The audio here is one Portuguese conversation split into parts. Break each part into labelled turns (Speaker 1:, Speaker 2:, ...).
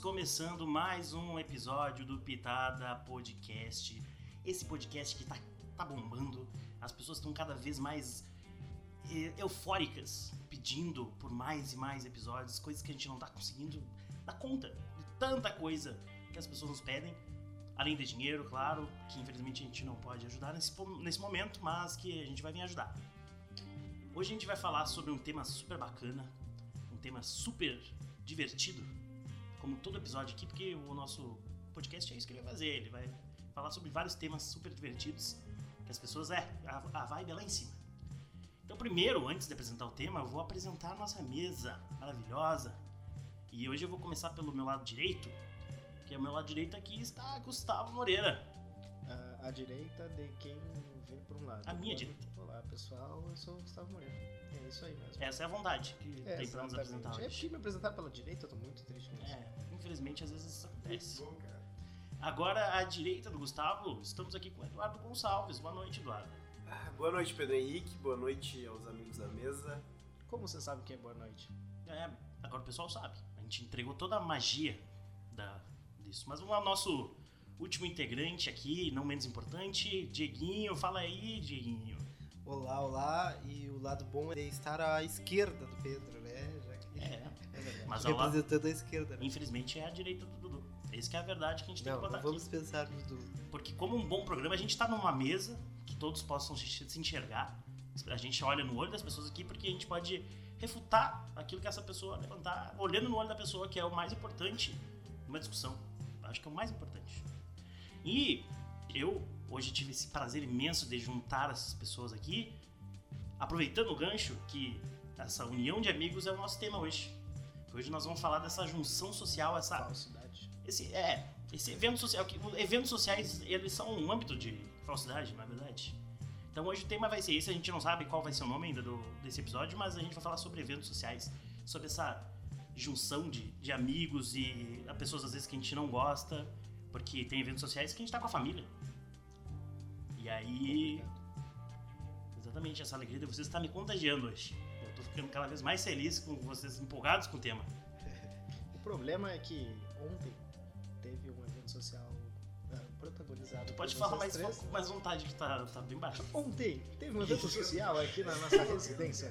Speaker 1: começando mais um episódio do Pitada Podcast. Esse podcast que tá, tá bombando, as pessoas estão cada vez mais eh, eufóricas, pedindo por mais e mais episódios, coisas que a gente não tá conseguindo dar conta de tanta coisa que as pessoas nos pedem. Além de dinheiro, claro, que infelizmente a gente não pode ajudar nesse, po- nesse momento, mas que a gente vai vir ajudar. Hoje a gente vai falar sobre um tema super bacana, um tema super divertido, como todo episódio aqui, porque o nosso podcast é isso que ele vai fazer. Ele vai falar sobre vários temas super divertidos que as pessoas é a, a vibe é lá em cima. Então, primeiro, antes de apresentar o tema, eu vou apresentar a nossa mesa maravilhosa. E hoje eu vou começar pelo meu lado direito, que é o meu lado direito aqui está Gustavo Moreira.
Speaker 2: A, a direita de quem vem por um lado.
Speaker 1: A minha
Speaker 2: Olá,
Speaker 1: direita.
Speaker 2: Olá pessoal, eu sou o Gustavo Moreira. É isso aí mesmo.
Speaker 1: Essa é a vontade que tem para nos
Speaker 2: exatamente.
Speaker 1: apresentar
Speaker 2: É
Speaker 1: hoje.
Speaker 2: porque me apresentar pela direita, eu tô muito triste com isso.
Speaker 1: É, infelizmente às vezes isso acontece.
Speaker 2: Bom, cara.
Speaker 1: Agora, à direita do Gustavo, estamos aqui com o Eduardo Gonçalves. Boa noite, Eduardo.
Speaker 3: Ah, Boa noite, Pedro Henrique. Boa noite aos amigos da mesa.
Speaker 2: Como você sabe que é boa noite?
Speaker 1: É, agora o pessoal sabe. A gente entregou toda a magia da, disso. Mas vamos lá, nosso último integrante aqui, não menos importante, Dieguinho. Fala aí, Dieguinho.
Speaker 4: Olá, olá, e o lado bom é estar à esquerda do Pedro, né? Já que ele
Speaker 1: É, mas ao lado,
Speaker 4: representando a esquerda, né?
Speaker 1: infelizmente é a direita do Dudu. Essa que é a verdade que a gente tem
Speaker 4: Não,
Speaker 1: que botar
Speaker 4: não vamos
Speaker 1: aqui.
Speaker 4: pensar no do.
Speaker 1: Porque como um bom programa, a gente tá numa mesa que todos possam se se enxergar. A gente olha no olho das pessoas aqui porque a gente pode refutar aquilo que essa pessoa levantar, olhando no olho da pessoa, que é o mais importante numa discussão. Acho que é o mais importante. E eu hoje tive esse prazer imenso de juntar essas pessoas aqui, aproveitando o gancho que essa união de amigos é o nosso tema hoje. Hoje nós vamos falar dessa junção social, essa
Speaker 2: Falsidade.
Speaker 1: esse, é, esse evento social, que os eventos sociais, eles são um âmbito de falsidade, não é verdade? Então hoje o tema vai ser esse, a gente não sabe qual vai ser o nome ainda do, desse episódio, mas a gente vai falar sobre eventos sociais, sobre essa junção de, de amigos e a pessoas às vezes que a gente não gosta, porque tem eventos sociais que a gente tá com a família. E aí,
Speaker 2: Complicado.
Speaker 1: exatamente essa alegria de vocês está me contagiando hoje. Eu tô ficando cada vez mais feliz com vocês empolgados com o tema.
Speaker 2: O problema é que ontem teve um evento social ah, protagonizado.
Speaker 1: Tu
Speaker 2: por
Speaker 1: pode
Speaker 2: vocês
Speaker 1: falar mais,
Speaker 2: três.
Speaker 1: com mais vontade que tá, tá bem baixo.
Speaker 2: Ontem teve um evento social aqui na nossa residência.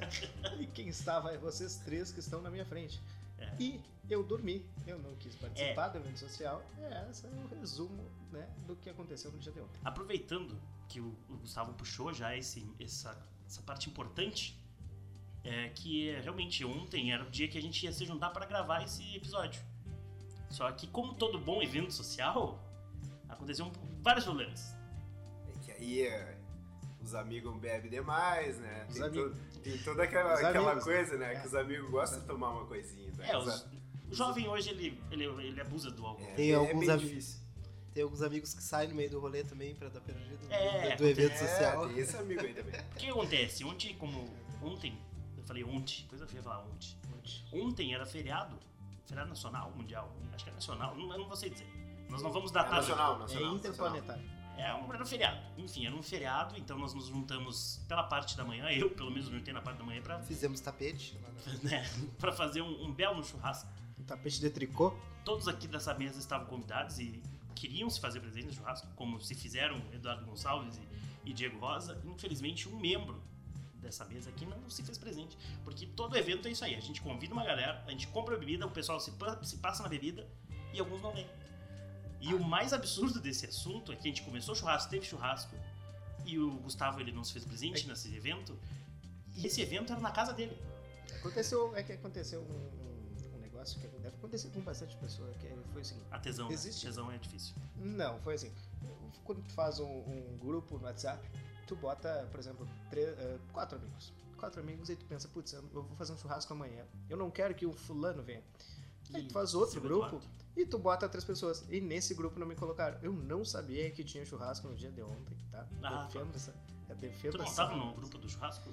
Speaker 2: E quem estava é vocês três que estão na minha frente.
Speaker 1: É.
Speaker 2: E eu dormi, eu não quis participar do evento social. É, esse é o resumo né, do que aconteceu no dia de ontem.
Speaker 1: Aproveitando que o, o Gustavo puxou já esse, essa, essa parte importante, é que é, realmente ontem era o dia que a gente ia se juntar para gravar esse episódio. Só que, como todo bom evento social, aconteceram vários problemas.
Speaker 3: É que aí é, os amigos bebem demais, né?
Speaker 2: Os
Speaker 3: Tem,
Speaker 2: amigos.
Speaker 3: to- tem toda aquela,
Speaker 2: Os
Speaker 3: aquela
Speaker 2: amigos,
Speaker 3: coisa,
Speaker 2: né?
Speaker 3: né? Que os amigos gostam de tomar uma coisinha. Né?
Speaker 1: É,
Speaker 3: Os
Speaker 1: os-
Speaker 3: a-
Speaker 1: o jovem hoje ele, ele, ele abusa do álcool.
Speaker 3: é,
Speaker 4: Tem
Speaker 3: é
Speaker 4: alguns
Speaker 3: bem
Speaker 4: amigos-
Speaker 3: difícil.
Speaker 4: Tem alguns amigos que saem no meio do rolê também pra dar perdido no-
Speaker 1: É,
Speaker 4: do evento
Speaker 3: É,
Speaker 4: social.
Speaker 3: tem esse amigo aí também.
Speaker 1: O que acontece? Ontem, como. Ontem, eu falei ontem, coisa feia falar ontem. Ontem era feriado, feriado nacional, mundial, acho que é nacional, não- eu não vou sei dizer. Nós não vamos
Speaker 3: É
Speaker 1: datar.
Speaker 3: nacional,
Speaker 2: É
Speaker 3: nacional. nacional.
Speaker 2: interplanetário.
Speaker 1: É, um- era um feriado. Enfim, era um feriado, então nós nos juntamos pela parte da manhã, eu pelo menos me juntei na parte da manhã pra,
Speaker 4: Fizemos tapete. lá na-
Speaker 1: né, pra fazer um, um belo churrasco.
Speaker 2: Um tapete de tricô.
Speaker 1: Todos aqui dessa mesa estavam convidados e queriam se fazer presente no churrasco, como se fizeram Eduardo Gonçalves e, e Diego Rosa. Infelizmente, um membro dessa mesa aqui não se fez presente, porque todo evento é isso aí. A gente convida uma galera, a gente compra a bebida, o pessoal se, pa- se passa na bebida e alguns não vêm. E o mais absurdo desse assunto é que a gente começou o churrasco, teve churrasco, e o Gustavo ele não se fez
Speaker 2: É
Speaker 1: presente nesse evento, e esse evento era na casa dele.
Speaker 2: Aconteceu, é que aconteceu um, um- um negócio que deve acontecer com bastante pessoa, que foi o seguinte.
Speaker 1: A tesão, né?
Speaker 2: Existe?
Speaker 1: tesão é difícil.
Speaker 2: Não, foi assim. Quando tu faz um, um grupo no WhatsApp, tu bota, por exemplo, três, eh, quatro amigos. Quatro amigos e tu pensa, putz, eu vou fazer um churrasco amanhã. Eu não quero que o fulano venha. Aí tu É faz outro
Speaker 1: Seu
Speaker 2: grupo
Speaker 1: Eduardo.
Speaker 2: e tu bota três pessoas. E nesse grupo não me colocaram. Eu não sabia que tinha churrasco no dia de ontem, tá?
Speaker 1: Ah,
Speaker 2: defendo essa. Eu defendo
Speaker 1: Tu não
Speaker 2: essa-
Speaker 1: estava no grupo do churrasco?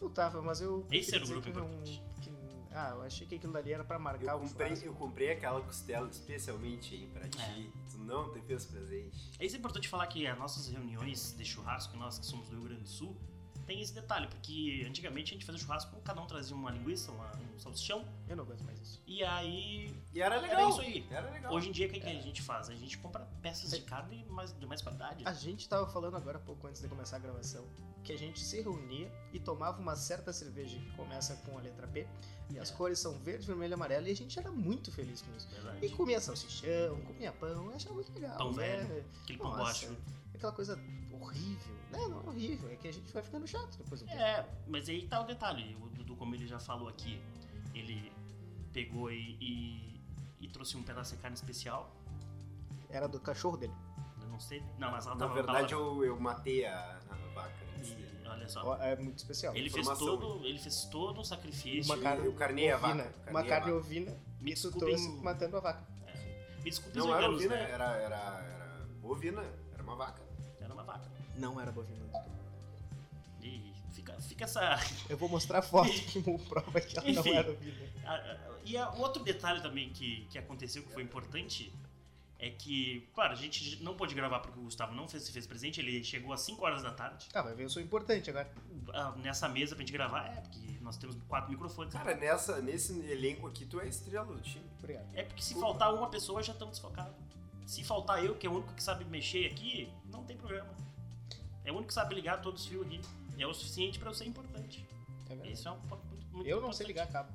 Speaker 2: Eu tava, mas eu.
Speaker 1: Esse era o
Speaker 2: queria
Speaker 1: grupo
Speaker 2: dizer que não-
Speaker 1: importante.
Speaker 2: que- ah, eu achei que aquilo dali era pra marcar
Speaker 3: Eu
Speaker 2: o
Speaker 3: comprei,
Speaker 2: churrasco.
Speaker 3: eu comprei aquela costela especialmente aí pra ti. Tu não te fez presente.
Speaker 1: É isso importante falar que as nossas reuniões de churrasco, nós que somos do Rio Grande do Sul, tem esse detalhe, porque antigamente a gente fazia churrasco, cada um trazia uma linguiça, uma- um salsichão.
Speaker 2: Eu não gosto mais disso.
Speaker 1: E aí.
Speaker 3: E era
Speaker 1: Era
Speaker 3: legal.
Speaker 1: isso aí.
Speaker 3: Era legal.
Speaker 1: Hoje em dia, o que, que
Speaker 2: É.
Speaker 1: a gente faz? A gente compra peças de carne mais, de mais qualidade.
Speaker 2: A gente tava falando agora há pouco antes de começar a gravação que a gente se reunia e tomava uma certa cerveja que começa com a letra P e as
Speaker 1: É.
Speaker 2: cores são verde, vermelho e amarelo e a gente era muito feliz com isso. E
Speaker 1: Verdade.
Speaker 2: comia salsichão, comia pão, eu achava muito legal.
Speaker 1: Pão
Speaker 2: né?
Speaker 1: Aquele pão
Speaker 2: Nossa,
Speaker 1: baixo.
Speaker 2: Aquela coisa horrível. Não, não é horrível, é que a gente vai ficando chato depois do tempo.
Speaker 1: É, mas aí tá o detalhe. O Dudu, como ele já falou aqui, ele pegou e, e- e trouxe um pedaço de carne especial.
Speaker 2: Era do cachorro dele.
Speaker 1: Eu não sei. Não, mas ela
Speaker 3: Na
Speaker 1: tava.
Speaker 3: verdade,
Speaker 1: tava-
Speaker 3: eu, eu matei a, a vaca. né? antes dele.
Speaker 1: e- Olha só.
Speaker 2: Ó, É muito especial.
Speaker 1: Tá. Ele fez,
Speaker 3: Tá, informação, né?
Speaker 1: todo, ele fez todo um sacrifício.
Speaker 2: Uma carne
Speaker 3: eu carnei a
Speaker 2: ovina,
Speaker 3: vaca. carnei
Speaker 2: uma
Speaker 3: a
Speaker 2: carne
Speaker 3: vaca.
Speaker 2: ovina
Speaker 1: Me
Speaker 2: e tu
Speaker 1: desculpem-
Speaker 2: trouxe matando a vaca.
Speaker 1: Me desculpe os
Speaker 3: Não era
Speaker 1: veganos,
Speaker 3: ovina,
Speaker 1: né?
Speaker 3: era, era, era ovina, era uma vaca.
Speaker 1: Era uma vaca.
Speaker 2: Não era bovina.
Speaker 1: E fica, fica essa.
Speaker 2: Eu vou mostrar a foto que prova que ela
Speaker 1: Enfim.
Speaker 2: não era bovina.
Speaker 1: a- a- E a- outro detalhe também que, que aconteceu que foi importante é que, claro, a gente não pôde gravar porque o Gustavo não fez, se fez presente, ele chegou às 5 horas da tarde
Speaker 2: Ah, vai ver, eu sou importante agora.
Speaker 1: ah, nessa mesa pra gente gravar, é, porque nós temos quatro microfones.
Speaker 3: Cara, nessa, nesse elenco aqui, tu é a estrela do time.
Speaker 2: Obrigado.
Speaker 1: É porque se faltar uma pessoa já estamos desfocados. Se faltar eu, que é o único que sabe mexer aqui, não tem problema. É o único que sabe ligar todos os fios aqui. É o suficiente pra eu ser importante.
Speaker 2: É verdade.
Speaker 1: Isso é um ponto muito, muito
Speaker 2: Eu não
Speaker 1: importante.
Speaker 2: sei ligar cabo.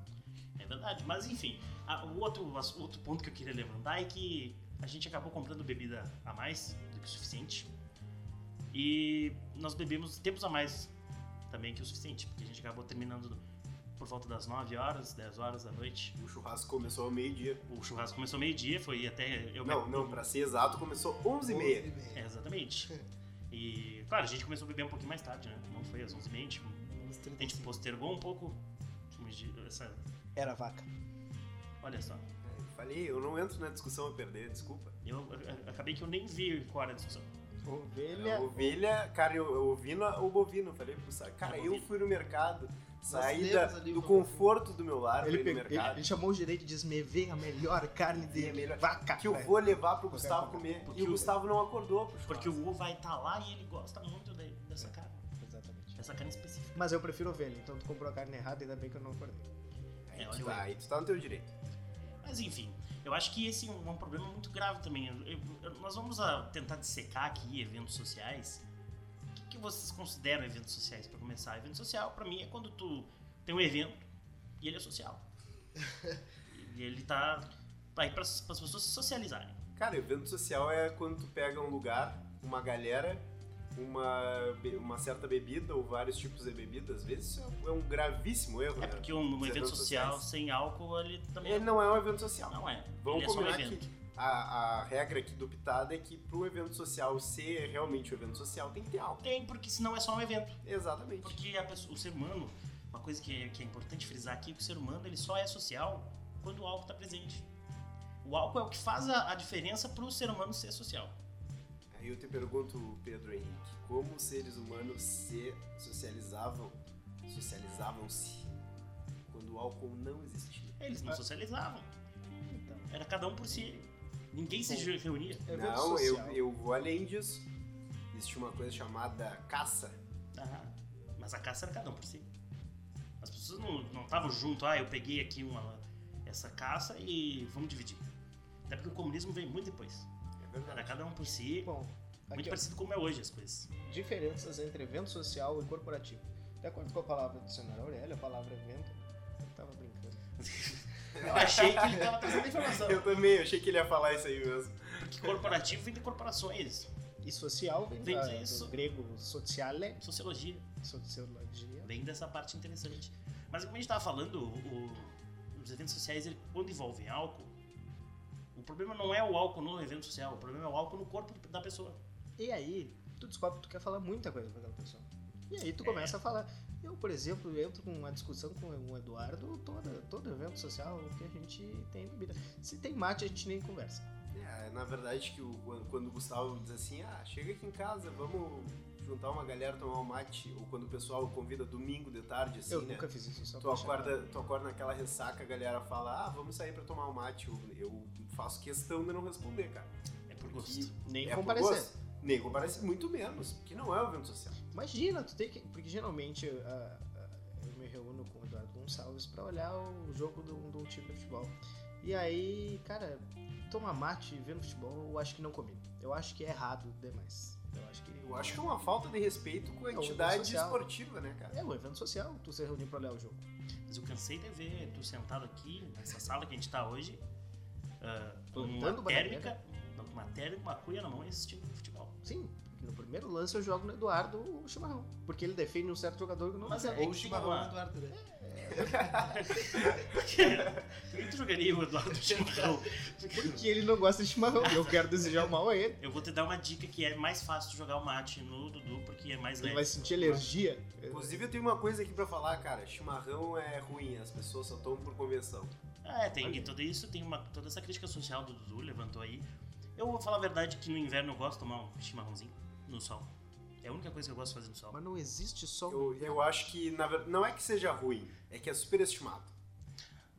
Speaker 1: É verdade, mas enfim, a- o outro, o outro ponto que eu queria levantar é que a gente acabou comprando bebida a mais do que o suficiente. E nós bebemos tempos a mais também que o suficiente, porque a gente acabou terminando por volta das 9 horas, 10 horas da noite.
Speaker 3: O churrasco começou ao meio-dia.
Speaker 1: O churrasco começou meio-dia, foi até eu
Speaker 3: Não, não, pra ser exato, começou 11h30.
Speaker 1: É,
Speaker 4: meia.
Speaker 1: exatamente. E, claro, a gente começou a beber um pouquinho mais tarde, né? Não foi às 11h30, tipo, a gente postergou um pouco. mas de- essa-
Speaker 2: Era vaca.
Speaker 1: olha só,
Speaker 3: Eu Falei, eu não entro na discussão a perder, desculpa.
Speaker 1: eu, eu- acabei que eu nem vi qual era a discussão.
Speaker 2: Ovelha.
Speaker 3: Ovelha, carne ovina ou bovino. Eu Falei pro Sá, cara, eu
Speaker 1: Bovino.
Speaker 3: fui no mercado, saí
Speaker 4: temos
Speaker 3: da-
Speaker 4: ali
Speaker 3: do
Speaker 4: uma-
Speaker 3: conforto do meu lar,
Speaker 2: Ele,
Speaker 3: fui no
Speaker 2: pegou- ele,
Speaker 3: mercado.
Speaker 2: ele chamou o direito de esmever a melhor carne
Speaker 3: Esmever a
Speaker 2: dele.
Speaker 3: melhor-
Speaker 2: Vaca. né?
Speaker 3: Que eu
Speaker 2: velho.
Speaker 3: vou levar pro
Speaker 2: Porque
Speaker 3: Gustavo
Speaker 2: o-
Speaker 3: comer.
Speaker 1: porque
Speaker 3: E o
Speaker 1: o-
Speaker 3: Gustavo não acordou pro churrasco.
Speaker 1: Porque o Wu vai estar lá e ele gosta muito de- dessa carne.
Speaker 2: Exatamente.
Speaker 1: Essa carne específica.
Speaker 2: Mas eu prefiro ovelha, então tu comprou a carne errada, ainda bem que eu não acordei.
Speaker 3: Aí
Speaker 1: É,
Speaker 3: tu
Speaker 1: olha o
Speaker 3: tá-
Speaker 1: erro.
Speaker 3: aí tu tá no teu direito.
Speaker 1: Mas enfim, eu acho que esse é um problema muito grave também. Eu- eu- eu- nós vamos ah, tentar dissecar aqui eventos sociais. O que, que vocês consideram eventos sociais para começar? Evento social, para mim, é quando tu tem um evento e ele é social. e ele tá aí para as pessoas se socializarem.
Speaker 3: Cara, evento social é quando tu pega um lugar, uma galera, uma, be- uma certa bebida ou vários tipos de bebida, às vezes isso é um gravíssimo erro,
Speaker 1: É
Speaker 3: né?
Speaker 1: porque um, um
Speaker 3: Os
Speaker 1: evento
Speaker 3: eventos
Speaker 1: social
Speaker 3: sociais.
Speaker 1: sem álcool, ele também
Speaker 3: Ele não é um evento social.
Speaker 1: não é.
Speaker 3: Vamos
Speaker 1: ele é só um
Speaker 3: combinar
Speaker 1: evento.
Speaker 3: que a, a regra aqui do Pitada é que pro evento social ser realmente um evento social tem que ter álcool.
Speaker 1: Tem, porque senão é só um evento.
Speaker 3: Exatamente.
Speaker 1: Porque a pessoa- o ser humano, uma coisa que, que é importante frisar aqui, é que o ser humano ele só é social quando o álcool está presente. O álcool é o que faz a, a diferença para o ser humano ser social.
Speaker 3: Aí eu te pergunto, Pedro Henrique, como os seres humanos se socializavam, socializavam-se quando o álcool não existia?
Speaker 1: Eles
Speaker 2: É.
Speaker 1: não socializavam,
Speaker 2: Então,
Speaker 1: era cada um por si. Ninguém se ju- reunia.
Speaker 2: evento
Speaker 3: Não, eu,
Speaker 2: É social.
Speaker 3: eu vou além disso. Existe uma coisa chamada caça.
Speaker 1: Ah, mas a caça era cada um por si. As pessoas não não estavam junto, ah, eu peguei aqui uma, essa caça e vamos dividir. Até porque o comunismo veio muito depois.
Speaker 3: É
Speaker 1: Era
Speaker 3: verdade.
Speaker 1: cada um por si,
Speaker 2: Bom,
Speaker 1: muito
Speaker 2: aqui, ó,
Speaker 1: parecido como é hoje as coisas.
Speaker 2: diferenças entre evento social e corporativo. De acordo com a palavra do dicionário Aurélio, a palavra evento. Eu tava brincando.
Speaker 1: Eu achei que ele estava trazendo informação.
Speaker 3: Eu também, eu achei que ele ia falar isso aí mesmo.
Speaker 1: Porque corporativo vem de corporações.
Speaker 2: E social vem,
Speaker 1: Vem
Speaker 2: da-
Speaker 1: disso.
Speaker 2: do grego sociale,
Speaker 1: Sociologia
Speaker 2: sociologia.
Speaker 1: vem dessa parte interessante. Mas como a gente estava falando, o- os eventos sociais, ele- quando envolvem álcool, o problema não é o álcool no evento social, o problema é o álcool no corpo da pessoa.
Speaker 2: E aí, tu descobre que tu quer falar muita coisa com aquela pessoa. E aí
Speaker 3: É.
Speaker 2: tu começa a falar. Eu, por exemplo, entro com uma discussão com o Eduardo, toda, todo evento social que a gente tem bebida. Se tem mate, a gente nem conversa.
Speaker 3: É, na verdade, que o- quando, quando o Gustavo diz assim, ah, chega aqui em casa, vamos juntar uma galera, tomar um mate, ou quando o pessoal convida domingo de tarde, assim,
Speaker 2: eu
Speaker 3: né?
Speaker 2: nunca fiz isso, só
Speaker 3: Tu
Speaker 2: pra deixar claro.
Speaker 3: acorda, tu acorda naquela ressaca, a galera fala, ah, vamos sair pra tomar um mate. Eu, eu faço questão de não responder, cara.
Speaker 1: É por
Speaker 3: Porque
Speaker 1: gosto.
Speaker 2: Nem
Speaker 3: é por
Speaker 2: comparecer.
Speaker 3: gosto. Nem comparecer, muito menos, porque não é um evento social.
Speaker 2: Imagina, tu tem que. Porque geralmente a- a- ah, eu me reúno com o Eduardo Gonçalves pra olhar o jogo do, do time de futebol. E aí, cara, tomar mate e vendo futebol, eu acho que não combina. Eu acho que é errado demais. Eu acho que.
Speaker 3: Eu acho que é uma falta de respeito com a
Speaker 2: É um
Speaker 3: entidade
Speaker 2: social.
Speaker 3: esportiva, né, cara?
Speaker 2: É um evento social, tu se reunir pra olhar o jogo.
Speaker 1: Mas eu cansei de ver tu sentado aqui, nessa sala que a gente tá hoje, ah, com
Speaker 2: Plantando
Speaker 1: uma
Speaker 2: bananeira.
Speaker 1: térmica, não, com uma térmica, uma cuia na mão e assistindo futebol.
Speaker 2: Sim, no primeiro lance eu jogo no Eduardo o chimarrão. Porque ele defende um certo jogador que não
Speaker 1: Mas
Speaker 2: quiser.
Speaker 1: é
Speaker 4: Ou
Speaker 1: que
Speaker 4: o
Speaker 1: tem
Speaker 4: chimarrão
Speaker 1: uma-
Speaker 4: do Eduardo, né?
Speaker 1: Por que tu jogaria o É, Eduardo Chimarrão?
Speaker 2: Porque ele não gosta de chimarrão. e eu quero desejar o mal a ele.
Speaker 1: Eu vou te dar uma dica que é mais fácil tu jogar o mate no Dudu, porque é mais
Speaker 2: Ele
Speaker 1: leve.
Speaker 2: vai sentir alergia.
Speaker 3: Inclusive, eu tenho uma coisa aqui pra falar, cara. Chimarrão é ruim, as pessoas só tomam por convenção.
Speaker 1: É, tem tudo isso, tem uma, toda essa crítica social do Dudu levantou aí. Eu vou falar a verdade que no inverno eu gosto de tomar um chimarrãozinho no sol. É a única coisa que eu gosto de fazer no sol.
Speaker 2: Mas não existe só um.
Speaker 3: Eu, eu acho que, na verdade, não é que seja ruim, é que é superestimado.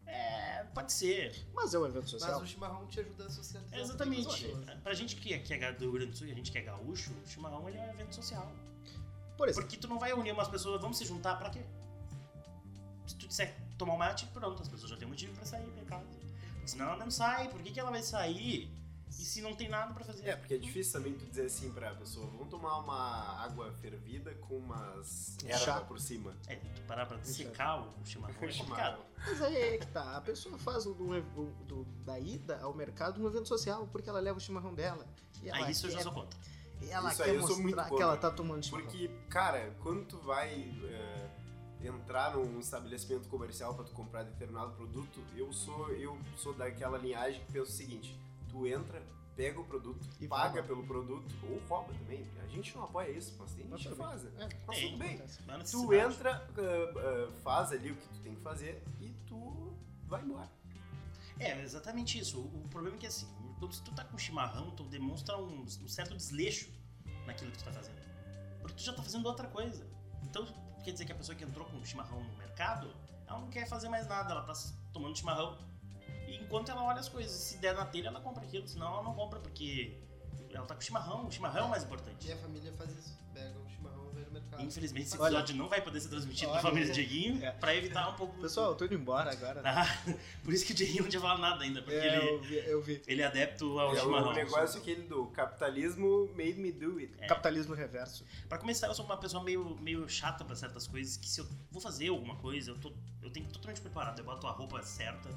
Speaker 1: É, pode ser.
Speaker 2: Mas é um evento social.
Speaker 4: Mas o chimarrão te ajuda a socializar.
Speaker 1: É, exatamente.
Speaker 4: com as pessoas.
Speaker 1: Pra gente que, que é do Rio Grande do Sul e a gente que é gaúcho, o chimarrão ele é um evento social.
Speaker 2: Por exemplo,
Speaker 1: Porque tu não vai unir umas pessoas, vamos se juntar pra quê? Se tu disser tomar um mate, pronto, as pessoas já têm motivo pra sair pra casa. Senão ela não sai, por que, que ela vai sair? E se não tem nada pra fazer?
Speaker 3: É, porque é difícil também tu dizer assim pra pessoa, vamos tomar uma água fervida com umas
Speaker 2: Um chá.
Speaker 3: ervas por cima.
Speaker 1: É, tu parar pra secar o chimarrão é complicado.
Speaker 3: Chimarrão.
Speaker 2: mas aí é que tá. A pessoa faz o, do- o- do- da ida ao mercado um evento social, porque ela leva o chimarrão dela. E ela é
Speaker 1: Aí Ah, isso eu já
Speaker 2: quer-
Speaker 1: sou contra.
Speaker 2: e ela
Speaker 3: Isso aí
Speaker 2: quer
Speaker 3: eu sou muito
Speaker 2: mostrar que
Speaker 3: contra.
Speaker 2: ela tá tomando chimarrão.
Speaker 3: Porque, cara, quando tu vai é, entrar num estabelecimento comercial pra tu comprar determinado produto, eu sou eu sou daquela linhagem que pensa o seguinte: tu entra, pega o produto,
Speaker 2: E
Speaker 3: paga
Speaker 2: rouba.
Speaker 3: pelo produto ou rouba também. A gente não apoia isso, mas tem
Speaker 2: Mas
Speaker 3: gente que
Speaker 2: tudo bem.
Speaker 3: faz, né?
Speaker 2: É,
Speaker 3: Mas
Speaker 1: Tem.
Speaker 3: tudo bem.
Speaker 2: acontece.
Speaker 1: Não é
Speaker 3: Tu
Speaker 1: necessidade.
Speaker 3: entra, ah, ah, faz ali o que tu tem que fazer e tu vai embora.
Speaker 1: É, exatamente isso. O o problema é que assim, quando se tu tá com chimarrão, tu demonstra um, um certo desleixo naquilo que tu tá fazendo. Porque tu já tá fazendo outra coisa. Então, quer dizer que a pessoa que entrou com chimarrão no mercado, ela não quer fazer mais nada, ela tá s- tomando chimarrão. E enquanto ela olha as coisas, se der na telha, ela compra aquilo, senão ela não compra, porque ela tá com chimarrão, o chimarrão é o mais importante.
Speaker 4: Minha família faz isso. Pega o chimarrão e vai no mercado.
Speaker 1: Infelizmente, esse
Speaker 2: Olha-
Speaker 1: episódio não vai poder ser transmitido na
Speaker 4: Olha-
Speaker 1: família do Dieguinho,
Speaker 2: É.
Speaker 1: pra evitar um pouco.
Speaker 2: Pessoal, eu tô indo embora agora. né?
Speaker 1: Ah, por isso que o Dieguinho não tinha falado nada ainda, porque
Speaker 2: É,
Speaker 1: ele.
Speaker 2: eu vi. Eu vi.
Speaker 1: Ele é adepto ao
Speaker 3: É
Speaker 1: chimarrão.
Speaker 3: o negócio aquele do capitalismo made me do it.
Speaker 1: É.
Speaker 2: Capitalismo reverso.
Speaker 1: Pra começar, eu sou uma pessoa meio, meio chata pra certas coisas, que se eu vou fazer alguma coisa, eu, tô, eu tenho que estar totalmente preparado. Eu boto a roupa certa,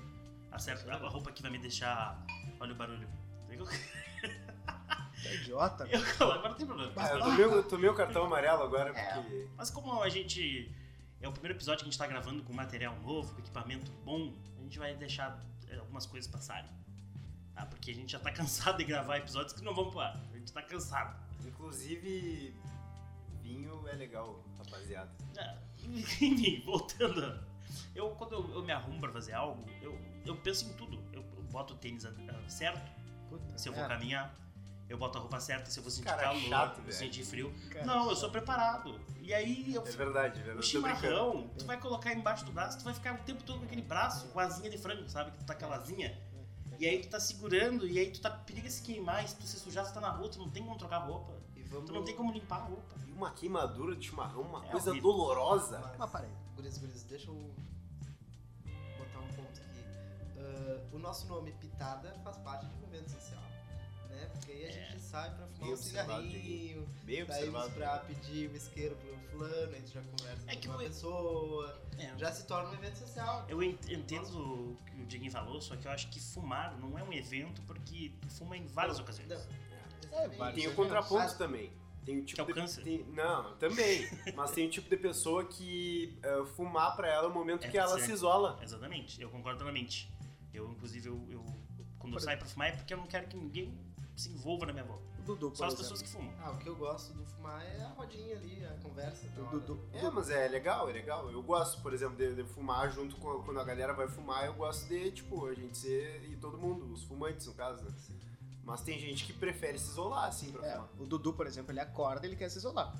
Speaker 1: a, certa, a roupa que vai me deixar... Olha o barulho. Eu
Speaker 2: Tá idiota, né?
Speaker 1: coloco, agora não tem problema.
Speaker 3: Ah, eu tomei, eu tomei o cartão amarelo agora
Speaker 1: É.
Speaker 3: porque.
Speaker 1: Mas como a gente... É o primeiro episódio que a gente tá gravando com material novo, com equipamento bom, a gente vai deixar é, algumas coisas passarem. Tá? Porque a gente já tá cansado de gravar episódios que não vão pro ar. A gente tá cansado.
Speaker 3: Inclusive, vinho é legal, rapaziada.
Speaker 1: É, Enfim, voltando. Eu, quando eu, eu me arrumo pra fazer algo, eu, eu penso em tudo. Eu, eu boto o tênis ah, certo
Speaker 2: Puta
Speaker 1: se eu vou
Speaker 2: merda,
Speaker 1: caminhar, eu boto a roupa certa se eu vou sentir
Speaker 3: É. Cara, é
Speaker 1: calor,
Speaker 3: chato,
Speaker 1: se eu
Speaker 3: velho.
Speaker 1: sentir frio.
Speaker 2: cara.
Speaker 1: Não, eu sou preparado. E aí eu
Speaker 3: É verdade, é verdade.
Speaker 1: o
Speaker 3: tô brincando.
Speaker 1: Um
Speaker 3: É.
Speaker 1: chimarrão, tu vai colocar embaixo do braço, tu vai ficar o tempo todo com aquele braço, com a asinha de frango, sabe? Que tu tá com a
Speaker 3: É.
Speaker 1: lazinha. E aí tu tá segurando, e aí tu tá periga se queimar, e se tu se sujar, tu tá na rua, tu não tem como trocar roupa.
Speaker 4: E vamos...
Speaker 1: Tu não tem como limpar a roupa.
Speaker 3: E uma queimadura de chimarrão, uma
Speaker 1: É
Speaker 3: coisa
Speaker 1: horrível.
Speaker 3: dolorosa.
Speaker 4: Mas,
Speaker 2: Mas parei.
Speaker 4: Guris, guris, deixa eu botar um ponto aqui. Ah, o nosso nome Pitada faz parte de um evento social, né? Porque aí a
Speaker 1: É.
Speaker 4: gente sai pra fumar
Speaker 3: Bem
Speaker 4: um
Speaker 3: observado,
Speaker 4: cigarrinho,
Speaker 3: Bem
Speaker 4: saímos
Speaker 3: observado.
Speaker 4: pra pedir um isqueiro pro fulano, a gente já conversa
Speaker 1: É que
Speaker 4: com uma
Speaker 1: o-
Speaker 4: pessoa,
Speaker 1: É,
Speaker 4: já se torna um evento social.
Speaker 1: Eu ent- entendo o que o Dieguinho falou, só que eu acho que fumar não é um evento porque tu fuma em várias
Speaker 4: Não,
Speaker 1: ocasiões.
Speaker 4: não.
Speaker 2: É,
Speaker 3: E
Speaker 2: vários
Speaker 3: tem o
Speaker 2: eventos.
Speaker 3: contraponto
Speaker 4: Mas-
Speaker 3: também. Tem o tipo
Speaker 1: Que é o
Speaker 3: de-
Speaker 1: câncer.
Speaker 3: tem- não, também. Mas tem o tipo de pessoa que eh, fumar pra ela é o momento
Speaker 1: É
Speaker 3: que ela
Speaker 1: certo.
Speaker 3: se isola.
Speaker 1: Exatamente, eu concordo plenamente. Eu, inclusive, eu, eu- quando eu
Speaker 2: Por
Speaker 1: saio pra fumar é porque eu não quero que ninguém se envolva na minha volta.
Speaker 2: O Dudu, por
Speaker 1: Só as
Speaker 2: exemplo.
Speaker 1: pessoas que fumam.
Speaker 4: Ah, o que eu gosto do fumar é a rodinha ali, a conversa. na
Speaker 2: O
Speaker 4: hora.
Speaker 2: Dudu.
Speaker 3: É, mas é legal, é legal. Eu gosto, por exemplo, de, de fumar junto com a- quando a galera vai fumar, eu gosto de, tipo, a gente ser. e todo mundo, os fumantes no caso, né? Mas tem gente que prefere se isolar, assim, pra
Speaker 2: É,
Speaker 3: fumar.
Speaker 2: o Dudu, por exemplo, ele acorda e ele quer se isolar.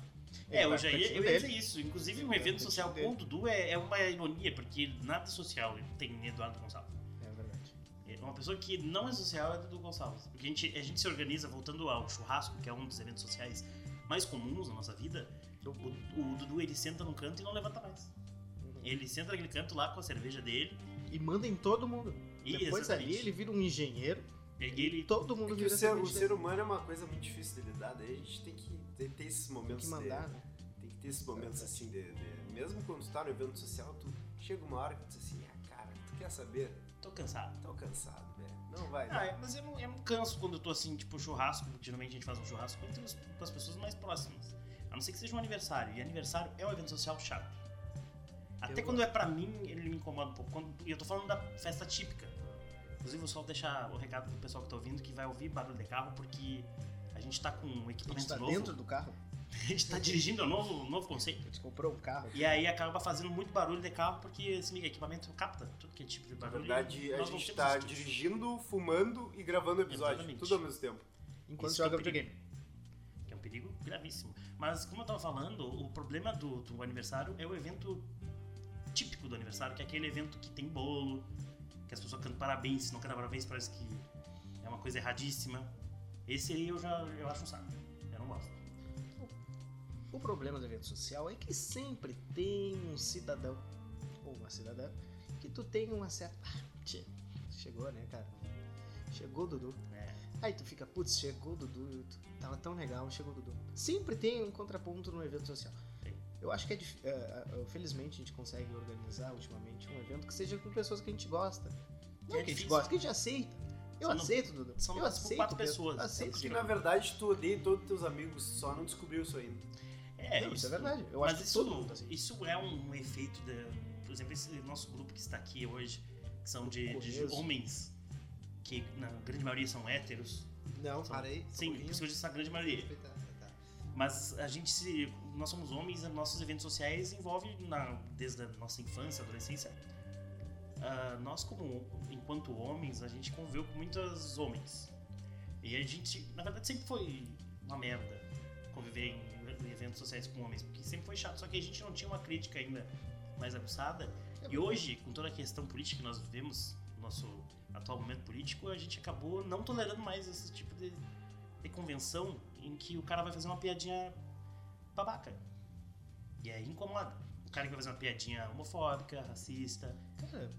Speaker 2: Ele
Speaker 1: É,
Speaker 2: vai
Speaker 1: eu
Speaker 2: pro
Speaker 1: já ia,
Speaker 2: cantinho
Speaker 1: eu ia
Speaker 2: dele.
Speaker 1: dizer isso. Inclusive, um
Speaker 2: Ele vai
Speaker 1: evento
Speaker 2: pro
Speaker 1: social
Speaker 2: cantinho
Speaker 1: com o Dudu é, é uma ironia, porque nada social tem Eduardo Gonçalves.
Speaker 2: É verdade.
Speaker 1: É Uma pessoa que não é social é o Dudu Gonçalves. Porque a gente, a gente se organiza, voltando ao churrasco, que é um dos eventos sociais mais comuns na nossa vida, o, o Dudu ele senta num canto e não levanta mais.
Speaker 2: Uhum.
Speaker 1: Ele senta naquele canto lá com a cerveja dele.
Speaker 2: E manda em todo mundo.
Speaker 1: E
Speaker 2: Depois ali ele vira um engenheiro.
Speaker 1: Peguei ele.
Speaker 2: Todo mundo
Speaker 3: É que
Speaker 2: vira
Speaker 3: o ser, o
Speaker 2: cerveja
Speaker 3: ser humano é uma coisa muito difícil de lidar, daí a gente tem que ter- ter esses
Speaker 2: Tem
Speaker 3: momentos
Speaker 2: que mandar,
Speaker 3: de-
Speaker 2: né?
Speaker 3: Tem que ter esses momentos assim de, de- Mesmo quando tu tá no evento social, tu chega uma hora que tu diz assim, ah cara, tu quer saber?
Speaker 1: Tô cansado.
Speaker 3: Tô cansado, velho. Tá né? Não vai.
Speaker 1: Ah,
Speaker 3: dar."
Speaker 1: é, mas eu não, eu não canso quando eu tô assim, tipo, churrasco, porque geralmente a gente faz um churrasco entre os- com as pessoas mais próximas. A não ser que seja um aniversário. E aniversário é um evento social chato. Até
Speaker 2: Eu
Speaker 1: quando é pra mim, ele me incomoda um pouco. Quando- E eu tô falando da festa típica. Inclusive, eu só vou deixar o recado pro pessoal que tá ouvindo que vai ouvir barulho de carro, porque a gente tá com um
Speaker 2: A gente
Speaker 1: equipamento
Speaker 2: tá
Speaker 1: novo.
Speaker 2: dentro do carro.
Speaker 1: A gente tá dirigindo um novo, um novo conceito.
Speaker 2: A gente comprou um carro.
Speaker 1: E aí acaba fazendo muito barulho de carro, porque esse mega equipamento capta tudo que é tipo de
Speaker 3: Na
Speaker 1: barulho.
Speaker 3: verdade, a
Speaker 1: Nós não
Speaker 3: gente
Speaker 1: temos
Speaker 3: tá
Speaker 1: estúdio.
Speaker 3: dirigindo, fumando e gravando o episódio.
Speaker 1: Exatamente.
Speaker 3: Tudo ao mesmo tempo.
Speaker 2: Enquanto
Speaker 1: Isso que
Speaker 2: joga
Speaker 1: é o perigo.
Speaker 2: videogame.
Speaker 1: que é um perigo gravíssimo. Mas como eu tava falando, o problema do, do aniversário é o evento típico do aniversário, que é aquele evento que tem bolo, que as pessoas cantam parabéns, se não cantam parabéns parece que é uma coisa erradíssima. Esse aí eu já eu acho um saco. Eu não gosto.
Speaker 2: O problema do evento social é que sempre tem um cidadão ou uma cidadã que tu tem uma certa. Ah, tchê, chegou, né, cara? Chegou o Dudu.
Speaker 1: É.
Speaker 2: Aí tu fica, putz, chegou o Dudu, tu- tava tão legal, chegou o Dudu. Sempre tem um contraponto no evento social.
Speaker 1: Tem.
Speaker 2: Eu acho que é dif- é, é, é, felizmente a gente consegue organizar ultimamente um evento que seja com pessoas que a gente gosta.
Speaker 1: É
Speaker 2: Não que a gente
Speaker 1: difícil.
Speaker 2: gosta, que a gente aceita. Eu
Speaker 1: Só não-
Speaker 2: aceito, Dudu.
Speaker 1: só não
Speaker 2: eu
Speaker 1: passa por
Speaker 2: aceito.
Speaker 1: quatro
Speaker 2: Pedro.
Speaker 1: pessoas. é
Speaker 2: Aceito.
Speaker 3: Porque na verdade tu odeia todos os teus amigos, só não descobriu isso ainda.
Speaker 1: É,
Speaker 2: Não, isso é verdade. Eu
Speaker 1: Mas
Speaker 2: acho que
Speaker 1: isso,
Speaker 2: todo mundo aceita.
Speaker 1: isso é um efeito da. Por exemplo, esse nosso grupo que está aqui hoje, que são de,
Speaker 2: Eu
Speaker 1: de
Speaker 2: conheço.
Speaker 1: homens, que na grande maioria são héteros.
Speaker 4: Não,
Speaker 1: São-
Speaker 4: parei. só
Speaker 1: Sim, por
Speaker 4: um pouquinho.
Speaker 1: isso que eu disse a grande maioria.
Speaker 4: Respeitar, respeitar.
Speaker 1: Mas a gente se. Nós somos homens, nossos eventos sociais envolvem na- desde a nossa infância, adolescência. Ah, nós, como enquanto homens, a gente conviveu com muitos homens. E a gente, na verdade, sempre foi uma merda conviver em, em eventos sociais com homens, porque sempre foi chato. Só que a gente não tinha uma crítica ainda mais aguçada. E hoje, com toda a questão política que nós vivemos, no nosso atual momento político, a gente acabou não tolerando mais esse tipo de, de convenção em que o cara vai fazer uma piadinha babaca. E aí incomoda. O cara que vai fazer uma piadinha homofóbica, racista.
Speaker 2: Cara,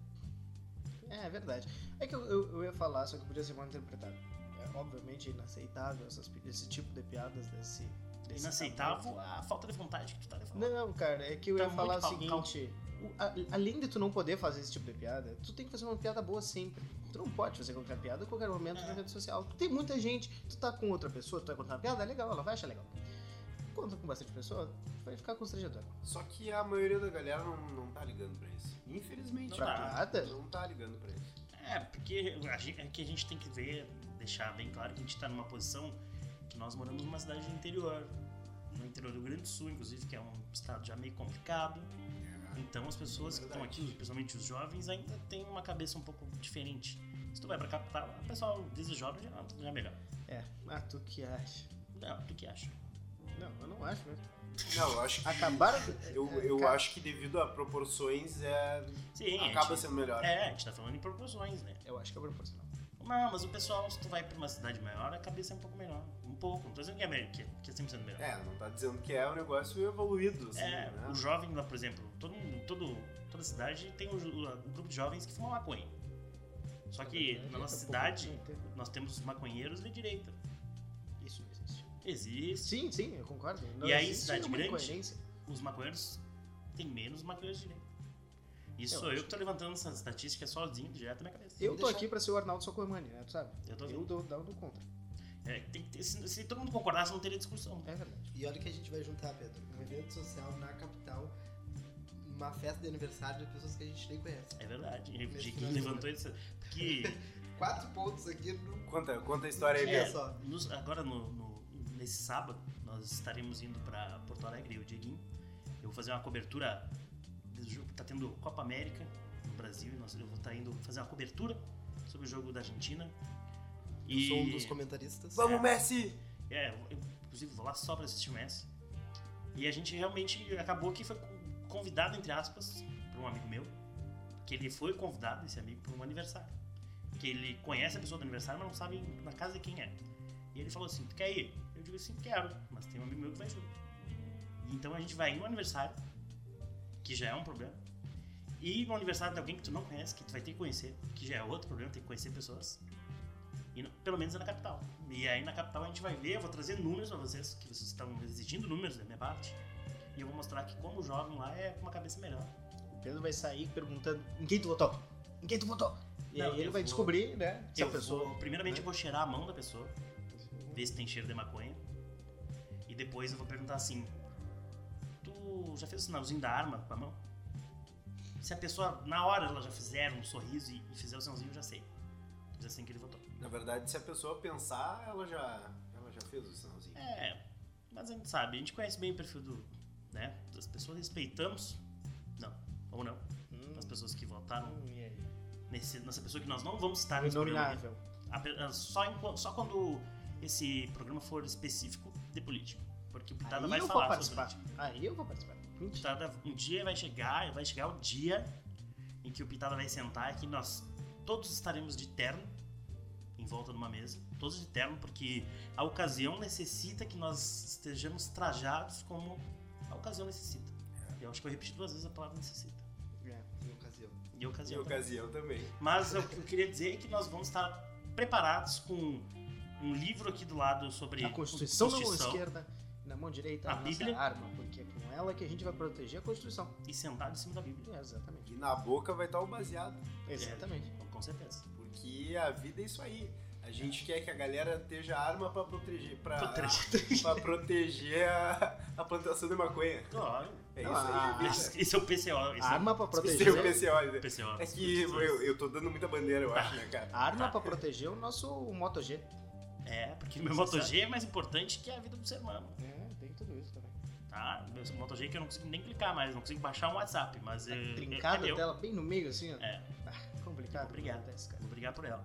Speaker 2: é, é verdade. É que eu, eu, eu ia falar, só que podia ser mal interpretado. É obviamente inaceitável essas pi- esse tipo de piadas desse. desse
Speaker 1: Inaceitável a falta de vontade que tu tá levando.
Speaker 2: tamanho. Não, cara, é que eu
Speaker 1: Tá
Speaker 2: ia falar o
Speaker 1: muito pau-
Speaker 2: seguinte: o- a- além de tu não poder fazer esse tipo de piada, tu tem que fazer uma piada boa sempre. Tu não pode fazer qualquer piada a qualquer momento
Speaker 1: É.
Speaker 2: na rede social. Tem muita gente, tu tá com outra pessoa, tu vai contar uma piada, é legal, ela vai achar legal. Quando tá com bastante pessoa, vai ficar constrangedor.
Speaker 3: Só que a maioria da galera não, não tá ligando pra isso. Infelizmente,
Speaker 1: Não
Speaker 2: Pra
Speaker 1: tá.
Speaker 2: nada?
Speaker 3: não tá ligando pra isso.
Speaker 1: É, porque a gente, é que a gente tem que ver, deixar bem claro que a gente tá numa posição que nós moramos numa cidade do interior. No interior do Rio Grande do Sul, inclusive, que é um estado já meio complicado. Então as pessoas que estão aqui,
Speaker 3: Verdade.
Speaker 1: principalmente os jovens, ainda têm uma cabeça um pouco diferente. Se tu vai pra capital, o pessoal desde jovem já, já é melhor.
Speaker 2: É, ah, tu que acha?
Speaker 1: Não, tu que acha?
Speaker 2: Não, eu não acho, né?
Speaker 3: Não, eu acho que.
Speaker 2: Acabaram. É,
Speaker 3: Eu,
Speaker 1: É,
Speaker 3: eu
Speaker 2: Cara,
Speaker 3: acho que devido a proporções é,
Speaker 1: Sim,
Speaker 3: acaba
Speaker 1: a gente,
Speaker 3: sendo melhor.
Speaker 1: É, a gente tá falando em proporções, né?
Speaker 2: Eu acho que é proporcional.
Speaker 1: Não, mas o pessoal, se tu vai pra uma cidade maior, a cabeça é um pouco melhor. Um pouco, não tô dizendo que é, melhor, que, que é 100% melhor.
Speaker 3: É, não tá dizendo que é um negócio evoluído, assim,
Speaker 1: É,
Speaker 3: né?
Speaker 1: o jovem lá, por exemplo, todo, mundo- todo, toda cidade tem um, ju- um grupo de jovens que fumam maconha. Só
Speaker 2: É
Speaker 1: que
Speaker 2: Tá
Speaker 1: na nossa cidade, nós temos os maconheiros de direita.
Speaker 2: Isso não existe.
Speaker 1: Existe.
Speaker 2: Sim, sim, eu concordo. Não
Speaker 1: E aí,
Speaker 2: existe
Speaker 1: cidade
Speaker 2: uma
Speaker 1: grande?
Speaker 2: incoerência.
Speaker 1: Os maconheiros têm menos maconheiros de direita. Isso
Speaker 2: Eu
Speaker 1: sou eu
Speaker 2: acho.
Speaker 1: que tô levantando essas estatísticas sozinho, direto na minha cabeça.
Speaker 2: Eu tô
Speaker 4: deixar-
Speaker 2: aqui pra ser o Arnaldo Socormani, né? Tu sabe?
Speaker 1: Eu tô
Speaker 2: Eu
Speaker 1: vendo.
Speaker 2: dou, dou, dou contra.
Speaker 1: É, tem que ter- se, se todo mundo concordasse, não teria discussão.
Speaker 2: É verdade.
Speaker 4: E olha que a gente vai juntar, Pedro. Um evento social na capital, uma festa de aniversário de pessoas que a gente nem conhece.
Speaker 1: É verdade. E o
Speaker 4: Nesse
Speaker 1: Dieguinho
Speaker 4: final de
Speaker 1: levantou isso. Porque
Speaker 4: Quatro pontos aqui no
Speaker 3: Conta, conta a história aí,
Speaker 1: É.
Speaker 3: mesmo.
Speaker 4: dia só.
Speaker 1: nos- agora no- no- nesse sábado nós estaremos indo pra Porto Alegre, eu e o Dieguinho. Eu vou fazer uma cobertura do jogo. Tá tendo Copa América no Brasil. e Nós, eu vou estar indo fazer uma cobertura sobre o jogo da Argentina.
Speaker 4: Eu
Speaker 1: E-
Speaker 4: sou um dos comentaristas.
Speaker 3: Vamos, Messi!
Speaker 1: É, eu, inclusive vou lá só pra assistir o Messi. E a gente realmente acabou que foi co- convidado, entre aspas, por um amigo meu, que ele foi convidado, esse amigo, por um aniversário. Que ele conhece a pessoa do aniversário, mas não sabe na casa de quem é. E ele falou assim, tu quer ir? Eu digo assim, quero, mas tem um amigo meu que vai junto. E Então a gente vai em um aniversário, que já é um problema, ir na universidade de alguém que tu não conhece, que tu vai ter que conhecer, que já é outro problema, ter que conhecer pessoas. E no- pelo menos é na capital. E aí na capital a gente vai ver, eu vou trazer números pra vocês, que vocês estão exigindo números da minha parte. E eu vou mostrar que como jovem lá é com uma cabeça melhor.
Speaker 2: O Pedro vai sair perguntando em quem tu votou? Em quem tu votou? E
Speaker 1: Não,
Speaker 2: aí ele
Speaker 1: eu
Speaker 2: vai
Speaker 1: vou-
Speaker 2: descobrir, né? Se
Speaker 1: Eu
Speaker 2: a pessoa.
Speaker 1: vou, primeiramente
Speaker 2: né?
Speaker 1: eu vou cheirar a mão da pessoa, ver se tem cheiro de maconha. E depois eu vou perguntar assim: Tu já fez o sinalzinho da arma com a mão? Se a pessoa, na hora, ela já fizer um sorriso e, e fizer o sinalzinho, eu já sei. Já sei que ele votou.
Speaker 3: Na verdade, se a pessoa pensar, ela já, ela já fez o sinalzinho.
Speaker 1: É, mas a gente sabe, a gente conhece bem o perfil do, né, das pessoas, respeitamos. Não, ou não.
Speaker 2: Hum,
Speaker 1: As pessoas que votaram
Speaker 2: hum, e aí?
Speaker 1: nesse, nessa pessoa que nós não vamos citar
Speaker 2: O
Speaker 1: nesse programa.
Speaker 2: inominável.
Speaker 1: Ape- ah, Só, enqu- só quando esse programa for específico de política. Porque o Pitada
Speaker 2: Aí
Speaker 1: vai
Speaker 2: eu vou
Speaker 1: falar sobre
Speaker 2: participar.
Speaker 1: política.
Speaker 2: Aí eu vou participar.
Speaker 1: O Pitada, um dia vai chegar, vai chegar o dia em que o Pitada vai sentar e que nós todos estaremos de terno em volta de uma mesa, todos de terno, porque a ocasião necessita que nós estejamos trajados como a ocasião necessita. Eu acho que eu repeti duas vezes a palavra necessita.
Speaker 2: É.
Speaker 4: Em ocasião.
Speaker 1: E a
Speaker 3: Em
Speaker 1: ocasião. também.
Speaker 3: ocasião também.
Speaker 1: Mas o que eu queria dizer é que nós vamos estar preparados com um livro aqui do lado sobre
Speaker 2: É, A Constituição na mão
Speaker 1: Constituição
Speaker 2: esquerda, na mão direita,
Speaker 1: A
Speaker 2: a, nossa
Speaker 1: Bíblia.
Speaker 2: arma, porque é com ela que a gente vai proteger a Constituição.
Speaker 1: e sentado em cima da Bíblia.
Speaker 2: É, exatamente.
Speaker 3: E na boca vai estar o baseado.
Speaker 2: É. Exatamente.
Speaker 1: Com certeza.
Speaker 3: Porque a vida é isso aí. A gente quer que a galera esteja arma pra proteger, pra,
Speaker 1: Puta,
Speaker 3: pra proteger a, a plantação de maconha.
Speaker 1: Claro.
Speaker 3: É
Speaker 2: Não,
Speaker 3: isso aí.
Speaker 2: a-
Speaker 3: a vida.
Speaker 1: Esse esse é o PCO. Esse
Speaker 2: arma pra
Speaker 3: Esse é o
Speaker 2: proteger.
Speaker 3: PCO.
Speaker 1: é o
Speaker 3: né?
Speaker 1: PCO.
Speaker 3: É que eu, eu tô dando muita bandeira, eu acho, né, cara?
Speaker 2: Arma
Speaker 1: Tá.
Speaker 2: pra proteger o nosso Moto G.
Speaker 1: É, porque meu Moto G é mais importante que a vida do ser humano.
Speaker 2: É, tem tudo isso também.
Speaker 1: Tá? Meu Moto G que eu não consigo nem clicar mais, não consigo baixar um WhatsApp, mas é, é,
Speaker 2: Trincada
Speaker 1: é
Speaker 2: a
Speaker 1: meu.
Speaker 2: tela bem no meio, assim, ó.
Speaker 1: É.
Speaker 2: Ah, complicado.
Speaker 1: Obrigado.
Speaker 2: Acontece, cara.
Speaker 1: Vou brigar por É. ela.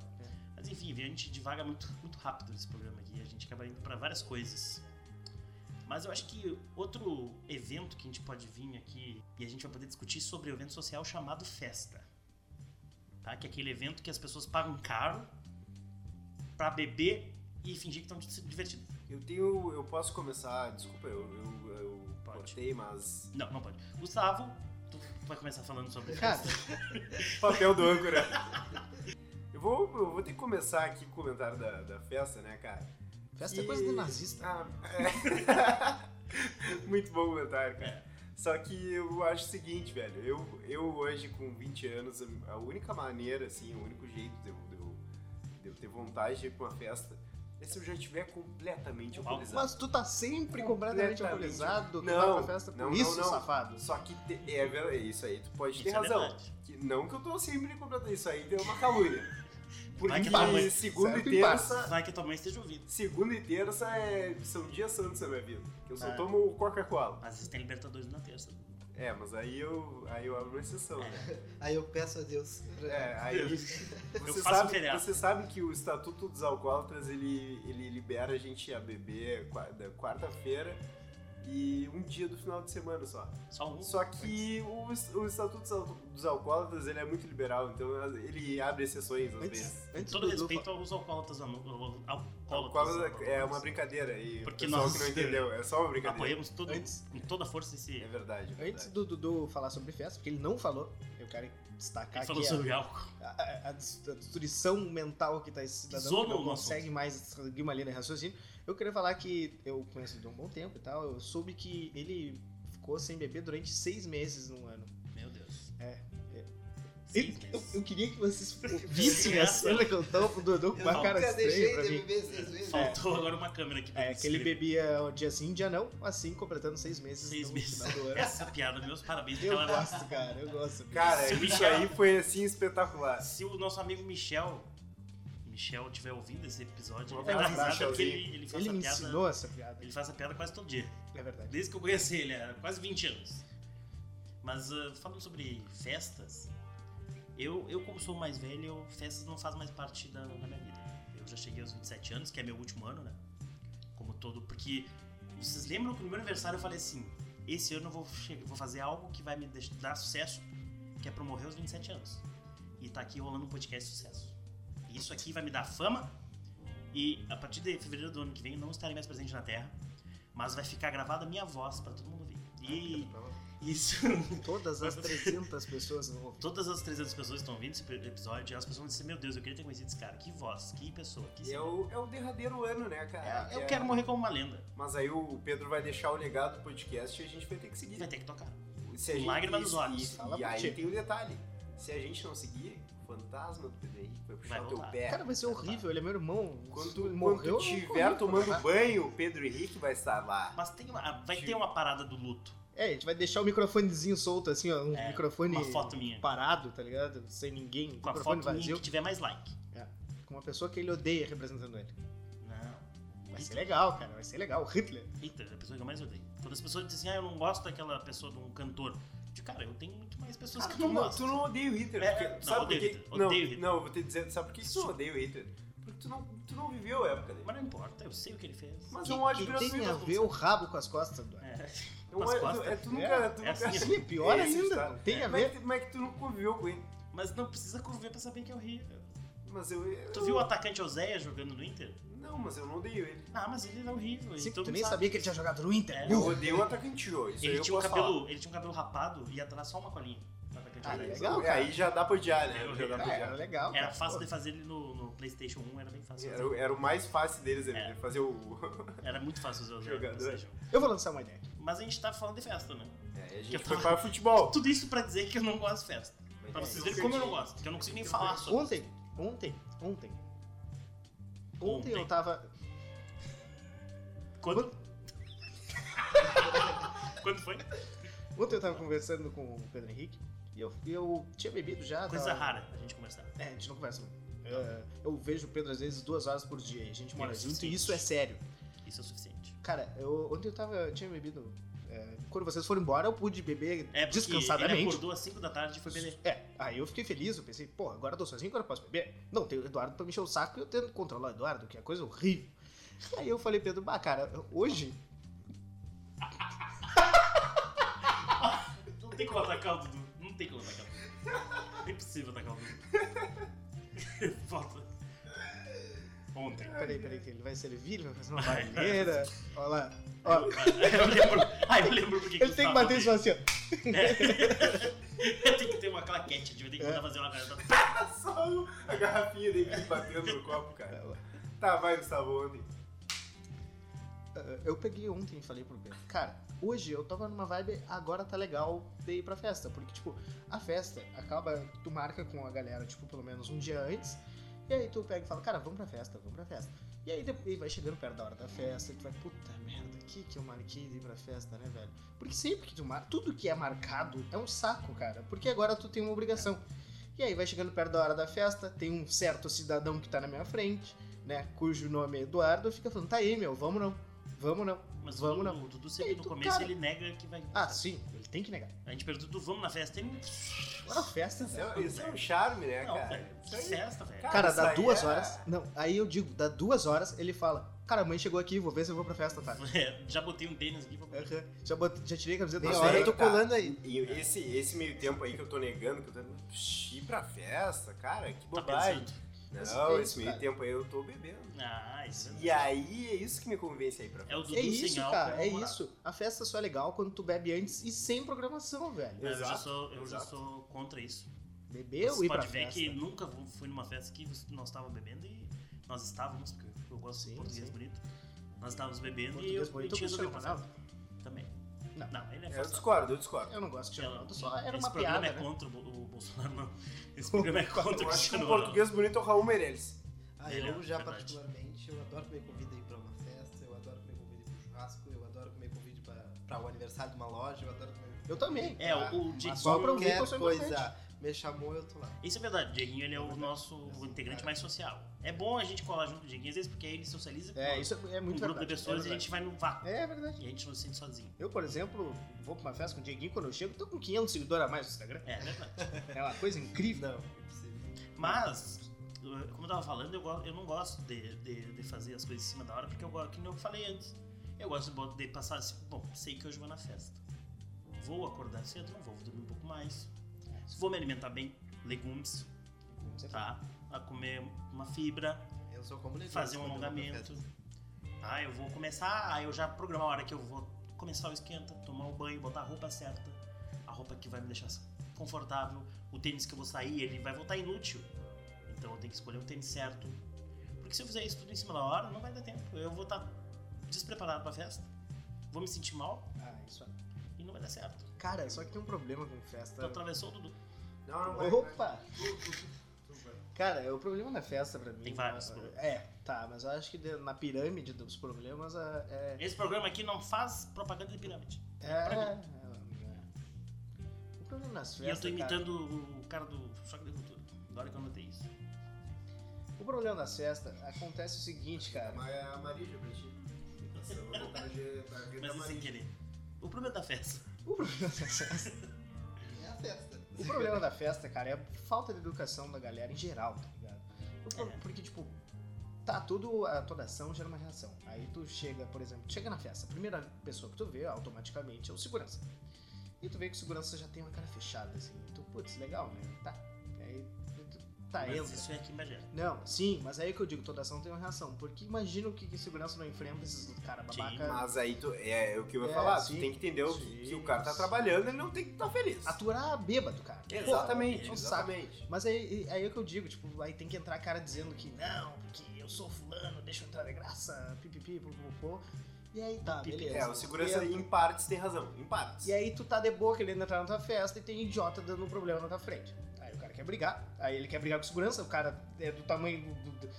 Speaker 1: Mas enfim, a gente divaga muito, muito rápido nesse programa aqui. A gente acaba indo pra várias coisas. Mas eu acho que outro evento que a gente pode vir aqui e a gente vai poder discutir sobre o evento social chamado festa. Tá? Que é aquele evento que as pessoas pagam caro pra beber e fingir que estão se divertindo.
Speaker 3: Eu tenho. Eu posso começar. Desculpa, eu, eu, eu
Speaker 1: Pode.
Speaker 3: cortei, mas.
Speaker 1: Não, não pode. Gustavo, tu vai começar falando sobre
Speaker 2: Cara,
Speaker 1: festa.
Speaker 3: Papel do âncora. Eu vou, eu vou ter que começar aqui com o comentário da, da festa, né, cara?
Speaker 2: festa é
Speaker 3: E-
Speaker 2: coisa de nazista.
Speaker 3: Ah, é. Muito bom comentário, cara. Só que eu acho o seguinte, velho. Eu, eu hoje, com 20 anos, a- a única maneira, assim, o único jeito de eu, de eu, de eu ter vontade de ir pra uma festa é se eu já estiver completamente
Speaker 1: Álcool.
Speaker 3: alcoolizado.
Speaker 2: Mas tu tá sempre completamente
Speaker 3: Completamente.
Speaker 2: alcoolizado, tu
Speaker 3: Não,
Speaker 2: vai pra festa por
Speaker 3: não, não,
Speaker 2: isso,
Speaker 3: não.
Speaker 2: safado.
Speaker 3: Só que te- é, ver- é isso aí, tu pode ter
Speaker 1: Isso é
Speaker 3: razão.
Speaker 1: verdade.
Speaker 3: Que não que eu tô sempre completamente. Isso aí deu uma calúnia.
Speaker 1: Vai é que
Speaker 3: Porque
Speaker 1: tua mãe-
Speaker 3: segunda e
Speaker 2: Sempre passa.
Speaker 3: terça.
Speaker 1: Vai que a tua mãe esteja ouvindo.
Speaker 3: Segunda e terça é- são dias santos na minha vida. Que eu só
Speaker 1: Ah.
Speaker 3: tomo Coca-Cola.
Speaker 1: Às vezes tem Libertadores na terça.
Speaker 3: É, mas aí eu, aí eu abro uma exceção, né?
Speaker 4: Aí eu peço a Deus.
Speaker 3: É, aí. Você
Speaker 1: faço um
Speaker 3: sabe,
Speaker 1: feriado.
Speaker 3: você sabe que o Estatuto dos Alcoólatras ele, ele libera a gente a beber qua- da quarta-feira e um dia do final de semana só.
Speaker 1: Só um.
Speaker 3: Só que o, es- o Estatuto dos Al- dos Alcoólatras ele é muito liberal, então as- ele abre exceções às vezes.
Speaker 2: Antes, antes
Speaker 1: Todo
Speaker 2: do Dudu
Speaker 1: respeito aos alcoólatras. anu- ao- alcoólatras
Speaker 3: Alcoólatra é uma
Speaker 1: anônimos.
Speaker 3: brincadeira e o
Speaker 1: Porque
Speaker 3: pessoal
Speaker 1: nós-
Speaker 3: que não entendeu, é só uma brincadeira.
Speaker 1: Apoiamos todo,
Speaker 2: Antes-
Speaker 1: com toda a força esse.
Speaker 3: É
Speaker 1: Ele
Speaker 3: verdade. é
Speaker 2: Antes
Speaker 3: verdade.
Speaker 2: do Dudu falar sobre festa, porque ele não falou, eu quero destacar aqui
Speaker 1: falou
Speaker 2: a-
Speaker 1: sobre álcool.
Speaker 2: a, a- a des- a destruição mental que tá esse cidadão
Speaker 1: Pisou
Speaker 2: que não
Speaker 1: no- no
Speaker 2: consegue mais seguir uma linha de raciocínio. Eu queria falar que eu conheço ele há um bom tempo e tal, eu soube que ele ficou sem beber durante seis meses num ano.
Speaker 1: Meu Deus.
Speaker 2: É,
Speaker 1: Seis
Speaker 2: eu,
Speaker 1: meses.
Speaker 2: eu queria que vocês vissem a cena que eu tava pro Dudu com
Speaker 4: Eu
Speaker 2: uma cara
Speaker 4: nunca deixei
Speaker 2: estranha pra
Speaker 4: de
Speaker 2: mim.
Speaker 4: beber seis vezes.
Speaker 1: Faltou agora uma câmera aqui pra
Speaker 2: É,
Speaker 1: gente
Speaker 2: que ele
Speaker 1: escrever.
Speaker 2: bebia um dia sim, dia não, assim, completando seis meses
Speaker 1: Seis
Speaker 2: no
Speaker 1: meses.
Speaker 2: final do ano.
Speaker 1: Essa piada, meus parabéns porque
Speaker 2: Eu
Speaker 1: ela-
Speaker 2: gosto, cara, eu gosto.
Speaker 3: Cara,
Speaker 1: Se o
Speaker 3: isso
Speaker 1: Michel-
Speaker 3: aí foi assim espetacular.
Speaker 1: Se o nosso amigo Michel. Michel tiver ouvindo esse episódio,
Speaker 3: Um
Speaker 1: ele vai dar
Speaker 3: abraço,
Speaker 1: risada porque
Speaker 3: Michelzinho.
Speaker 1: ele, ele faz
Speaker 2: Ele
Speaker 1: essa
Speaker 2: me
Speaker 1: piada.
Speaker 2: ensinou essa piada,
Speaker 1: Ele faz essa piada quase todo dia.
Speaker 2: é verdade.
Speaker 1: Desde que eu conheci ele, há quase 20 anos. Mas ah, falando sobre festas, eu, eu como sou mais velho, eu- festas não fazem mais parte da, da minha vida. Eu já cheguei aos 27 anos, que é meu último ano, né? Como todo, porque vocês lembram que no meu aniversário eu falei assim, esse ano eu vou, che- vou fazer algo que vai me deix- dar sucesso, que é promover os 27 anos. E tá aqui rolando um podcast de sucesso. E isso aqui vai me dar fama e a partir de fevereiro do ano que vem eu não estarei mais presente na Terra mas vai ficar gravada a minha voz pra todo mundo ouvir. E, Isso.
Speaker 2: Todas as 300 pessoas vão ouvir.
Speaker 1: Todas as 300 pessoas que estão ouvindo esse episódio, elas pessoas vão dizer, meu Deus, eu queria ter conhecido esse cara. Que voz, que pessoa, que...
Speaker 3: E é o, é o derradeiro ano, né, cara?
Speaker 1: eu
Speaker 3: É-
Speaker 1: quero morrer como uma lenda.
Speaker 3: Mas aí o Pedro vai deixar o legado do podcast e a gente vai ter que seguir.
Speaker 1: Vai ter que tocar.
Speaker 3: Se a gente-
Speaker 1: Lágrima nos
Speaker 3: e-
Speaker 1: olhos.
Speaker 3: E,
Speaker 2: Fala
Speaker 3: e aí
Speaker 2: contigo.
Speaker 3: tem o detalhe. Se a gente não seguir, o fantasma do Pedro Henrique vai puxar
Speaker 1: Vai
Speaker 3: o teu
Speaker 1: voltar.
Speaker 3: pé.
Speaker 2: Cara, vai ser horrível, ele é meu irmão.
Speaker 3: quando
Speaker 2: Se
Speaker 3: quando
Speaker 2: morreu, eu não
Speaker 3: tiver
Speaker 2: corri pra
Speaker 3: tomando
Speaker 2: gravar.
Speaker 3: banho, o Pedro Henrique vai estar lá.
Speaker 1: Mas tem uma, vai
Speaker 3: Tio.
Speaker 1: ter uma parada do luto.
Speaker 2: É, a gente vai deixar o microfonezinho solto, assim, ó. Um
Speaker 1: É,
Speaker 2: microfone
Speaker 1: Uma foto minha.
Speaker 2: parado, tá ligado? Sem ninguém,
Speaker 1: Com a foto
Speaker 2: microfone
Speaker 1: minha
Speaker 2: vazio.
Speaker 1: que tiver mais like.
Speaker 2: Com uma pessoa que ele odeia representando ele.
Speaker 1: Não.
Speaker 2: Vai ser legal, cara. Vai ser legal. O Hitler.
Speaker 1: Eita, é a pessoa que eu mais odeio. Quando as pessoas dizem, ah, eu não gosto daquela pessoa, de um cantor. Eu digo, cara, eu tenho muito mais pessoas
Speaker 3: Ah,
Speaker 1: que
Speaker 3: tu,
Speaker 1: eu não
Speaker 3: não,
Speaker 1: gosto.
Speaker 3: tu não odeia o Hitler.
Speaker 1: É,
Speaker 3: porque-
Speaker 1: não,
Speaker 3: sabe
Speaker 1: odeio
Speaker 3: por
Speaker 1: o Hitler,
Speaker 3: quê? Não,
Speaker 1: odeio o Hitler.
Speaker 3: não, eu vou te dizer, sabe por que tu não odeia o Hitler? Porque tu não, tu não viveu a época dele.
Speaker 1: Mas não importa, eu sei o que ele fez.
Speaker 3: Mas
Speaker 2: Que,
Speaker 3: é um ódio
Speaker 2: que tem
Speaker 3: gratuito.
Speaker 2: a ver o rabo com as costas do
Speaker 1: É.
Speaker 3: É um
Speaker 1: com as
Speaker 3: ódio-
Speaker 1: costas.
Speaker 3: é, tu nunca,
Speaker 2: É,
Speaker 3: tu
Speaker 1: é
Speaker 3: nunca-
Speaker 1: assim.
Speaker 2: Sim, é pior
Speaker 3: Esse
Speaker 2: ainda.
Speaker 3: está-
Speaker 2: Não tem a
Speaker 3: Mas, é
Speaker 2: ver.
Speaker 3: que- mas é que tu não conviveu com ele.
Speaker 1: Mas não precisa conviver pra saber que é horrível.
Speaker 3: Mas eu, eu-
Speaker 1: Tu viu o atacante Oséia jogando no Inter?
Speaker 3: Não, mas eu não odeio ele.
Speaker 1: Ah, mas ele era horrível. e
Speaker 2: Sim,
Speaker 1: todo
Speaker 2: tu
Speaker 1: mundo
Speaker 2: nem
Speaker 1: sabe.
Speaker 2: sabia que ele tinha jogado no Inter.
Speaker 1: É.
Speaker 2: Uh,
Speaker 3: Eu odeio o atacante hoje. Isso aí
Speaker 1: Ele
Speaker 3: eu
Speaker 1: tinha, um
Speaker 3: posso falar.
Speaker 1: cabelo, né? ele tinha um cabelo rapado e atrás só uma colinha. no atacante
Speaker 2: Ah,
Speaker 1: Oséia.
Speaker 2: legal.
Speaker 3: É, aí já dá pra odiar, né?
Speaker 1: Eu
Speaker 3: Já dá pra
Speaker 2: Ah, era
Speaker 3: odiar.
Speaker 2: legal.
Speaker 1: é, Era
Speaker 2: cara.
Speaker 1: fácil
Speaker 2: Pô,
Speaker 1: de fazer ele no, no PlayStation 1, era bem fácil.
Speaker 3: é. Era, o- era o mais fácil deles ali,
Speaker 1: É.
Speaker 3: né? fazer o.
Speaker 1: Era muito fácil fazer o Oséia no
Speaker 3: Jogador.
Speaker 1: PlayStation. um.
Speaker 2: Eu vou lançar uma ideia.
Speaker 1: Mas a gente tá falando de festa, né?
Speaker 3: É, a
Speaker 1: Que
Speaker 3: gente
Speaker 1: eu
Speaker 3: foi
Speaker 1: tava-
Speaker 3: para futebol.
Speaker 1: Tudo isso pra dizer que eu não gosto de festa. Pra
Speaker 3: É,
Speaker 1: vocês verem como eu não gosto, que eu não consigo nem falar sobre.
Speaker 2: Ontem, ontem, ontem. Ontem
Speaker 1: Ontem.
Speaker 2: eu tava.
Speaker 1: Quando? Quando foi?
Speaker 2: Ontem eu tava conversando com o Pedro Henrique e eu, e eu tinha bebido já.
Speaker 1: Coisa
Speaker 2: tava-
Speaker 1: rara a gente conversar.
Speaker 2: É, a gente não conversa muito. É, eu vejo o Pedro às vezes duas horas por dia e a gente mora
Speaker 1: Isso,
Speaker 2: junto
Speaker 1: sim.
Speaker 2: e isso é sério.
Speaker 1: Isso é o suficiente.
Speaker 2: Cara, eu, ontem eu tava. Eu tinha bebido. é, quando vocês foram embora, eu pude beber
Speaker 1: É, porque ele
Speaker 2: descansadamente.
Speaker 1: acordou às 5 da tarde e foi beber.
Speaker 2: É, aí eu fiquei feliz, eu pensei, pô, agora eu tô sozinho, agora eu posso beber? Não, tem o Eduardo pra me encher o saco e eu tento controlar o Eduardo, que é coisa horrível. Aí eu falei, Pedro, bah, cara, hoje
Speaker 1: Não tem como atacar o Dudu. Não tem como atacar o Dudu. É impossível atacar o Dudu. Volta. Ontem.
Speaker 2: Peraí, peraí, que ele vai servir, ele vai fazer uma barreira. Olha lá.
Speaker 1: Aí
Speaker 2: Ó,
Speaker 1: eu, aí Ah, eu lembro. Aí eu lembro porque
Speaker 2: ele tem que bater isso assim, ó.
Speaker 1: Tem que ter uma claquete, a gente vai ter que mandar fazer uma garota.
Speaker 3: Só o- a garrafinha dele batendo no copo, cara. Tá, vai, Gustavo, ontem.
Speaker 2: Ah, Eu peguei ontem e falei pro Pedro, cara, hoje eu tava numa vibe, agora tá legal de ir pra festa. Porque, tipo, a festa acaba, tu marca com a galera, tipo, pelo menos um dia antes. E aí tu pega e fala, cara, vamos pra festa, vamos pra festa. E aí depois vai chegando perto da hora da festa e tu vai, puta merda, que que eu marquei de ir pra festa, né, velho? Porque sempre que tu marca, tudo que é marcado é um saco, cara. Porque agora tu tem uma obrigação. E aí vai chegando perto da hora da festa, tem um certo cidadão que tá na minha frente, né, cujo nome é Eduardo, fica falando, tá aí, meu, vamos não, vamos não.
Speaker 1: Mas
Speaker 2: Vamos,
Speaker 1: o,
Speaker 2: não.
Speaker 1: o Dudu sempre
Speaker 2: Ei,
Speaker 1: no
Speaker 2: tu,
Speaker 1: começo
Speaker 2: cara.
Speaker 1: ele nega que vai.
Speaker 2: Ah, sim, ele tem que negar.
Speaker 1: A gente pergunta, Dudu, vamos na festa? Ele.
Speaker 2: Agora a festa,
Speaker 3: Isso
Speaker 2: velho.
Speaker 3: é, isso é um charme, né,
Speaker 1: Não, é
Speaker 3: cara?
Speaker 1: velho.
Speaker 3: Isso
Speaker 1: Que
Speaker 3: aí-
Speaker 1: festa, velho.
Speaker 3: Cara,
Speaker 2: Cara,
Speaker 3: isso
Speaker 2: dá
Speaker 3: aí
Speaker 2: duas
Speaker 3: é-
Speaker 2: horas. Não, aí eu digo, dá duas horas, ele fala, cara, a mãe chegou aqui, vou ver se eu vou pra festa, tá?
Speaker 1: É, já botei um tênis aqui pra comer.
Speaker 2: Aham. Já, bot- já tirei a camiseta
Speaker 3: Mas
Speaker 2: da hora,
Speaker 3: aí
Speaker 2: eu tô
Speaker 3: que tá.
Speaker 2: colando aí.
Speaker 3: E esse, esse meio tempo aí que eu tô negando, que eu tô. Psh, ir pra festa, cara, que
Speaker 1: Tá
Speaker 3: bobagem.
Speaker 1: pensando?
Speaker 3: não,
Speaker 2: É
Speaker 3: esse
Speaker 2: isso,
Speaker 3: meio
Speaker 2: cara.
Speaker 3: tempo aí eu tô bebendo.
Speaker 1: Ah, isso é.
Speaker 3: E aí é isso que me convence aí pra
Speaker 1: É o
Speaker 3: festa.
Speaker 1: Dudu
Speaker 2: É isso,
Speaker 1: sem álcool.
Speaker 2: cara, é
Speaker 1: namorado.
Speaker 2: isso. A festa só é legal quando tu bebe antes e sem programação, velho.
Speaker 1: Não, eu já
Speaker 3: Exato,
Speaker 1: sou, eu já
Speaker 3: exato.
Speaker 1: sou contra isso.
Speaker 2: Bebeu
Speaker 1: Você
Speaker 2: e pra
Speaker 1: pode ver
Speaker 2: festa.
Speaker 1: que nunca vo- fui numa festa que você- nós estávamos bebendo e nós estávamos, porque eu gosto de
Speaker 2: Sim,
Speaker 1: português
Speaker 2: sim.
Speaker 1: bonito. Nós estávamos bebendo e eu
Speaker 2: Português bonito,
Speaker 1: eu tinha
Speaker 2: tu
Speaker 1: resolvido
Speaker 2: Cristiano
Speaker 1: pra festa. Também.
Speaker 2: Não.
Speaker 1: ele é
Speaker 3: Eu
Speaker 1: forçado.
Speaker 3: discordo, eu discordo.
Speaker 2: Eu não gosto de
Speaker 1: Ela-
Speaker 2: Ronaldo, só era
Speaker 1: Esse
Speaker 2: uma
Speaker 1: programa
Speaker 2: piada,
Speaker 1: é
Speaker 2: né?
Speaker 1: contra o Bo- o Bolsonaro, não. Esse programa é contra o
Speaker 3: Eu acho que
Speaker 1: Cristiano
Speaker 3: um
Speaker 1: Ronaldo.
Speaker 3: português bonito é o Raul Meirelles.
Speaker 4: Ah,
Speaker 1: Ele é
Speaker 4: eu já
Speaker 1: verdade.
Speaker 4: particularmente, eu adoro comer convite aí pra uma festa, eu adoro comer convite pro um churrasco, eu adoro comer convite pra, pra um aniversário de uma loja, eu adoro comer...
Speaker 2: Eu também. tá?
Speaker 1: É, o- o
Speaker 2: Ah, Mas
Speaker 1: Dieguinho.
Speaker 2: só pra um- ouvir que eu
Speaker 4: Qualquer
Speaker 2: sou importante.
Speaker 4: coisa me chamou, eu tô lá.
Speaker 1: Isso é verdade, o Dieguinho ele é o
Speaker 4: verdade.
Speaker 1: nosso
Speaker 4: Assim,
Speaker 1: integrante
Speaker 4: cara.
Speaker 1: mais social. É bom a gente colar junto com o Dieguinho, às vezes, porque aí ele socializa com
Speaker 2: É, isso é
Speaker 1: um
Speaker 2: muito
Speaker 1: grupo de
Speaker 2: verdade.
Speaker 1: pessoas
Speaker 2: é
Speaker 1: e a gente vai num vácuo.
Speaker 2: verdade. É verdade.
Speaker 1: E a gente não se sente sozinho.
Speaker 2: Eu, por exemplo, vou pra uma festa com o Dieguinho, quando eu chego, tô com 500 seguidores a mais no Instagram.
Speaker 1: É, é verdade.
Speaker 2: É uma coisa incrível.
Speaker 4: Não, é possível.
Speaker 1: Mas, eu- como eu tava falando, eu, go- eu não gosto de, de- de fazer as coisas em cima da hora, porque eu gosto, que nem eu falei antes, eu gosto de bo- de passar assim, bom, sei que hoje eu vou na festa. Vou acordar cedo, não vou, vou dormir um pouco mais.
Speaker 2: É.
Speaker 1: Vou me alimentar bem, legumes, tá? A comer uma fibra,
Speaker 4: Eu sou como legal.
Speaker 1: fazer um alongamento. Ah, eu vou começar, aí eu já programo a hora que eu vou começar o esquenta, tomar o banho, um botar a roupa certa, roupa que vai me deixar confortável, o tênis que eu vou sair, ele vai voltar inútil. Então eu tenho que escolher o tênis certo. Porque se eu fizer isso tudo em cima da hora, não vai dar tempo. Eu vou estar despreparado pra festa, vou me sentir mal
Speaker 2: Ah, isso é.
Speaker 1: e não vai dar certo.
Speaker 2: Cara, só que tem um problema com festa.
Speaker 1: Tu atravessou, Dudu?
Speaker 3: Não, é. não vai. vai.
Speaker 2: Opa!
Speaker 3: Tu vai.
Speaker 2: Cara, é o problema da festa pra mim.
Speaker 1: Tem vários
Speaker 2: é-
Speaker 1: problemas.
Speaker 2: É, tá, mas eu acho que de- na pirâmide dos problemas a- é.
Speaker 1: Esse programa aqui não faz propaganda de pirâmide.
Speaker 2: É. é- O problema nas
Speaker 1: e eu
Speaker 2: festas.
Speaker 1: tô
Speaker 2: cara,
Speaker 1: imitando o- o cara do Choque da Cultura. Agora que eu notei isso.
Speaker 2: o problema das festas acontece o seguinte, cara.
Speaker 3: Mas é a Marija pra ti. Nossa, eu vou tentar ge- tá, gritar
Speaker 1: Mas é sem
Speaker 3: Marija.
Speaker 1: querer. O problema da festa.
Speaker 2: O problema das festas.
Speaker 4: É a festa.
Speaker 2: O problema da festa, cara, é a falta de educação da galera em geral, tá ligado? O pro-
Speaker 1: É.
Speaker 2: Porque, tipo, tá, tudo, a- toda ação gera uma reação. Aí tu chega, por exemplo, chega na festa, a primeira pessoa que tu vê automaticamente é o segurança. E tu vê que o segurança já tem uma cara fechada, assim. Tu, putz, legal, né? Tá. Aí, tu, tá,
Speaker 1: mas
Speaker 2: entra.
Speaker 1: isso é que imagina.
Speaker 2: Não, sim, mas é aí que eu digo, toda ação tem uma reação. Porque imagina o que, que segurança não enfrenta esses cara
Speaker 1: Sim,
Speaker 2: babaca.
Speaker 3: Mas aí tu, é, é o que eu ia
Speaker 2: É,
Speaker 3: falar,
Speaker 2: sim.
Speaker 3: tu tem que entender o que,
Speaker 2: Sim,
Speaker 3: que o cara tá
Speaker 2: sim.
Speaker 3: trabalhando, ele não tem que estar feliz.
Speaker 2: Aturar bêbado, cara. Porra,
Speaker 3: Exatamente,
Speaker 2: é um saco.
Speaker 3: exatamente.
Speaker 2: Mas aí, aí é que eu digo, tipo, aí tem que entrar a cara dizendo que não, porque eu sou fulano, deixa eu entrar de graça, pipipi, popopô. E aí tá,
Speaker 1: Pipi.
Speaker 2: beleza.
Speaker 3: É, o segurança
Speaker 2: E,
Speaker 3: em partes tem razão, em partes.
Speaker 2: e aí tu tá de boa querendo entrar na tua festa e tem idiota dando um problema na tua frente. Aí o cara quer brigar, aí ele quer brigar com segurança, o cara é do tamanho do, do,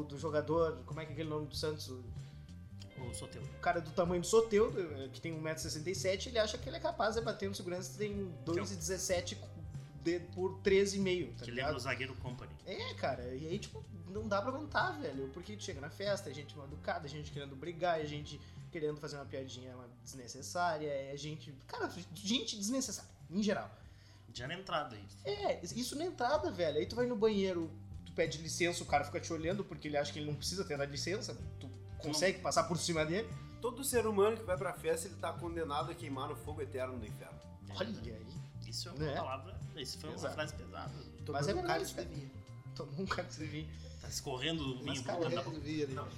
Speaker 2: do- do jogador, como é que é aquele nome do Santos? O
Speaker 1: Ou sou teu.
Speaker 2: cara é do tamanho do Soteudo, eh, que tem 1,67m, ele acha que ele é capaz de bater no segurança que tem
Speaker 3: Então.
Speaker 2: 2,17 de- por 13,5, tá
Speaker 1: que
Speaker 2: ligado?
Speaker 1: lembra o zagueiro Company.
Speaker 2: É, cara, e aí, tipo, não dá pra aguentar, velho. Porque chega na festa, é gente mal educada, é gente querendo brigar, é gente querendo fazer uma piadinha desnecessária, é gente. Cara, gente desnecessária, em geral.
Speaker 1: Já na entrada isso.
Speaker 2: É, isso na entrada, velho. Aí tu vai no banheiro, tu pede licença, o cara fica te olhando porque ele acha que ele não precisa ter dado licença, tu consegue passar por cima dele.
Speaker 3: Todo ser humano que vai pra festa, ele tá condenado a queimar no fogo eterno do inferno.
Speaker 2: Olha aí,
Speaker 1: Isso é uma
Speaker 2: Né?
Speaker 1: palavra. Isso foi uma
Speaker 2: Exato.
Speaker 1: frase pesada.
Speaker 2: Mas é
Speaker 4: Tomando um cálice
Speaker 2: verdade,
Speaker 4: de vinho.
Speaker 2: tomou um cara de vinho.
Speaker 1: Tá escorrendo o
Speaker 2: Mas,
Speaker 1: vinho do
Speaker 2: cara,
Speaker 1: canal.
Speaker 4: Correndo de vinho ali.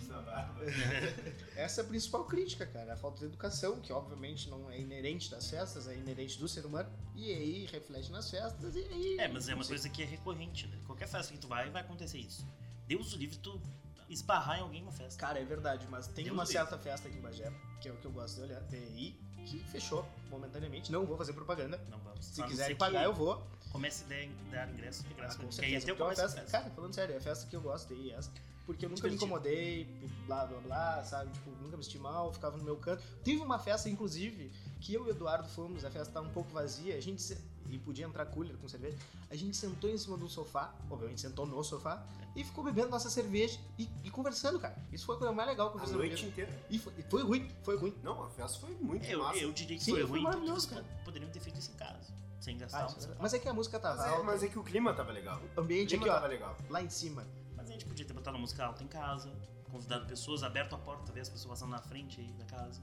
Speaker 2: Essa é a principal crítica, cara. A falta de educação, que obviamente não é inerente das festas, é inerente do ser humano. E aí reflete nas festas e aí.
Speaker 1: É, mas é uma coisa que é recorrente, né? Qualquer festa que tu vai, vai acontecer isso. Deus o livre tu esbarrar em alguém numa festa.
Speaker 2: Cara, é verdade, mas tem
Speaker 1: Deus
Speaker 2: uma
Speaker 1: livre.
Speaker 2: certa festa aqui em Bagé, que é o que eu gosto de olhar, TI, que fechou momentaneamente. Não vou fazer propaganda.
Speaker 1: Não vamos.
Speaker 2: Se quiserem pagar, eu vou.
Speaker 1: Comece a dar- dar ingresso de graça.
Speaker 2: Ah,
Speaker 1: porque aí até eu
Speaker 2: porque é uma
Speaker 1: começo né? a
Speaker 2: festa.
Speaker 1: festa.
Speaker 2: Cara, falando sério, é a festa que eu gosto de ir, essa. Porque eu nunca
Speaker 1: Divertido.
Speaker 2: me incomodei, blá blá blá, sabe? Tipo, nunca me senti mal, ficava no meu canto. Teve uma festa, inclusive, que eu e o Eduardo fomos, a festa tava um pouco vazia, a gente. se- E podia entrar cooler com cerveja. A gente sentou em cima de um sofá, obviamente sentou no sofá, e ficou bebendo nossa cerveja e, e conversando, cara. Isso foi a coisa mais legal que eu
Speaker 3: A
Speaker 2: fiz na minha
Speaker 3: noite
Speaker 2: vida.
Speaker 3: inteira.
Speaker 2: E foi, e foi ruim, foi ruim.
Speaker 3: Não, a festa foi muito
Speaker 1: Eu,
Speaker 3: massa.
Speaker 1: eu diria que
Speaker 2: Sim,
Speaker 1: foi
Speaker 2: foi
Speaker 1: ruim,
Speaker 2: maravilhoso,
Speaker 1: porque eles poderiam ter feito isso em casa. Sem
Speaker 2: Ah,
Speaker 1: gastar
Speaker 2: isso é
Speaker 1: um
Speaker 2: verdade. mas é que a música tava
Speaker 3: mas, é,
Speaker 2: alta,
Speaker 3: mas é que o clima tava legal.
Speaker 2: o
Speaker 3: O
Speaker 2: ambiente
Speaker 3: clima
Speaker 2: aqui, ó,
Speaker 3: tava legal.
Speaker 2: lá em cima.
Speaker 1: Mas a gente podia ter botado uma música alta em casa, convidado pessoas, aberto a porta, ver as pessoas passando na frente aí da casa.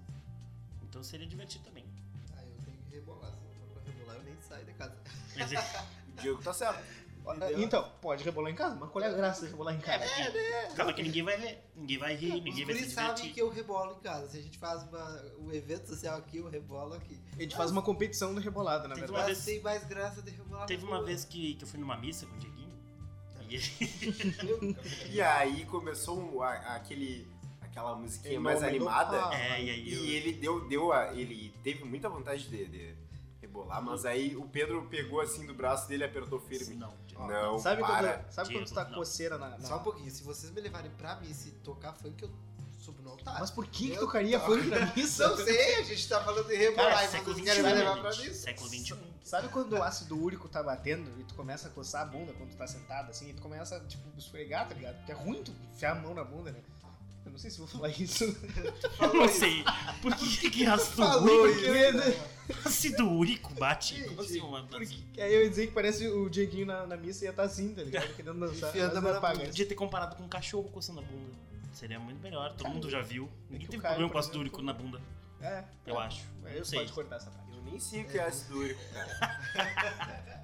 Speaker 1: Então seria divertido também.
Speaker 4: Ah, eu tenho que rebolar. Se não for pra rebolar, eu nem saio da casa.
Speaker 1: Quer dizer,
Speaker 3: O Diego tá certo.
Speaker 4: Entendeu?
Speaker 2: Então, pode rebolar em casa, mas qual é a graça de rebolar em casa?
Speaker 1: acaba que ninguém vai ver, ninguém vai rir, ninguém
Speaker 4: Os
Speaker 1: vai se
Speaker 4: guris sabem
Speaker 1: divertir.
Speaker 4: que eu rebolo em casa. Se a gente faz uma, um evento social aqui, eu rebolo aqui.
Speaker 2: A gente faz uma competição do rebolada, na
Speaker 1: Teve
Speaker 2: verdade.
Speaker 1: uma
Speaker 4: Mas
Speaker 1: vez-
Speaker 4: tem mais graça de rebolar
Speaker 1: Teve
Speaker 4: na
Speaker 1: uma
Speaker 4: rua.
Speaker 1: vez que, que eu fui numa missa com o Dieguinho. E ele,
Speaker 3: E aí começou um- a- aquele, aquela musiquinha
Speaker 2: Em
Speaker 3: mais
Speaker 2: nome do
Speaker 3: animada.
Speaker 2: Pai.
Speaker 1: é, e aí eu-
Speaker 3: E ele deu, deu a, ele teve muita vontade de, de rebolar, mas aí o Pedro pegou assim do braço dele e apertou é firme.
Speaker 1: Não, Dieguinho.
Speaker 3: Não,
Speaker 2: sabe
Speaker 3: para.
Speaker 2: quando, sabe quando tu tá
Speaker 1: Digo,
Speaker 2: com
Speaker 1: não.
Speaker 2: coceira na. na-
Speaker 4: Só um pouquinho. Se vocês me levarem pra missa e tocar funk, eu subo no altar.
Speaker 2: Mas por que, que
Speaker 4: Eu
Speaker 2: tocaria
Speaker 4: tô-
Speaker 2: funk na missa?
Speaker 4: Não sei, a gente tá falando de rebolar
Speaker 1: Cara,
Speaker 4: e
Speaker 1: É, século
Speaker 4: vocês
Speaker 1: XXI,
Speaker 4: querem me levar
Speaker 1: né,
Speaker 4: pra
Speaker 1: gente?
Speaker 4: missa.
Speaker 1: Século um. XXI.
Speaker 2: Sabe quando o ácido úrico tá batendo e tu começa a coçar a bunda quando tu tá sentado assim, e tu começa a tipo, esfregar, tá ligado? Porque é ruim tu enfiar a mão na bunda, né? Eu não sei se vou falar isso.
Speaker 1: Não sei. Por que que ácido
Speaker 4: Falou
Speaker 1: úrico?
Speaker 4: isso,
Speaker 2: Porque-
Speaker 4: né?
Speaker 1: Ácido úrico bate?
Speaker 4: Gente,
Speaker 1: Como assim, uma...
Speaker 2: Que aí eu ia dizer que parece o Dieguinho na, na missa ia tá assim, tá ligado? Querendo dançar.
Speaker 4: Enfiando
Speaker 2: mas
Speaker 4: a mão na
Speaker 2: apaga.
Speaker 4: bunda.
Speaker 1: Podia ter comparado com um cachorro coçando a bunda. Seria muito melhor, todo
Speaker 2: Cara,
Speaker 1: mundo já viu.
Speaker 2: é que
Speaker 1: Ninguém
Speaker 2: o
Speaker 1: teve
Speaker 2: Caio,
Speaker 1: problema
Speaker 2: por
Speaker 1: com ácido
Speaker 2: exemplo,
Speaker 1: úrico na bunda,
Speaker 2: É.
Speaker 1: eu acho.
Speaker 2: Aí
Speaker 1: Não
Speaker 2: tu
Speaker 1: sei.
Speaker 2: pode cortar essa parte.
Speaker 3: Eu nem sei o que é ácido úrico.
Speaker 1: A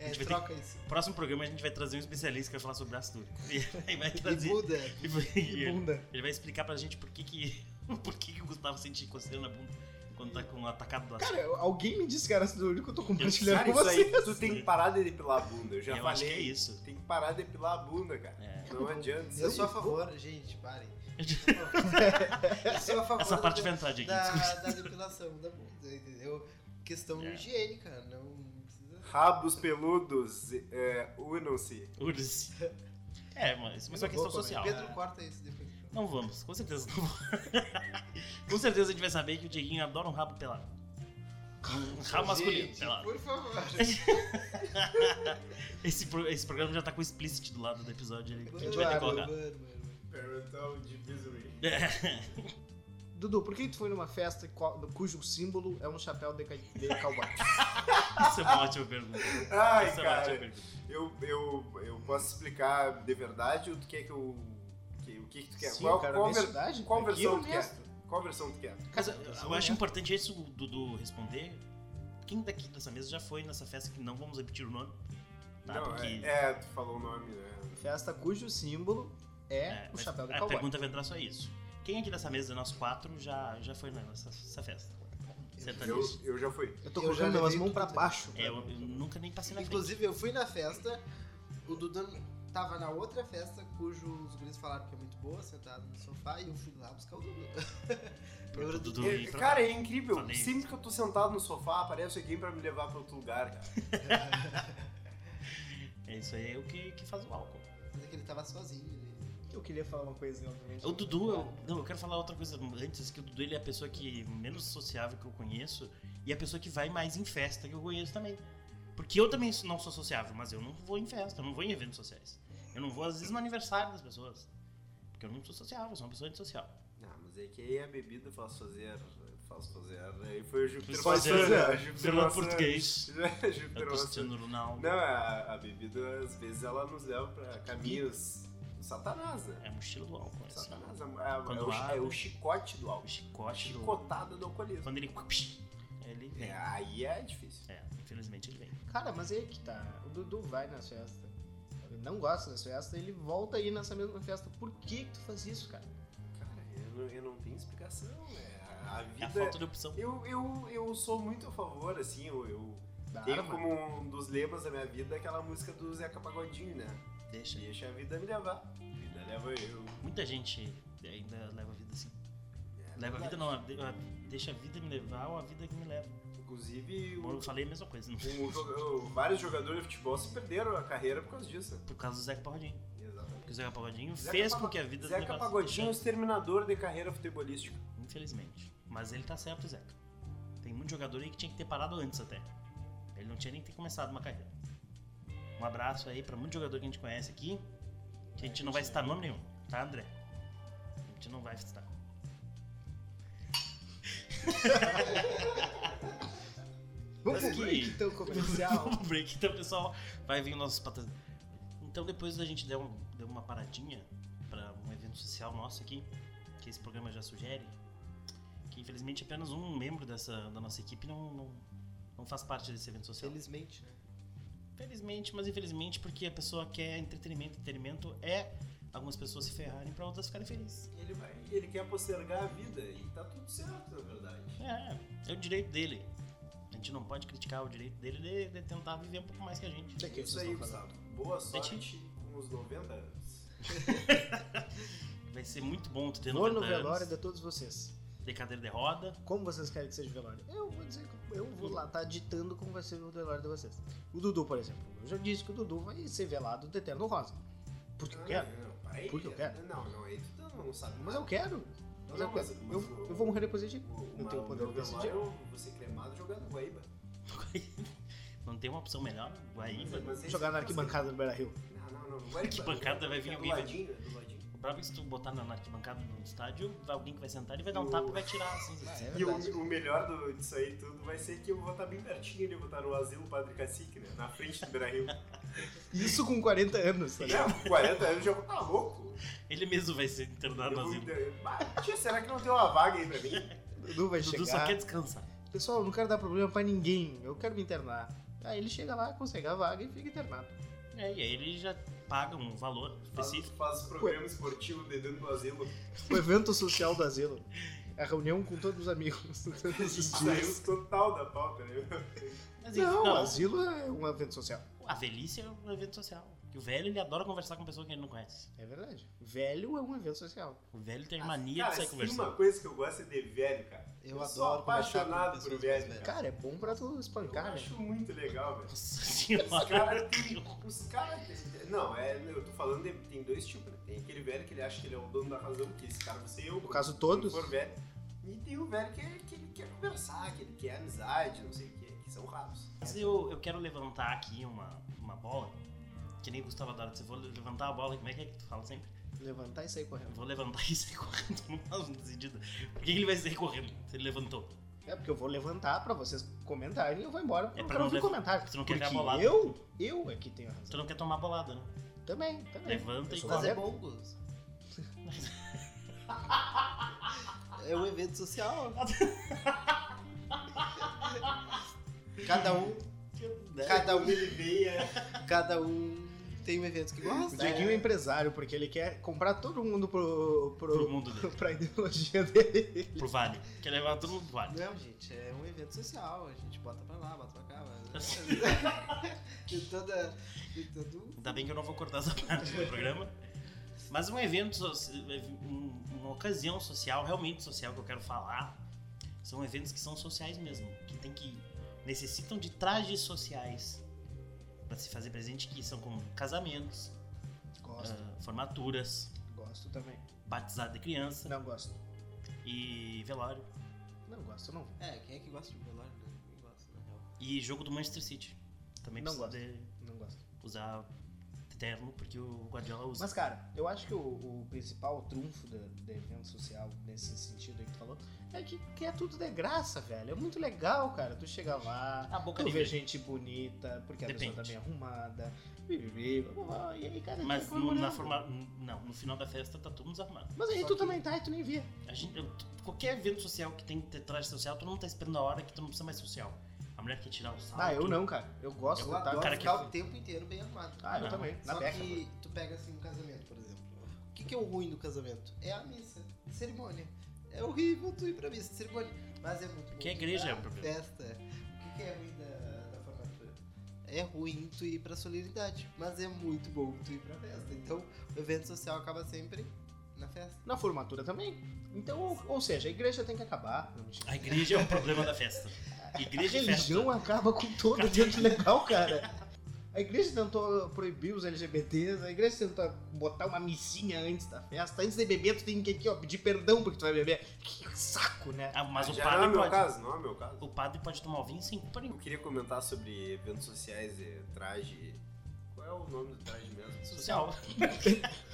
Speaker 4: É,
Speaker 1: gente vai ter
Speaker 4: troca isso.
Speaker 1: Próximo programa a gente vai trazer um especialista que vai falar sobre ácido úrico. E aí vai
Speaker 4: E
Speaker 1: trazer.
Speaker 4: Buda.
Speaker 1: e vai-
Speaker 2: Que bunda.
Speaker 1: Ele vai explicar pra gente por que que, por que, que o Gustavo sente coceira na bunda. Quando tá com o atacado do
Speaker 2: Cara, alguém me disse que era do único que eu tô compartilhando
Speaker 3: Cara,
Speaker 2: com
Speaker 3: isso aí,
Speaker 2: vocês.
Speaker 3: tu tem que parar de depilar a bunda. Eu já
Speaker 1: Eu
Speaker 3: falei.
Speaker 1: acho que é isso.
Speaker 3: Tem que parar de depilar a bunda, cara.
Speaker 1: É.
Speaker 3: Não adianta. isso
Speaker 4: Eu
Speaker 3: aí.
Speaker 4: sou a favor, gente, parem. Eu sou a favor
Speaker 1: Essa parte é
Speaker 4: da,
Speaker 1: vai entrar, gente.
Speaker 4: da, da depilação da bunda, entendeu? Questão
Speaker 1: É.
Speaker 4: higiene, cara. Não precisa.
Speaker 3: Rabos peludos, é, unam-se.
Speaker 1: Urze. É, mas, mas é uma
Speaker 2: Eu
Speaker 1: questão
Speaker 2: vou comer.
Speaker 1: social.
Speaker 4: né? Pedro corta isso depois.
Speaker 1: Não vamos, com certeza não vamos. com certeza a gente vai saber que o Dieguinho adora um rabo pelado. Um rabo masculino
Speaker 4: Gente,
Speaker 1: pelado.
Speaker 4: Por favor.
Speaker 1: Esse, pro- esse programa já tá com explicit do lado do episódio ali. A gente vai ter que
Speaker 2: Claro.
Speaker 1: colocar.
Speaker 4: mano, mano.
Speaker 3: Parental divisory.
Speaker 2: Dudu, por que tu foi numa festa co- cujo símbolo é um chapéu de, ca- de cowboy?
Speaker 1: Isso é uma ótima pergunta.
Speaker 3: Ai,
Speaker 1: Isso é uma ótima
Speaker 3: cara.
Speaker 1: pergunta.
Speaker 3: Eu, eu, eu posso explicar de verdade ou tu quer que eu. Que, o que, que tu quer?
Speaker 2: Sim,
Speaker 3: qual,
Speaker 2: cara,
Speaker 3: qual, ver-
Speaker 2: honestidade,
Speaker 3: qual versão
Speaker 2: aquilo
Speaker 3: tu
Speaker 2: mesmo.
Speaker 3: quer? Qual versão tu quer?
Speaker 1: Mas eu,
Speaker 2: Cara,
Speaker 1: eu acho importante isso, Dudu, responder. Quem daqui dessa mesa já foi nessa festa que não vamos repetir o nome? Tá?
Speaker 3: não,
Speaker 1: Porque.
Speaker 3: é, é, tu falou o nome, né?
Speaker 2: Festa cujo símbolo é,
Speaker 1: é,
Speaker 2: o
Speaker 1: mas
Speaker 2: chapéu de
Speaker 1: a
Speaker 2: cowboy.
Speaker 1: pergunta vai entrar só isso. Quem aqui dessa mesa, nós quatro, já, já foi nessa, nessa festa?
Speaker 3: Eu,
Speaker 1: Sertanejo.
Speaker 3: eu já fui.
Speaker 2: Eu tô
Speaker 4: Eu já
Speaker 2: colocando minhas
Speaker 4: levei
Speaker 2: mãos pra
Speaker 4: tudo.
Speaker 2: baixo.
Speaker 1: É, eu, eu nunca nem passei na frente.
Speaker 4: Inclusive, eu fui na festa, o Dudu tava na outra festa, cujo os guris falaram que é muito boa, sentado no sofá, e eu fui lá buscar o Dudu.
Speaker 1: Pro
Speaker 4: Eu-
Speaker 1: Dudu
Speaker 3: É,
Speaker 1: ir pra
Speaker 3: cara, é incrível.
Speaker 1: Falei.
Speaker 3: Sempre que eu tô sentado no sofá, aparece alguém pra me levar pra outro lugar, cara.
Speaker 1: É isso aí é o que, que faz o álcool.
Speaker 4: Mas é que ele tava sozinho. Ele...
Speaker 2: Eu queria falar uma coisinha, obviamente.
Speaker 1: O Dudu, eu, não, eu quero falar outra coisa antes, que o Dudu ele é a pessoa que menos sociável que eu conheço e a pessoa que vai mais em festa que eu conheço também. Porque eu também não sou sociável, mas eu não vou em festa, eu não vou em eventos sociais. Eu não vou, às vezes, no aniversário das pessoas. Porque eu não sou sociável, eu sou uma pessoa antissocial.
Speaker 3: Ah, mas é que aí a bebida faz fazer. Faz fazer. Aí foi o Júpiter
Speaker 1: Faz fazer,
Speaker 3: Maçã,
Speaker 1: né?
Speaker 3: Júpiter
Speaker 1: Fernando
Speaker 3: Maçã.
Speaker 1: português. Eu
Speaker 3: Júpiter
Speaker 1: tô
Speaker 3: Maçã.
Speaker 1: assistindo o Ronaldo.
Speaker 3: Não, é, a, a bebida às vezes ela nos leva pra caminhos. Satanás, né?
Speaker 1: É a mochila do álcool. é assim.
Speaker 3: Satanás é, é- é
Speaker 1: Quando
Speaker 3: o, chi- é o
Speaker 1: abre.
Speaker 3: chicote do
Speaker 1: O
Speaker 3: álcool.
Speaker 1: chicote do...
Speaker 3: Chicotada do alcoolismo.
Speaker 1: Quando ele... Ele vem.
Speaker 3: É, aí é difícil.
Speaker 1: É, infelizmente ele vem.
Speaker 2: Cara, mas é que tá. O Dudu vai nas festas. Ele não gosta das festas, ele volta aí nessa mesma festa. Por que que tu faz isso, cara?
Speaker 3: Cara, eu não, eu não tenho explicação. É,
Speaker 1: É
Speaker 3: a
Speaker 1: a
Speaker 3: vida.
Speaker 1: falta de opção.
Speaker 3: eu, eu, eu sou muito a favor, assim, eu, eu
Speaker 2: Dá
Speaker 3: tenho
Speaker 2: arma.
Speaker 3: como um dos lemas da minha vida aquela música do Zeca Pagodinho, né?
Speaker 1: Deixa.
Speaker 3: Deixa a vida me levar. A vida leva eu.
Speaker 1: Muita gente ainda leva a vida assim.
Speaker 3: É
Speaker 1: Leva a
Speaker 3: verdade.
Speaker 1: vida não, a- a- deixa a vida me levar ou a vida que me leva.
Speaker 3: Inclusive, o-
Speaker 1: Eu falei a mesma coisa, não.
Speaker 3: o joga- vários jogadores de futebol se perderam a carreira por causa disso.
Speaker 1: Por causa do Zeca Pagodinho.
Speaker 3: Exatamente.
Speaker 1: Porque o Zeca Pagodinho
Speaker 3: Zeca
Speaker 1: fez
Speaker 3: Pago-
Speaker 1: com que a vida
Speaker 3: Zeca
Speaker 1: levasse-
Speaker 3: Pagodinho, é exterminador de carreira futebolística.
Speaker 1: Infelizmente. Mas ele tá certo, Zeca. Tem muito jogador aí que tinha que ter parado antes até. Ele não tinha nem que ter começado uma carreira. Um abraço aí pra muito jogador que a gente conhece aqui. Que a gente não vai citar nome nenhum, tá, André? A gente não vai citar. Mas
Speaker 2: Vamos pro
Speaker 1: que-
Speaker 2: break, então, comercial.
Speaker 1: Vamos pro break, então, pessoal. Vai vir nossos patrocinadores. Então, depois da gente der, um- der uma paradinha para um evento social nosso aqui, que esse programa já sugere, que infelizmente apenas um membro dessa, da nossa equipe não, não, não faz parte desse evento social.
Speaker 4: Felizmente, né?
Speaker 1: Felizmente, mas infelizmente, porque a pessoa quer entretenimento. Entretenimento é algumas pessoas se ferrarem para outras ficarem felizes.
Speaker 3: Ele, vai, ele quer postergar a vida e tá tudo certo, na verdade.
Speaker 1: É, é o direito dele. A gente não pode criticar o direito dele de, de tentar viver um pouco mais que a gente.
Speaker 2: Isso É que
Speaker 3: É Isso
Speaker 2: vocês
Speaker 3: aí,
Speaker 2: estão falando.
Speaker 3: Gustavo. Boa sorte
Speaker 1: Gente.
Speaker 3: com os 90 anos.
Speaker 1: Vai ser muito bom tu ter
Speaker 2: Vou
Speaker 1: 90
Speaker 2: no velório
Speaker 1: anos,
Speaker 2: de todos vocês.
Speaker 1: de cadeira de roda.
Speaker 2: Como vocês querem que seja o velório? Eu vou dizer que eu vou lá tá ditando como vai ser o velório de vocês. O Dudu, por exemplo. Eu já disse que o Dudu vai ser velado de eterno rosa. Porque eu quero.
Speaker 3: Não, Ah, não, para aí. é.
Speaker 2: Porque eu quero.
Speaker 3: Não, não, aí tu não sabe.
Speaker 2: Mas eu quero. Mas eu
Speaker 3: Não,
Speaker 2: quero.
Speaker 3: mas- é mas
Speaker 2: Eu, eu vou morrer depois de ti.
Speaker 3: O, é
Speaker 2: Não
Speaker 3: o
Speaker 2: tenho
Speaker 3: o
Speaker 2: poder
Speaker 3: meu
Speaker 2: de decidir.
Speaker 3: velório, eu vou ser cremado jogando guaíba.
Speaker 1: Não tem uma opção melhor? Guaíba.
Speaker 3: Mas esse-
Speaker 2: Jogar na arquibancada do Beira Rio.
Speaker 3: Não, não, não. Guaíba.
Speaker 1: Arquibancada vai vir
Speaker 3: É do
Speaker 1: alguém, vai-
Speaker 3: ladinho, é do ladinho.
Speaker 1: O brabo é que se tu botar na na arquibancada no estádio, vai alguém que vai sentar e vai dar um tapa e vai tirar assim.
Speaker 2: é
Speaker 3: E o, o melhor do, disso aí tudo vai ser que eu vou estar bem pertinho ali, eu vou estar no asilo Padre Cacique, né? Na frente do Beira Rio.
Speaker 2: Isso com 40 anos, tá ligado?
Speaker 3: Não, 40 anos eu já vou tá louco.
Speaker 1: Ele mesmo vai ser internado
Speaker 3: Eu
Speaker 1: no
Speaker 3: vou-
Speaker 1: asilo.
Speaker 3: Bah, tia, será que não tem uma vaga aí pra mim?
Speaker 2: O Dudu vai
Speaker 1: Dudu só
Speaker 2: chegar.
Speaker 1: quer descansar.
Speaker 2: Pessoal, eu não quero dar problema pra ninguém. Eu quero me internar. Aí ele chega lá, consegue a vaga e fica internado.
Speaker 1: É, e aí ele já paga um valor
Speaker 3: Faz,
Speaker 1: específico.
Speaker 3: faz programa esportivo de dentro do asilo.
Speaker 2: O evento social do asilo. a reunião com todos os amigos.
Speaker 3: Saiu total da pauta, né?
Speaker 1: Mas enfim,
Speaker 2: não,
Speaker 1: não,
Speaker 2: asilo é um evento social.
Speaker 1: a velhice é um evento social. E o velho, ele adora conversar com pessoas que ele não conhece.
Speaker 2: É verdade. Velho é um evento social.
Speaker 1: O velho tem mania
Speaker 3: Ah, cara,
Speaker 1: de sair
Speaker 3: se tem
Speaker 1: conversando.
Speaker 3: uma coisa que eu gosto é de velho, cara.
Speaker 4: Eu
Speaker 3: eu sou
Speaker 4: adoro conversar com
Speaker 3: apaixonado por
Speaker 4: pessoas
Speaker 3: velho,
Speaker 4: mais velhas.
Speaker 3: cara.
Speaker 2: Cara, é bom pra tu espancar,
Speaker 3: eu
Speaker 2: né?
Speaker 3: acho muito legal, velho.
Speaker 1: Nossa
Speaker 3: Os
Speaker 1: senhora.
Speaker 3: caras tem. Os caras. Não, é, eu tô falando, de, tem dois tipos, né? Tem aquele velho que ele acha que ele é o dono da razão, que esse cara você e eu.
Speaker 2: No caso, todos.
Speaker 3: For velho. E tem o velho que, é- que ele quer conversar, que ele quer amizade, não sei o que, que são raros.
Speaker 1: Mas eu, eu quero levantar aqui uma, uma bola. Que nem o Gustavo adora. Se eu vou levantar a bola, como é que é que tu fala sempre?
Speaker 2: Levantar e sair
Speaker 1: Eu
Speaker 2: correndo.
Speaker 1: vou levantar e sair correndo. Não faz sentido. Por que que ele vai sair correndo se ele levantou?
Speaker 2: É porque eu vou levantar pra vocês comentarem e eu vou embora. porque
Speaker 1: É
Speaker 2: eu
Speaker 1: pra
Speaker 2: quero
Speaker 1: não
Speaker 2: ouvir
Speaker 1: levan-
Speaker 2: comentário.
Speaker 1: você não quer ver a
Speaker 2: Porque
Speaker 1: bolada.
Speaker 2: eu, eu é que tenho a
Speaker 1: Tu
Speaker 2: razão.
Speaker 1: não quer tomar bolada, né?
Speaker 2: Também, também.
Speaker 1: Levanta
Speaker 2: Eu
Speaker 1: e
Speaker 2: sou
Speaker 4: Mas
Speaker 1: corre.
Speaker 2: Fazer-
Speaker 4: é bom, Gus. É um evento social. Cada um, cada um,
Speaker 3: né? Ele veio, é.
Speaker 4: cada um tem um evento que
Speaker 2: O
Speaker 4: gosta.
Speaker 2: Dieguinho é empresário, porque ele quer comprar todo mundo pro,
Speaker 1: Pro
Speaker 2: pro,
Speaker 1: mundo dele.
Speaker 2: pra ideologia dele.
Speaker 1: Pro vale. Quer levar todo mundo pro vale.
Speaker 4: Não, gente, é um evento social. A gente bota pra lá, bota pra cá. Mas... é de toda. De todo.
Speaker 1: Ainda bem que eu não vou cortar essa parte do programa. Mas um evento, so- um- uma ocasião social, realmente social que eu quero falar, são eventos que são sociais mesmo, que tem que necessitam de trajes sociais para se fazer presente, que são como casamentos,
Speaker 2: Gosto,
Speaker 1: ah, formaturas,
Speaker 2: gosto também.
Speaker 1: batizado de criança
Speaker 2: Não gosto.
Speaker 1: e velório
Speaker 2: Não gosto, não vou.
Speaker 4: É, quem é que gosta de velório? né? Ninguém gosta, na real.
Speaker 1: e jogo do Manchester City. Também
Speaker 2: Não
Speaker 1: precisa
Speaker 2: gosto.
Speaker 1: de
Speaker 2: Não gosto.
Speaker 1: usar terno porque o Guardiola usa.
Speaker 2: Mas, cara, eu acho que o, o principal trunfo do, do evento social, nesse sentido aí que tu falou, é que, que é tudo de graça, velho. É muito legal, cara. Tu chega lá,
Speaker 1: a boca
Speaker 2: tu vê
Speaker 1: livre.
Speaker 2: gente bonita, porque a pessoa tá
Speaker 1: Depende.
Speaker 2: bem arrumada, bibibi, blá, blá, blá, e aí, cara,
Speaker 1: Mas
Speaker 2: tá
Speaker 1: no, na
Speaker 2: comemorando.
Speaker 1: forma, não, no final da festa tá todo mundo desarmado.
Speaker 2: Mas aí
Speaker 4: Só
Speaker 2: tu
Speaker 4: que-
Speaker 2: também tá e tu nem via.
Speaker 1: A gente, eu- t- qualquer evento social que tem que ter traje social, todo mundo tá esperando a hora que tu não precisa mais social. A mulher quer tirar o salto.
Speaker 2: Ah, eu não, cara. Eu gosto
Speaker 4: Eu
Speaker 2: de tá.
Speaker 4: adoro
Speaker 1: cara que-
Speaker 4: ficar o tempo inteiro bem armado.
Speaker 2: Ah, eu
Speaker 1: Não.
Speaker 2: também. Na
Speaker 4: Só
Speaker 2: beca.
Speaker 4: que tu pega assim um casamento, por exemplo. O que, que é o ruim do casamento? É a missa, cerimônia. É horrível tu ir pra missa, cerimônia. Mas é muito bom.
Speaker 1: Que a
Speaker 4: tu ir
Speaker 1: igreja
Speaker 4: pra
Speaker 1: é o problema.
Speaker 4: Festa. O que, que é ruim da, da formatura? É ruim tu ir pra solenidade, mas é muito bom tu ir pra festa. Então o evento social acaba sempre na festa.
Speaker 2: Na formatura também. Então, ou, ou seja, a igreja tem que acabar. Não, mentira.
Speaker 1: A igreja é o problema da festa.
Speaker 2: A
Speaker 1: Igreja é e festa.
Speaker 2: religião acaba com todo evento legal, cara. A igreja tentou proibir os LGBTs, a igreja tentou botar uma missinha antes da festa. Antes de beber, tu tem que aqui, ó, pedir perdão porque tu vai beber. Que saco, né?
Speaker 1: Ah, mas o
Speaker 3: Já não é
Speaker 1: padre
Speaker 3: meu
Speaker 1: pode.
Speaker 3: caso, não é meu caso.
Speaker 1: O padre pode tomar o vinho sem culpa
Speaker 3: Eu
Speaker 1: nenhuma.
Speaker 3: queria comentar sobre eventos sociais e traje. Qual é o nome do traje mesmo?
Speaker 1: Social.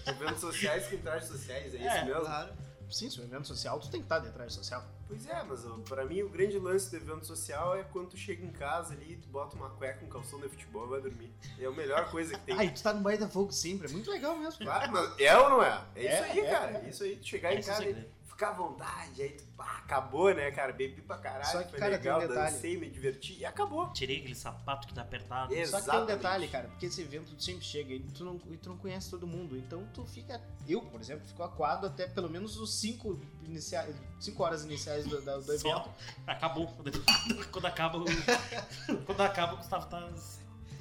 Speaker 3: eventos sociais que trajes sociais, é,
Speaker 1: É,
Speaker 3: isso mesmo?
Speaker 4: Claro.
Speaker 2: Sim, se é um evento social, tu tem que estar detrás do social.
Speaker 3: Pois é, mas ó, pra mim o grande lance do evento social é quando tu chega em casa ali, tu bota uma cueca, um calção de futebol e vai dormir. É a melhor coisa que tem.
Speaker 2: Ai, tu tá no baile da fogo sempre, é muito legal mesmo.
Speaker 3: Claro, mas é ou não é? É isso
Speaker 2: É,
Speaker 3: aí,
Speaker 2: é,
Speaker 3: cara.
Speaker 2: é.
Speaker 3: É isso aí, tu chegar em
Speaker 1: Esse é o
Speaker 3: casa e
Speaker 1: segredo.
Speaker 3: ficar à vontade, aí tu pá, acabou, né, cara? Bebi pra caralho,
Speaker 2: Só que,
Speaker 3: foi
Speaker 2: cara, tem
Speaker 3: legal,
Speaker 2: um detalhe.
Speaker 3: dancei, me diverti e acabou.
Speaker 1: Tirei aquele sapato que tá apertado.
Speaker 3: Exatamente.
Speaker 2: Só que tem um detalhe, cara, porque esse evento tu sempre chega e tu, não, e tu não conhece todo mundo. Então tu fica. Eu, por exemplo, fico aquado até pelo menos os 5 iniciais, cinco horas iniciais do, da- do evento.
Speaker 1: Só. Acabou. Quando acaba o. Quando acaba o Gustavo tá.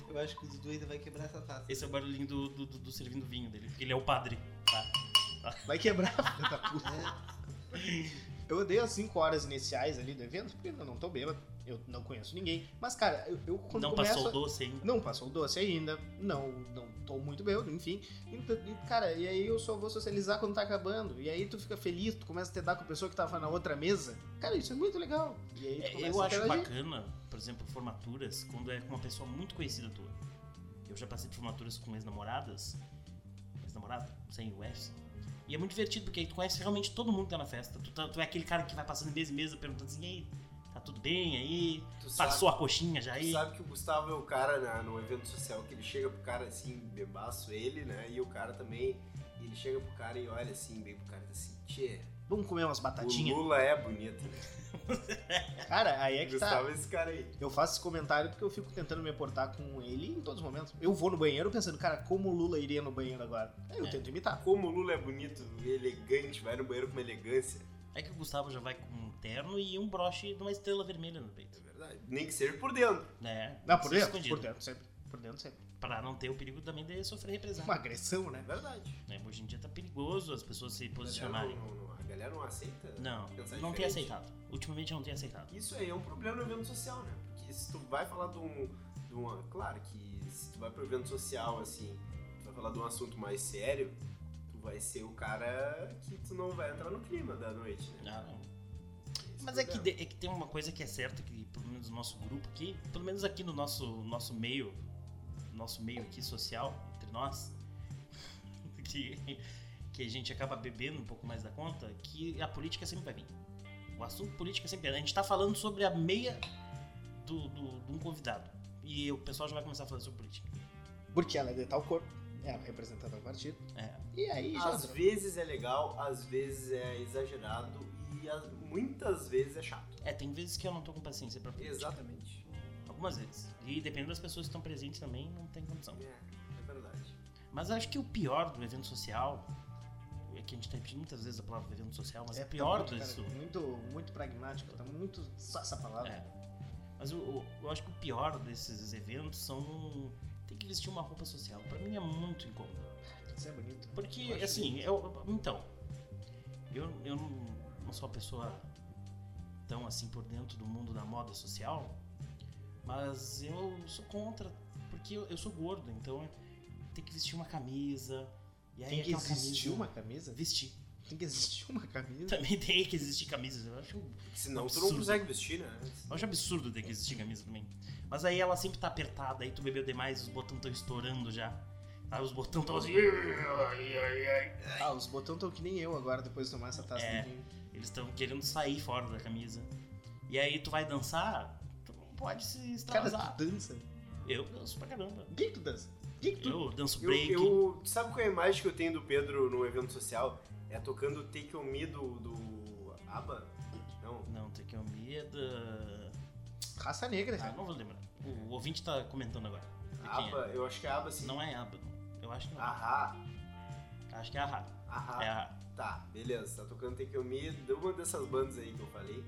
Speaker 4: Eu acho que o Dudu ainda vai quebrar essa taça.
Speaker 1: Esse é o barulhinho do, do, do, do servindo vinho dele. Porque ele é o padre. Tá?
Speaker 2: Vai quebrar, filha da puta. Eu odeio as 5 horas iniciais ali do evento, porque eu não tô bêbado, eu não conheço ninguém. Mas, cara, eu, eu quando
Speaker 1: Não
Speaker 2: começo...
Speaker 1: passou o doce ainda.
Speaker 2: Não passou o doce ainda, não, não tô muito bêbado, enfim. Então, e, cara, e aí eu só vou socializar quando tá acabando. E aí tu fica feliz, tu começa a te dar com a pessoa que tava na outra mesa. Cara, isso é muito legal. E aí tu
Speaker 1: É,
Speaker 2: começa
Speaker 1: eu
Speaker 2: a
Speaker 1: acho
Speaker 2: interagir.
Speaker 1: bacana, por exemplo, formaturas, quando é com uma pessoa muito conhecida tua. Eu já passei de formaturas com ex-namoradas, ex-namorado, sem o S. E é muito divertido, porque aí tu conhece realmente todo mundo que tá na festa. Tu, tá- tu é aquele cara que vai passando de mesa em mesa perguntando assim, e aí, tá tudo bem aí?
Speaker 3: Tu
Speaker 1: Passou a coxinha já
Speaker 3: Tu
Speaker 1: aí?
Speaker 3: sabe que o Gustavo é o cara na- no evento social que ele chega pro cara assim, bebaço ele, né? E o cara também. e Ele chega pro cara e olha assim, bem pro cara e diz assim, tchê,
Speaker 2: Vamos comer umas
Speaker 3: o
Speaker 2: batatinhas.
Speaker 3: Lula é bonito.
Speaker 2: Cara, aí é que tá.
Speaker 3: Gustavo é esse cara aí.
Speaker 2: Eu faço esse comentário porque eu fico tentando me portar com ele em todos os momentos. Eu vou no banheiro pensando, cara, como o Lula iria no banheiro agora? Aí eu
Speaker 1: É.
Speaker 2: tento imitar.
Speaker 3: Como o Lula é bonito, elegante, vai no banheiro com uma elegância.
Speaker 1: É que o Gustavo já vai com um terno e um broche de uma estrela vermelha no peito.
Speaker 3: É verdade. Nem que seja por dentro.
Speaker 1: Né?
Speaker 2: Não, por
Speaker 1: Isso
Speaker 2: dentro,
Speaker 1: escondido.
Speaker 2: por dentro sempre. Por dentro sempre.
Speaker 1: Pra não ter o perigo também de sofrer represália.
Speaker 2: Uma agressão,
Speaker 3: É
Speaker 2: né?
Speaker 3: verdade.
Speaker 1: né? Hoje em dia tá perigoso as pessoas se
Speaker 3: A galera
Speaker 1: posicionarem.
Speaker 3: não- não- não- a galera não aceita.
Speaker 1: Não,
Speaker 3: pensar
Speaker 1: não tem
Speaker 3: diferente.
Speaker 1: aceitado. Ultimamente não tem aceitado.
Speaker 3: Isso aí é um problema no evento social, né? Porque se tu vai falar de um. De uma, claro que se tu vai pro evento social, assim, tu vai falar de um assunto mais sério, tu vai ser o cara que tu não vai entrar no clima da noite, né?
Speaker 1: Ah, não.
Speaker 3: Esse
Speaker 1: Mas é que,
Speaker 3: problema.
Speaker 1: de- é que tem uma coisa que é certa, que pelo menos no nosso grupo aqui, pelo menos aqui no nosso, nosso meio, nosso meio aqui social, entre nós, que, que a gente acaba bebendo um pouco mais da conta, que a política sempre vai vir. O assunto política sempre é. A gente tá falando sobre a meia do, do, de um convidado. E o pessoal já vai começar a falar sobre política.
Speaker 2: Porque ela é de tal cor, ela é representada no partido.
Speaker 1: É.
Speaker 2: E aí já.
Speaker 3: Às vezes é legal, às vezes é exagerado e às- muitas vezes é chato.
Speaker 1: É, tem vezes que eu não tô com paciência pra política.
Speaker 3: Exatamente.
Speaker 1: Algumas vezes. E dependendo das pessoas que estão presentes também, não tem condição.
Speaker 3: É, é verdade.
Speaker 1: Mas acho que o pior do evento social. É que a gente tá repetindo muitas vezes a palavra evento social, mas o é pior
Speaker 2: tá muito,
Speaker 1: disso.
Speaker 2: cara, Muito, muito pragmático, tá muito só essa palavra.
Speaker 1: É. Mas o- o- eu acho que o pior desses eventos são. Tem que vestir uma roupa social. Pra mim é muito incômodo.
Speaker 2: Isso é bonito.
Speaker 1: Porque,
Speaker 2: Eu acho
Speaker 1: assim, eu. Então. Eu, eu não, não sou uma pessoa tão assim por dentro do mundo da moda social, mas eu sou contra, porque eu, eu sou gordo, então tem que vestir uma camisa. E aí é
Speaker 2: Tem que
Speaker 1: aquela
Speaker 2: existir
Speaker 1: camisa,
Speaker 2: uma camisa?
Speaker 1: Vestir.
Speaker 2: Tem que existir uma camisa?
Speaker 1: Também tem que existir camisas. Eu acho, eu
Speaker 3: Senão tu
Speaker 1: Absurdo.
Speaker 3: não consegue vestir, né?
Speaker 1: acho absurdo ter que existir camisa também. Mas aí ela sempre tá apertada, aí tu bebeu demais, os botões estão estourando já. Aí os botões estão assim.
Speaker 2: Ah, os botões estão que nem eu agora, depois de tomar essa taça.
Speaker 1: É.
Speaker 2: Tem-
Speaker 1: Eles estão querendo sair fora da camisa. E aí tu vai dançar, tu não pode se
Speaker 2: Cara,
Speaker 1: extravasar.
Speaker 2: tu dança.
Speaker 1: Eu danço pra caramba.
Speaker 2: Por que que tu dança? Por que que tu...
Speaker 1: Eu danço
Speaker 3: Eu,
Speaker 1: break.
Speaker 3: eu- sabe qual é a imagem que eu tenho do Pedro no evento social? É tocando Take On Me do, do ABBA? Não.
Speaker 1: Não, tem que é medo.
Speaker 2: Raça negra,
Speaker 1: Ah,
Speaker 2: cara.
Speaker 1: não vou lembrar. O ouvinte tá comentando agora. De quem
Speaker 3: ABBA, eu acho que é ABBA
Speaker 1: é.
Speaker 3: sim.
Speaker 1: Não é aba. Eu acho
Speaker 3: Ah.
Speaker 1: que não.
Speaker 3: Ahá,
Speaker 1: Acho que é a Ra.
Speaker 3: ahá.
Speaker 1: É a Ra.
Speaker 3: Tá, beleza. Tá tocando Take On Me de uma dessas bandas aí que eu falei.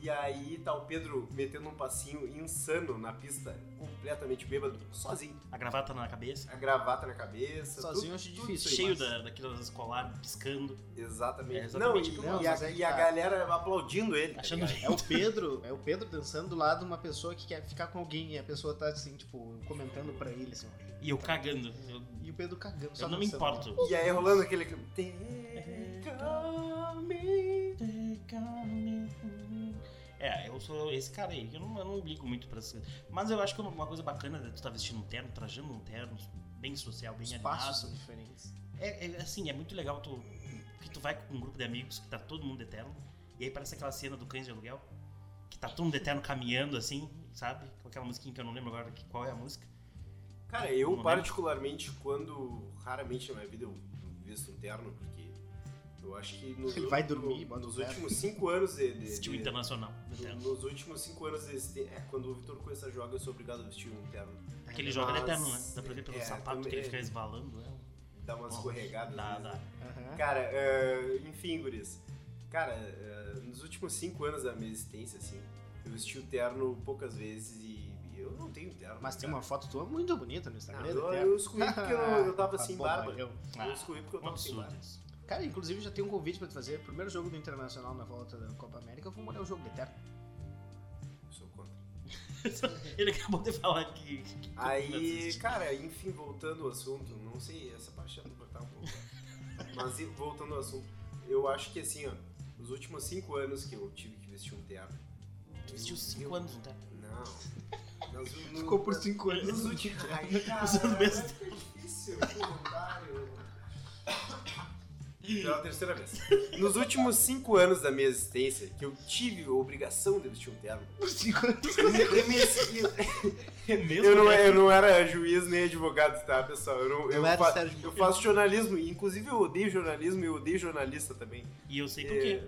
Speaker 3: E aí tá o Pedro metendo um passinho insano na pista, completamente bêbado, sozinho.
Speaker 1: A gravata na cabeça.
Speaker 3: A gravata na cabeça.
Speaker 2: Sozinho eu
Speaker 3: tudo-
Speaker 2: acho
Speaker 3: tudo
Speaker 2: difícil. aí,
Speaker 1: cheio
Speaker 2: mas-
Speaker 1: da, daquelas colares piscando.
Speaker 3: Exatamente.
Speaker 1: É exatamente
Speaker 3: não, e-
Speaker 1: o
Speaker 2: que tá. eu
Speaker 3: e, a,
Speaker 2: gosto.
Speaker 3: e a galera aplaudindo ele. tá
Speaker 1: Achando
Speaker 2: É
Speaker 3: ligado?
Speaker 2: o Pedro, é o Pedro dançando do lado de uma pessoa que quer ficar com alguém e a pessoa tá assim, tipo, comentando pra ele assim. ó.
Speaker 1: E eu cagando. Eu,
Speaker 2: E o Pedro cagando, só
Speaker 1: eu não me
Speaker 2: dançando,
Speaker 1: importo.
Speaker 2: né?
Speaker 3: E aí rolando aquele. Take on me.
Speaker 1: É, eu sou esse cara aí. Eu não, eu não ligo muito pra essas coisas. Mas eu acho que uma coisa bacana é tu tá vestindo um terno, trajando um terno, bem social, bem
Speaker 2: Os passos
Speaker 1: alinhado.
Speaker 2: são diferentes.
Speaker 1: É, é, assim, é muito legal tu, que tu vai com um grupo de amigos que tá todo mundo de terno. E aí parece aquela cena do Cães de Aluguel, que tá todo mundo de terno caminhando assim, sabe? Com aquela musiquinha que eu não lembro agora que- qual é a música.
Speaker 3: Cara, eu
Speaker 1: Não
Speaker 3: particularmente, quando raramente na minha vida eu visto um terno, porque eu acho que nos,
Speaker 2: Ele vai
Speaker 3: no-
Speaker 2: dormir, bota
Speaker 3: nos
Speaker 2: um terno.
Speaker 3: últimos cinco anos de, de-
Speaker 1: Estilo
Speaker 3: de-
Speaker 1: internacional de terno.
Speaker 3: no- nos últimos cinco anos desse, é quando o Vitor Costa joga, eu sou obrigado a vestir um terno.
Speaker 1: Aquele
Speaker 3: Mas-
Speaker 1: jogo ele é eterno, né? Dá pra ver pelo
Speaker 3: é,
Speaker 1: sapato que ele
Speaker 3: também-
Speaker 1: fica esbalando. né?
Speaker 3: Dá umas escorregadas. né?
Speaker 1: Dá,
Speaker 3: às vezes.
Speaker 1: dá.
Speaker 2: Aham.
Speaker 3: Cara, é, enfim, guris. Cara, é, nos últimos cinco anos da minha existência, assim, eu vesti o terno poucas vezes e, e eu não tenho terno. né,
Speaker 2: Mas tem
Speaker 3: cara.
Speaker 2: uma foto tua muito bonita no Instagram.
Speaker 3: Ah,
Speaker 2: do
Speaker 3: eu,
Speaker 2: Pedro.
Speaker 3: eu excluí porque eu, eu tava
Speaker 2: assim,
Speaker 3: sem barba.
Speaker 2: Bobalhão.
Speaker 1: Ah,
Speaker 3: eu excluí porque eu
Speaker 1: Um
Speaker 3: tava sem barba.
Speaker 1: absurdo isso.
Speaker 2: Cara, inclusive já tem um convite pra te fazer. Primeiro jogo do Internacional na volta da Copa América, eu vou olhar o jogo de terno.
Speaker 3: Eu sou contra.
Speaker 1: Ele acabou de falar que. que-
Speaker 3: Aí,
Speaker 1: que-
Speaker 3: cara, enfim, voltando ao assunto, não sei, essa parte já não cortar um pouco. Mas e- voltando ao assunto, eu acho que assim, ó, os últimos cinco anos que eu tive que vestir um terno.
Speaker 1: Tu vestiu
Speaker 3: eu-
Speaker 1: 5 anos, tá?
Speaker 3: Não. Nas- no-
Speaker 2: Ficou por 5 anos.
Speaker 3: Nos últimos. Ai, cara,
Speaker 1: Os anos mesmo.
Speaker 3: é difícil, comentário. Pela terceira vez. Nos últimos cinco anos da minha existência, que eu tive a obrigação de vestir um terno,
Speaker 2: Por 5 anos.
Speaker 3: eu me- eu me- eu-
Speaker 1: É mesmo?
Speaker 3: Eu não, eu não era juiz nem advogado, tá, pessoal? Eu, não, eu,
Speaker 4: era
Speaker 3: fa-
Speaker 4: Sérgio
Speaker 3: eu faço jornalismo, e, inclusive eu odeio jornalismo e eu odeio jornalista também.
Speaker 1: E eu sei por quê.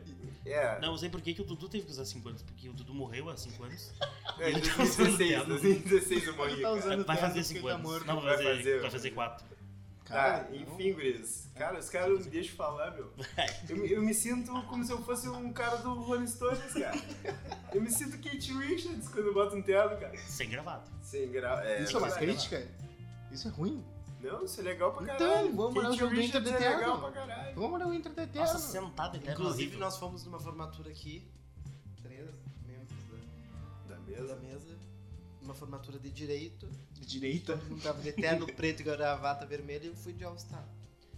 Speaker 3: É,
Speaker 1: Não, eu sei por quê que o Dudu teve que usar 5 anos. Porque o Dudu morreu há 5 anos.
Speaker 3: é
Speaker 1: ele tá
Speaker 3: 2016,
Speaker 1: usando
Speaker 3: 2016 eu morri.
Speaker 2: Ele tá
Speaker 3: cara.
Speaker 2: usando
Speaker 1: Vai
Speaker 2: terno
Speaker 1: fazer
Speaker 2: porque
Speaker 1: 5
Speaker 2: tá
Speaker 1: anos.
Speaker 2: morto.
Speaker 1: Não, vai
Speaker 3: Vai
Speaker 1: fazer,
Speaker 3: fazer-
Speaker 2: Ah,
Speaker 1: vai fazer 4.
Speaker 3: Tá,
Speaker 2: Cara,
Speaker 3: enfim, Gris. Cara, os caras não me deixam falar, meu. Eu, me- eu me sinto como se eu fosse um cara do Rolling Stones, cara. Eu me sinto Kate Richards quando eu boto um terno, cara.
Speaker 1: Sem gravado.
Speaker 3: Sem grau.
Speaker 2: Isso é uma
Speaker 3: verdade.
Speaker 2: crítica? Isso é ruim?
Speaker 3: Não, isso é legal pra
Speaker 2: Então,
Speaker 3: caralho.
Speaker 2: vamos olhar o
Speaker 3: Kate
Speaker 2: jogo do
Speaker 3: Richards
Speaker 2: Inter
Speaker 3: é legal
Speaker 2: Eterno.
Speaker 3: pra caralho.
Speaker 2: Vamos olhar o Inter do Eterno.
Speaker 1: Nossa,
Speaker 4: É,
Speaker 1: sentado eterno
Speaker 4: Inclusive,
Speaker 1: horrível.
Speaker 4: nós fomos numa formatura aqui, três membros da,
Speaker 3: Da
Speaker 4: da
Speaker 3: mesa.
Speaker 4: mesa, uma formatura de direito,
Speaker 2: De direita.
Speaker 4: não tava de terno preto e gravata vermelha e eu fui de All-Star.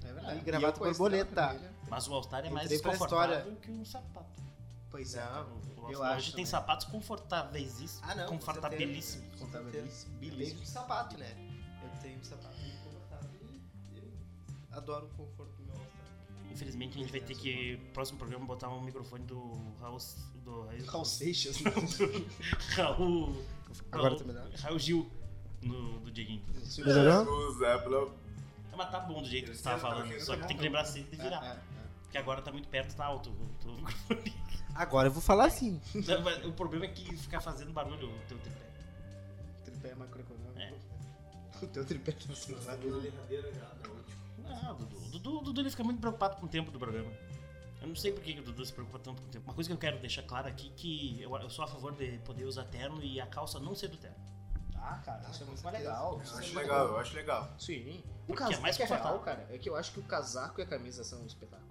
Speaker 2: É
Speaker 4: E gravata
Speaker 2: eu com né? a
Speaker 4: borboleta.
Speaker 2: estrela vermelha.
Speaker 1: Mas o altar é mais
Speaker 4: Entrei pra
Speaker 1: desconfortável que um sapato.
Speaker 2: Pois é.
Speaker 4: Não,
Speaker 1: O- o-
Speaker 2: Eu
Speaker 1: Hoje
Speaker 2: acho
Speaker 1: tem
Speaker 2: também.
Speaker 1: sapatos confortáveis, isso.
Speaker 4: Ah, não, com
Speaker 1: Confortabilíssimos.
Speaker 4: certeza.
Speaker 2: Contabilíssimo.
Speaker 4: Eu
Speaker 2: Belíssimo.
Speaker 4: tenho sapato, né? Eu tenho um sapato muito confortável e eu adoro o conforto do meu All-Star.
Speaker 1: Infelizmente a gente vai ter que, próximo programa, botar um microfone do Raul. Do
Speaker 2: Raul Seixas.
Speaker 1: Raul.
Speaker 2: Agora
Speaker 1: Raul-
Speaker 2: tá melhor.
Speaker 1: Raul Gil no, do Dieguinho.
Speaker 2: Melhorou?
Speaker 3: Usa, blá,
Speaker 1: Mas tá bom do jeito que
Speaker 3: Eles
Speaker 1: você tava
Speaker 3: tentam,
Speaker 1: falando.
Speaker 3: eles
Speaker 2: tá
Speaker 1: Só que
Speaker 3: tentam.
Speaker 1: tem que lembrar sempre de virar.
Speaker 2: Ah, ah, ah.
Speaker 1: Porque agora tá muito perto, tá alto. o teu microfone.
Speaker 4: Agora eu vou falar assim.
Speaker 1: Não, mas O problema é que ficar fazendo barulho o teu tripé.
Speaker 2: O tripé é macroeconômico.
Speaker 1: É.
Speaker 2: O teu tripé tá sendo usado.
Speaker 1: Não, Dudu. O Dudu, o Dudu ele fica muito preocupado com o tempo do programa. Eu não sei por que que o Dudu se preocupa tanto com o tempo. Uma coisa que eu quero deixar claro aqui é que eu, eu sou a favor de poder usar terno e a calça não ser do terno.
Speaker 2: Ah, cara, isso é
Speaker 4: Ah,
Speaker 2: muito
Speaker 4: com
Speaker 2: mais legal.
Speaker 4: certeza.
Speaker 3: Eu
Speaker 2: Isso
Speaker 3: acho
Speaker 2: é muito
Speaker 3: legal, eu acho legal.
Speaker 2: Sim. O
Speaker 1: Porque é
Speaker 2: casaco é,
Speaker 1: mais
Speaker 2: real,
Speaker 1: confortável.
Speaker 2: cara. É que eu acho que o casaco e a camisa são um espetáculo.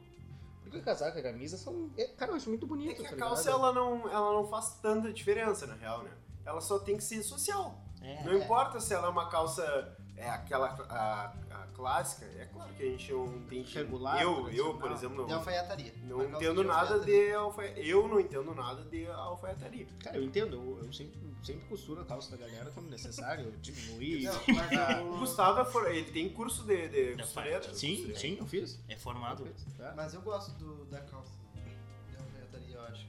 Speaker 2: Porque o casaco e a camisa são. é, cara, eu acho muito
Speaker 3: É
Speaker 2: bonito.
Speaker 3: que
Speaker 2: tá
Speaker 3: a
Speaker 2: ligado?
Speaker 3: calça, ela não, ela não faz tanta diferença, na real, né? Ela só tem que ser social.
Speaker 1: É.
Speaker 3: Não importa se ela é uma calça, é aquela a, a clássica, é claro que a gente não tem
Speaker 2: Regular,
Speaker 3: Eu, eu, por
Speaker 2: tradicional.
Speaker 3: exemplo,
Speaker 4: De
Speaker 3: não,
Speaker 4: alfaiataria.
Speaker 3: não
Speaker 4: Uma calça
Speaker 3: entendo
Speaker 4: de
Speaker 3: nada
Speaker 4: alfaiataria.
Speaker 3: de alfaiataria. Eu não entendo nada de alfaiataria.
Speaker 2: Cara, eu entendo. Eu, eu sempre, sempre costuro a calça da galera quando necessário. Eu um diminuí.
Speaker 4: Não, mas a-
Speaker 3: O Gustavo, é for- ele tem curso de, de
Speaker 1: Da
Speaker 3: costureira.
Speaker 2: Sim,
Speaker 3: costureira.
Speaker 2: sim, eu fiz.
Speaker 1: É
Speaker 2: Eu
Speaker 1: formado.
Speaker 2: fiz, tá?
Speaker 4: Mas eu gosto do- da calça da alfaiataria, eu acho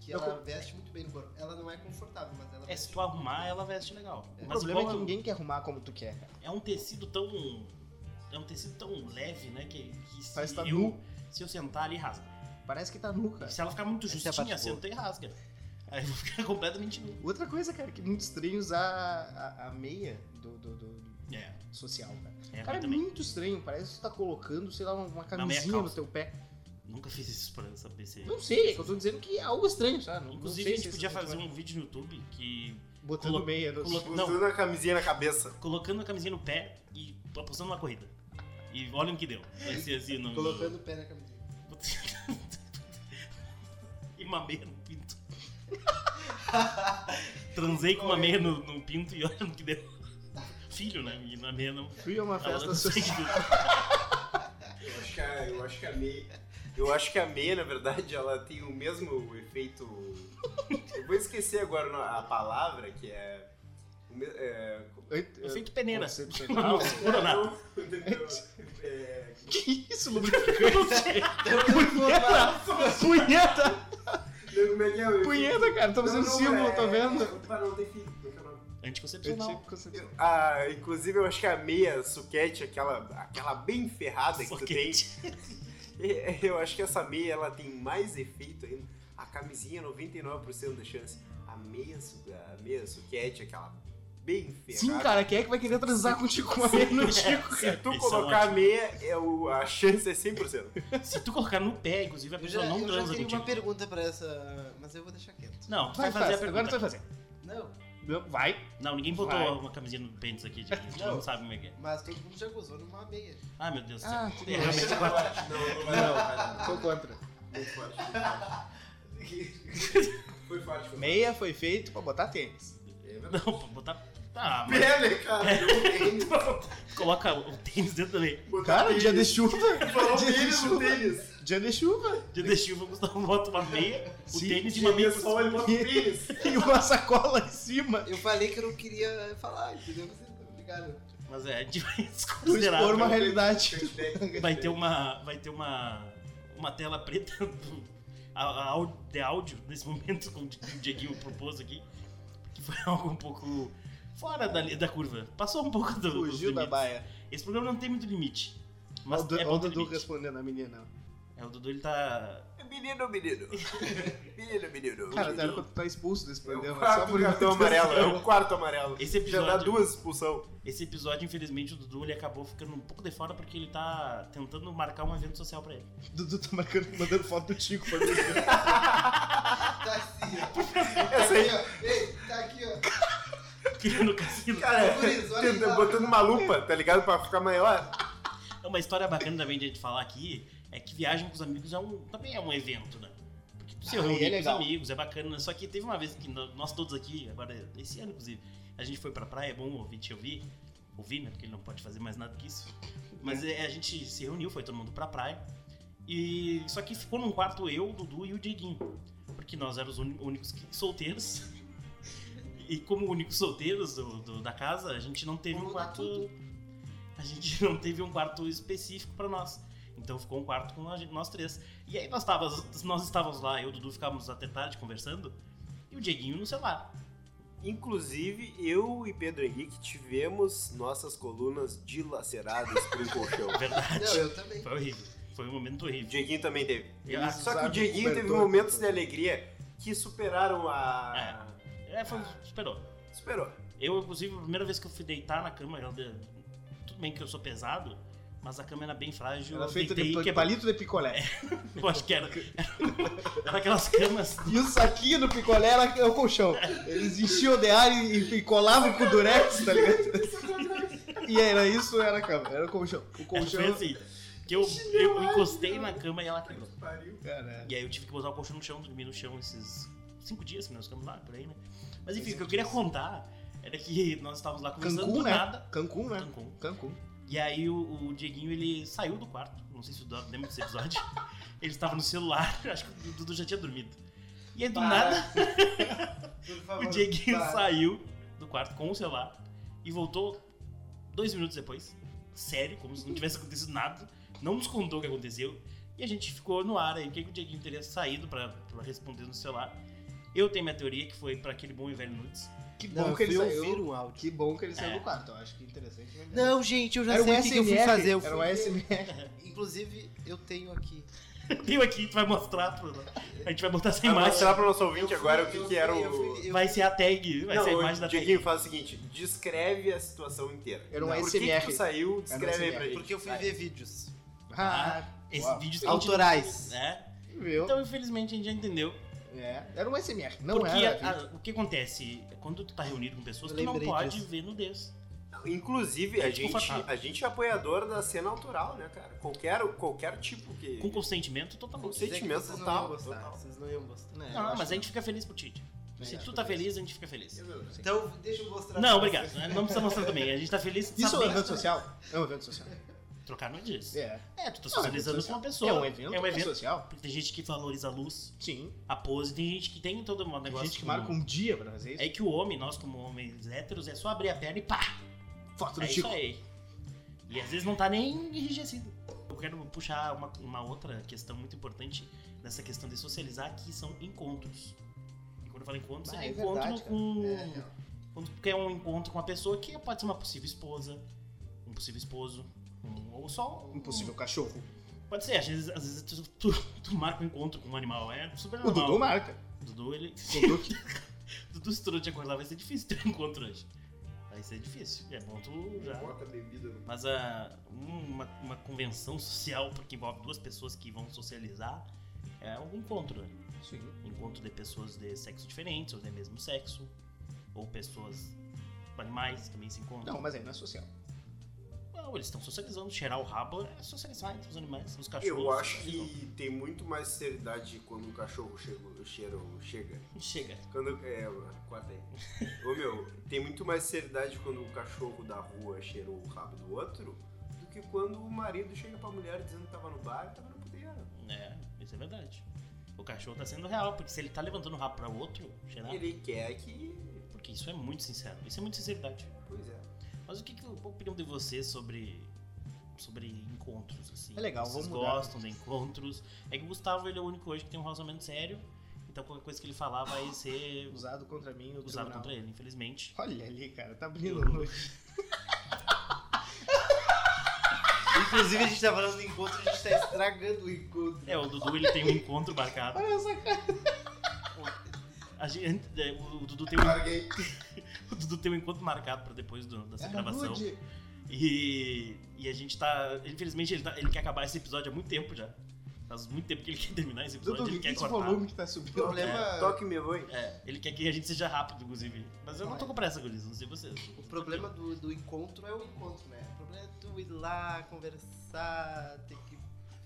Speaker 4: que
Speaker 2: Eu
Speaker 4: ela
Speaker 2: co-
Speaker 4: veste muito bem no corpo. Ela não é confortável, mas ela
Speaker 1: É, se tu arrumar, ela veste legal.
Speaker 2: O
Speaker 1: Mas
Speaker 2: problema é
Speaker 1: igual
Speaker 2: que
Speaker 1: a-
Speaker 2: ninguém quer arrumar como tu quer, cara.
Speaker 1: é um tecido tão. É um tecido tão leve, né? Que, que se,
Speaker 2: Parece que tá
Speaker 1: eu,
Speaker 2: nu.
Speaker 1: se eu sentar ali, rasga.
Speaker 2: Parece que tá nu, cara.
Speaker 1: Se ela ficar muito
Speaker 4: Esse
Speaker 1: justinha, assim,
Speaker 4: sapato bom.
Speaker 1: senta e rasga. Aí eu vou ficar completamente nu.
Speaker 2: Outra coisa, cara, que é muito estranho usar a, a meia do, do- do
Speaker 1: É,
Speaker 2: social, cara.
Speaker 1: é eu
Speaker 2: Cara, é
Speaker 1: também.
Speaker 2: muito estranho. Parece que tu tá colocando, sei lá, uma camisinha no
Speaker 1: calça.
Speaker 2: teu pé.
Speaker 1: Nunca fiz isso pra saber se.
Speaker 2: Não sei, é que eu tô dizendo que é algo estranho, sabe? Não-
Speaker 1: Inclusive,
Speaker 2: não sei
Speaker 1: a
Speaker 2: se
Speaker 1: gente
Speaker 2: isso
Speaker 1: podia
Speaker 2: é
Speaker 1: fazer um vídeo no YouTube que.
Speaker 2: Botando
Speaker 1: colo-
Speaker 2: meia no...
Speaker 1: colo- Não.
Speaker 3: Usando a camisinha na cabeça.
Speaker 1: Colocando a camisinha no pé e apostando na corrida. E olha o que deu. Vai ser assim o nome do-
Speaker 4: colocando o pé na camiseta.
Speaker 1: e uma meia no pinto. Transei com uma meia no, no pinto e olha no que deu. Filho, né? E na meia não.
Speaker 2: Fui a uma
Speaker 1: Ela
Speaker 2: festa
Speaker 1: não sei
Speaker 2: social.
Speaker 1: que-
Speaker 3: Eu acho que a, eu acho que a meia... Eu acho que a meia, na verdade, ela tem o mesmo efeito... Eu vou esquecer agora a palavra, que é... o me- é,
Speaker 1: Efeito peneira.
Speaker 2: Concepcional.
Speaker 1: Não, segura nada.
Speaker 3: Entendeu? É,
Speaker 2: que isso, lubrificante?
Speaker 1: Não sei.
Speaker 2: Punheta!
Speaker 3: não, como é que é? Eu-
Speaker 2: Punheta, cara. Tô fazendo
Speaker 3: Não, não,
Speaker 2: símbolo,
Speaker 3: é-
Speaker 2: tá vendo?
Speaker 3: Pra não ter filho, como é que é o nome?
Speaker 1: Anticoncepcional.
Speaker 2: Anticoncepcional.
Speaker 3: Ah, inclusive eu acho que a meia suquete, aquela, aquela bem ferrada
Speaker 1: Soquete.
Speaker 3: que tu tem, eu acho que essa meia ela tem mais efeito ainda. A camisinha 99% da chance. A meia, su- a meia suquete, aquela bem ferrada.
Speaker 2: Sim, cara. Quem é que vai querer transar contigo com a meia no Chico?
Speaker 3: Se tu
Speaker 1: Isso é
Speaker 3: colocar a
Speaker 1: ótimo.
Speaker 3: meia, é o, a chance é 100%.
Speaker 1: Se tu colocar no pé, inclusive, a
Speaker 4: Eu
Speaker 1: pessoa
Speaker 4: já,
Speaker 1: não
Speaker 4: eu já
Speaker 1: transa
Speaker 4: teria uma
Speaker 1: contigo.
Speaker 4: pergunta pra essa, mas eu vou deixar quieto.
Speaker 1: Não, tu vai fazer a
Speaker 2: faz, Agora
Speaker 1: pergunta.
Speaker 2: tu vai fazer.
Speaker 4: Não,
Speaker 2: Não, Vai.
Speaker 1: Não, ninguém botou
Speaker 2: Vai.
Speaker 1: uma camisinha no pênis aqui, gente. A gente não
Speaker 4: Não.
Speaker 1: sabe como é que é.
Speaker 4: mas todo mundo já gozou numa meia.
Speaker 1: Ah, meu Deus do céu.
Speaker 2: Ah,
Speaker 1: É,
Speaker 2: tudo bem.
Speaker 1: realmente agora.
Speaker 3: não,
Speaker 2: Não, sou contra.
Speaker 3: Muito forte, muito forte. Foi forte, foi
Speaker 2: Meia foi feito pra botar tênis.
Speaker 1: Não, pra botar. Tá, mas
Speaker 3: Pele, cara.
Speaker 1: coloca o tênis dentro também.
Speaker 2: Cara, dia de chuva.
Speaker 3: Falou
Speaker 2: Dia de
Speaker 3: tênis no
Speaker 2: chuva.
Speaker 3: tênis.
Speaker 2: Dia de chuva.
Speaker 1: Dia de chuva, o Gustavo bota uma meia, o
Speaker 2: Sim,
Speaker 1: tênis de uma meia.
Speaker 3: só ele bota o tênis.
Speaker 2: E uma sacola em cima.
Speaker 4: Eu falei que eu não queria falar, entendeu? Vocês não ligaram.
Speaker 1: Mas é, a gente vai
Speaker 2: Vou
Speaker 1: desconsiderar.
Speaker 2: expor uma
Speaker 1: né?
Speaker 2: realidade.
Speaker 1: Vai ter uma. Vai ter uma. Uma tela preta do, a, a au- de áudio nesse momento, como o Dieguinho propôs aqui. Que foi algo um pouco fora da, li- da curva. Passou um pouco do. dos
Speaker 2: Fugiu da
Speaker 1: limites.
Speaker 2: baia.
Speaker 1: Esse programa não tem muito limite.
Speaker 2: Olha
Speaker 1: Mas
Speaker 2: o Du-
Speaker 1: é
Speaker 2: olha
Speaker 1: bom
Speaker 2: o
Speaker 1: ter
Speaker 2: Dudu
Speaker 1: limite.
Speaker 2: respondendo a menina.
Speaker 1: É, o Dudu ele tá.
Speaker 3: É Menino, menino. Menino, menino.
Speaker 2: Cara,
Speaker 3: menino.
Speaker 2: zero quando tu tá expulso desse
Speaker 3: É o
Speaker 2: programa. Só
Speaker 3: quarto
Speaker 2: por
Speaker 3: cartão amarelo, é o quarto amarelo.
Speaker 1: Esse
Speaker 3: Já dá
Speaker 1: episódio,
Speaker 3: duas expulsão.
Speaker 1: esse episódio, infelizmente, o Dudu ele acabou ficando um pouco de fora porque ele tá tentando marcar um evento social pra ele.
Speaker 2: Dudu tá marcando, mandando foto do Chico pra mim.
Speaker 4: Tá assim, ó.
Speaker 3: Essa aí,
Speaker 4: Tá aqui, ó. Ei, tá aqui, ó.
Speaker 1: Porque no cassino.
Speaker 3: cara, é,
Speaker 4: Por isso, olha aí,
Speaker 3: tenta-
Speaker 4: ó.
Speaker 3: botando uma lupa, tá ligado? Pra ficar maior.
Speaker 1: É Uma história bacana também de a gente falar aqui é que viagem com os amigos é um, também é um evento, né? Porque tu se
Speaker 2: Ah,
Speaker 1: reúne
Speaker 2: é
Speaker 1: com os
Speaker 2: legal.
Speaker 1: amigos, é bacana. Só que teve uma vez que no- nós todos aqui, agora esse ano inclusive, a gente foi pra praia, é bom o ouvinte ouvir, ouvir, né? Porque ele não pode fazer mais nada que isso. Mas é, a gente se reuniu, foi todo mundo pra praia. E só que ficou num quarto eu, o Dudu e o Dieguinho. Porque nós éramos os uni- únicos que- solteiros. E como únicos solteiros do- do- da casa, a gente não teve um
Speaker 4: Muda
Speaker 1: quarto.
Speaker 4: tudo.
Speaker 1: A gente não teve um quarto específico pra nós. Então ficou um quarto com a gente- nós três. E aí nós, tavas, nós estávamos lá, eu e o Dudu ficávamos até tarde conversando. E o Dieguinho no celular.
Speaker 3: Inclusive, eu e Pedro Henrique tivemos nossas colunas dilaceradas por um colchão.
Speaker 1: É Verdade.
Speaker 4: Não, eu também.
Speaker 1: Foi horrível. Foi um momento
Speaker 3: O
Speaker 1: horrível.
Speaker 3: Dieguinho também teve.
Speaker 1: Eu-
Speaker 3: Só que
Speaker 2: sabe,
Speaker 3: o Dieguinho teve
Speaker 2: cobertor.
Speaker 3: momentos de alegria que superaram a.
Speaker 1: É, foi, esperou.
Speaker 4: É.
Speaker 3: Superou.
Speaker 1: Eu, inclusive, a primeira vez que eu fui deitar na cama, eu de- tudo bem que eu sou pesado, mas a cama era bem frágil.
Speaker 2: Ela é
Speaker 1: eu
Speaker 2: feita
Speaker 1: deitei
Speaker 2: de
Speaker 1: e
Speaker 2: pa-
Speaker 1: quebrou.
Speaker 2: palito de picolé.
Speaker 1: Eu acho que era. Era aquelas camas.
Speaker 2: E o saquinho do picolé era é o colchão. Eles enchiam de ar e, e- e colavam com o durex, tá ligado? E era isso, era a cama, era o colchão. O
Speaker 1: Foi
Speaker 2: colchão.
Speaker 1: assim. Que eu, eu encostei na cama e ela quebrou.
Speaker 2: Cara,
Speaker 1: E aí eu tive que botar o colchão no chão, dormir no chão esses cinco dias que nós ficamos lá, por aí, né? Mas enfim, o que eu queria contar era que nós estávamos lá conversando
Speaker 2: Cancún,
Speaker 1: do
Speaker 2: né?
Speaker 1: nada.
Speaker 2: Cancún, né?
Speaker 1: Cancún.
Speaker 2: Cancún.
Speaker 1: E aí o, o Dieguinho, ele saiu do quarto. Não sei se o Eduardo lembra desse episódio. ele estava no celular, acho que o Dudu já tinha dormido. E aí do
Speaker 4: Para.
Speaker 1: nada
Speaker 4: Por favor,
Speaker 1: O Dieguinho
Speaker 4: para.
Speaker 1: saiu do quarto com o celular e voltou dois minutos depois, sério, como se não tivesse acontecido nada, não nos contou o que aconteceu e a gente ficou no ar aí. O que, que o Dieguinho teria saído pra, pra responder no celular? Eu tenho minha teoria que foi pra aquele bom e velho Nudes.
Speaker 2: Que bom
Speaker 4: Não, eu
Speaker 2: que ele
Speaker 4: fui ouvir
Speaker 2: saiu.
Speaker 4: um áudio.
Speaker 2: Que bom que ele saiu
Speaker 1: É.
Speaker 2: do quarto, eu acho que interessante. né?
Speaker 4: Não, gente, eu já
Speaker 2: era um
Speaker 4: sei o que, que eu fui
Speaker 2: SMR,
Speaker 4: fazer. Eu
Speaker 2: Era
Speaker 4: fui-
Speaker 2: um SMR.
Speaker 4: Inclusive, eu tenho aqui.
Speaker 1: Tenho aqui, tu vai mostrar, pro... a gente vai botar essa
Speaker 3: Vai
Speaker 1: imagem.
Speaker 3: mostrar pro nosso ouvinte
Speaker 4: Eu
Speaker 3: agora
Speaker 4: fui-
Speaker 3: o que,
Speaker 4: eu
Speaker 3: que era
Speaker 4: fui- eu
Speaker 3: o.
Speaker 4: fui- eu-
Speaker 1: Vai ser a tag, vai ser a
Speaker 3: Não,
Speaker 1: imagem
Speaker 3: o
Speaker 1: da tag.
Speaker 3: Dieguinho faz o seguinte: descreve a situação inteira.
Speaker 2: Era um
Speaker 3: Por que, que
Speaker 2: SMR.
Speaker 3: tu saiu?
Speaker 2: um
Speaker 3: Descreve aí
Speaker 2: SMR.
Speaker 3: pra gente.
Speaker 4: Porque eu fui
Speaker 3: Vai.
Speaker 4: ver vídeos.
Speaker 2: Ah,
Speaker 1: Esse
Speaker 2: Uau.
Speaker 1: vídeo
Speaker 4: Autorais.
Speaker 1: Né?
Speaker 2: viu?
Speaker 1: Então, infelizmente, a gente já entendeu.
Speaker 2: É, era um SMR, não
Speaker 1: porque
Speaker 2: era.
Speaker 1: a- a- o que acontece? Quando tu tá reunido com pessoas,
Speaker 4: Eu
Speaker 1: tu não
Speaker 4: lembrei
Speaker 1: pode
Speaker 4: disso.
Speaker 1: ver nudez.
Speaker 3: Inclusive, a
Speaker 1: É
Speaker 4: tipo
Speaker 3: gente,
Speaker 1: desconfortável.
Speaker 3: a gente é apoiador da cena autoral, né, cara? Qualquer, qualquer tipo que.
Speaker 1: Com consentimento totalmente.
Speaker 3: Consentimento. Sentimento
Speaker 4: Sei que vocês não
Speaker 3: total,
Speaker 4: iam gostar,
Speaker 3: total.
Speaker 4: Vocês não iam gostar. É,
Speaker 2: Né, eu
Speaker 1: Não,
Speaker 2: acho
Speaker 1: mas a
Speaker 2: que-
Speaker 1: gente fica feliz por ti.
Speaker 2: É,
Speaker 1: Se
Speaker 2: acho
Speaker 1: tu
Speaker 2: que
Speaker 1: tá
Speaker 2: é
Speaker 1: feliz, a gente fica feliz.
Speaker 4: Então, deixa eu mostrar. pra
Speaker 1: Não, obrigado.
Speaker 4: vocês.
Speaker 1: Não precisa mostrar também. A gente tá feliz de
Speaker 2: né? Isso é um
Speaker 1: saber
Speaker 2: evento social? É um evento social.
Speaker 1: trocar no disso.
Speaker 2: É.
Speaker 1: É, tu tá
Speaker 2: Não, é
Speaker 1: socializando
Speaker 2: evento
Speaker 1: com uma pessoa.
Speaker 2: É um evento,
Speaker 1: É um evento.
Speaker 2: social?
Speaker 1: Porque tem gente que valoriza a luz,
Speaker 2: Sim.
Speaker 1: a pose, tem gente que tem todo um
Speaker 2: Tem
Speaker 1: negócio.
Speaker 2: gente que marca um dia pra fazer isso.
Speaker 1: É que o homem, nós como homens héteros, é só abrir a perna e pá!
Speaker 2: Foto do tipo-
Speaker 1: É isso
Speaker 2: Chico.
Speaker 1: aí. E às vezes não tá nem enrijecido. Eu quero puxar uma, uma outra questão muito importante nessa questão de socializar, que são encontros. E quando eu falo encontro,
Speaker 2: Ah,
Speaker 1: seria
Speaker 2: é
Speaker 1: encontro
Speaker 2: verdade, cara.
Speaker 1: com.
Speaker 4: É, não.
Speaker 1: Quando tu quer um encontro com uma pessoa que pode ser uma possível esposa, um possível esposo, um- ou só. um-
Speaker 2: Impossível cachorro.
Speaker 1: Pode ser, às vezes, às vezes tu, tu- tu marca um encontro com um animal, é super
Speaker 2: O
Speaker 1: normal.
Speaker 2: Dudu marca.
Speaker 1: Dudu, ele.
Speaker 2: O Dudu que-
Speaker 1: Dudu, se tu não te acordar, vai ser difícil ter um encontro hoje. Vai ser difícil. É bom tu já.
Speaker 3: Bota bebida no-
Speaker 1: Mas a, uma, uma convenção social que envolve duas pessoas que vão socializar é um encontro, né?
Speaker 2: Sim.
Speaker 1: encontro de pessoas de sexo diferente, ou de mesmo sexo, ou pessoas animais também se encontram.
Speaker 2: Não, mas aí não é social.
Speaker 1: Não, eles estão socializando. Cheirar o rabo é socializar entre os animais, os cachorros.
Speaker 3: Eu acho
Speaker 1: socializam.
Speaker 3: que tem muito mais seriedade quando um cachorro chega. cheira ou chega.
Speaker 1: Chega.
Speaker 3: Quando. É, corta aí. Ô meu, tem muito mais seriedade quando o cachorro da rua cheirou o rabo do outro do que quando o marido chega pra mulher dizendo que tava no bar e tava no puteiro.
Speaker 1: É, isso é verdade. O cachorro tá sendo real, porque se ele tá levantando o rabo pra outro, cheirar.
Speaker 3: Ele quer que.
Speaker 1: Porque isso é muito sincero. Isso é muito sinceridade.
Speaker 3: Pois é.
Speaker 1: Mas o que, que a opinião de vocês sobre sobre encontros assim?
Speaker 2: É legal,
Speaker 1: Vocês
Speaker 2: vamos mudar.
Speaker 1: gostam de encontros? É que o Gustavo ele é o único hoje que tem um relacionamento sério, então qualquer coisa que ele falar vai ser
Speaker 2: Usado contra mim no
Speaker 1: usado
Speaker 2: tribunal.
Speaker 1: contra ele, infelizmente.
Speaker 2: Olha ali, cara, tá brilhando.
Speaker 4: Inclusive, a gente tá falando do encontro, a gente tá estragando o encontro.
Speaker 1: É, o Dudu ele tem um encontro marcado.
Speaker 4: Olha essa cara.
Speaker 1: A gente, é, o, Dudu tem um,
Speaker 3: Larguei.
Speaker 1: o Dudu tem um encontro marcado pra depois do- dessa
Speaker 4: É
Speaker 1: gravação.
Speaker 4: rude.
Speaker 1: E, e a gente tá. Infelizmente, ele, tá- ele quer acabar esse episódio há muito tempo já. Faz muito tempo que ele quer terminar esse episódio,
Speaker 2: Dudu,
Speaker 1: ele
Speaker 2: que
Speaker 1: quer
Speaker 2: esse
Speaker 1: cortar.
Speaker 2: volume que tá
Speaker 4: O
Speaker 2: subindo.
Speaker 4: problema,
Speaker 3: Toque me voi.
Speaker 1: É, ele quer que a gente seja rápido, inclusive. Mas eu não tô com pressa, Gulis, não sei vocês.
Speaker 4: o problema do, do encontro é o encontro, né? O problema é tu ir lá, conversar, ter que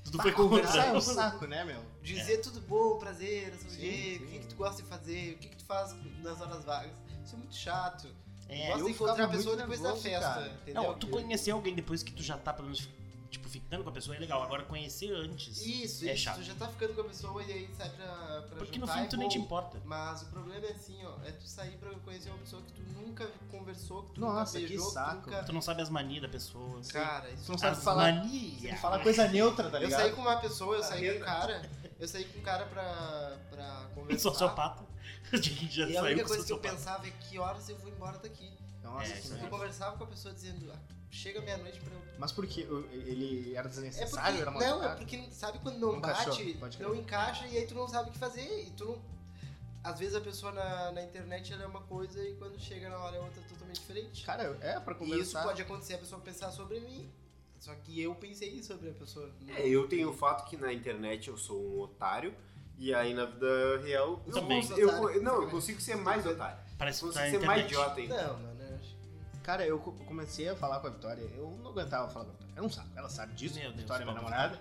Speaker 1: Tudo
Speaker 4: Tá,
Speaker 1: foi
Speaker 2: Conversar é um
Speaker 1: contra.
Speaker 2: saco, né, meu?
Speaker 4: dizer tudo bom, prazer, essa
Speaker 2: Sim,
Speaker 4: mulher, o
Speaker 2: sim.
Speaker 4: que, que tu gosta de fazer, o que, que tu faz nas horas vagas. Isso é muito chato.
Speaker 1: É,
Speaker 4: gosta
Speaker 2: eu
Speaker 4: de encontrar a
Speaker 2: ficava
Speaker 4: pessoa
Speaker 2: muito
Speaker 4: depois da
Speaker 2: nervoso,
Speaker 4: festa,
Speaker 2: cara.
Speaker 4: entendeu?
Speaker 1: Não, tu conhecer alguém depois que tu já tá, pelo menos, tipo, ficando com a pessoa é legal. Agora, conhecer antes.
Speaker 4: Isso,
Speaker 1: É
Speaker 4: isso.
Speaker 1: chato.
Speaker 4: Tu já tá ficando com a pessoa e aí sai pra, pra
Speaker 1: Porque no
Speaker 4: jantar,
Speaker 1: fim
Speaker 4: é
Speaker 1: tu nem
Speaker 4: bom.
Speaker 1: te importa.
Speaker 4: Mas o problema é assim, ó, é tu sair pra conhecer uma pessoa que tu nunca conversou, que tu
Speaker 2: Nossa,
Speaker 4: nunca
Speaker 2: que
Speaker 4: beijou, que tu
Speaker 2: saco.
Speaker 1: Tu
Speaker 4: nunca...
Speaker 1: não sabe as manias da pessoa. assim,
Speaker 4: Cara,
Speaker 2: Tu
Speaker 4: isso
Speaker 2: não sabe
Speaker 1: As
Speaker 2: um falar,
Speaker 1: manias. né?
Speaker 2: sabe falar coisa neutra, tá
Speaker 4: eu
Speaker 2: ligado?
Speaker 4: saí com uma pessoa, eu
Speaker 3: Tá
Speaker 4: saí com um
Speaker 3: vendo?
Speaker 4: cara, eu saí com um cara pra, pra
Speaker 1: Um
Speaker 4: conversar.
Speaker 1: sociopata. A gente já
Speaker 4: E a
Speaker 1: saiu
Speaker 4: única
Speaker 1: com
Speaker 4: coisa que eu
Speaker 1: sociopata.
Speaker 4: pensava é que horas eu vou embora daqui.
Speaker 2: Nossa,
Speaker 1: É, isso é.
Speaker 2: senhora.
Speaker 1: aí.
Speaker 4: Eu conversava com a pessoa dizendo, ah, chega meia-noite pra eu.
Speaker 2: Mas por que? O- Ele era
Speaker 4: É porque,
Speaker 2: desnecessário? era
Speaker 4: não, é
Speaker 2: mal-educado?
Speaker 4: porque sabe quando não,
Speaker 2: Não encaixou,
Speaker 4: bate,
Speaker 2: pode crer.
Speaker 4: não encaixa e aí tu não sabe o que fazer. E tu não. Às vezes a pessoa na, na internet ela é uma coisa e quando chega na hora é outra totalmente diferente.
Speaker 2: Cara, é pra
Speaker 4: E isso
Speaker 2: conversar.
Speaker 4: pode acontecer, a pessoa pensar sobre mim. Só que eu pensei sobre a pessoa.
Speaker 3: É, eu tenho o fato que na internet eu sou um otário. E aí na vida real. Eu
Speaker 1: Também.
Speaker 3: cons- eu
Speaker 4: Otário.
Speaker 3: co- não, eu consigo ser mais otário.
Speaker 1: Parece que
Speaker 3: Consigo
Speaker 1: tá na
Speaker 3: ser mais
Speaker 1: internet.
Speaker 3: idiota ainda.
Speaker 4: Não, mano, eu acho que.
Speaker 2: Cara, eu co- comecei a falar com a Vitória, eu não aguentava falar com a Vitória. Era um saco, ela sabe disso,
Speaker 1: Meu Deus,
Speaker 2: Vitória é minha
Speaker 1: Paulo.
Speaker 2: namorada.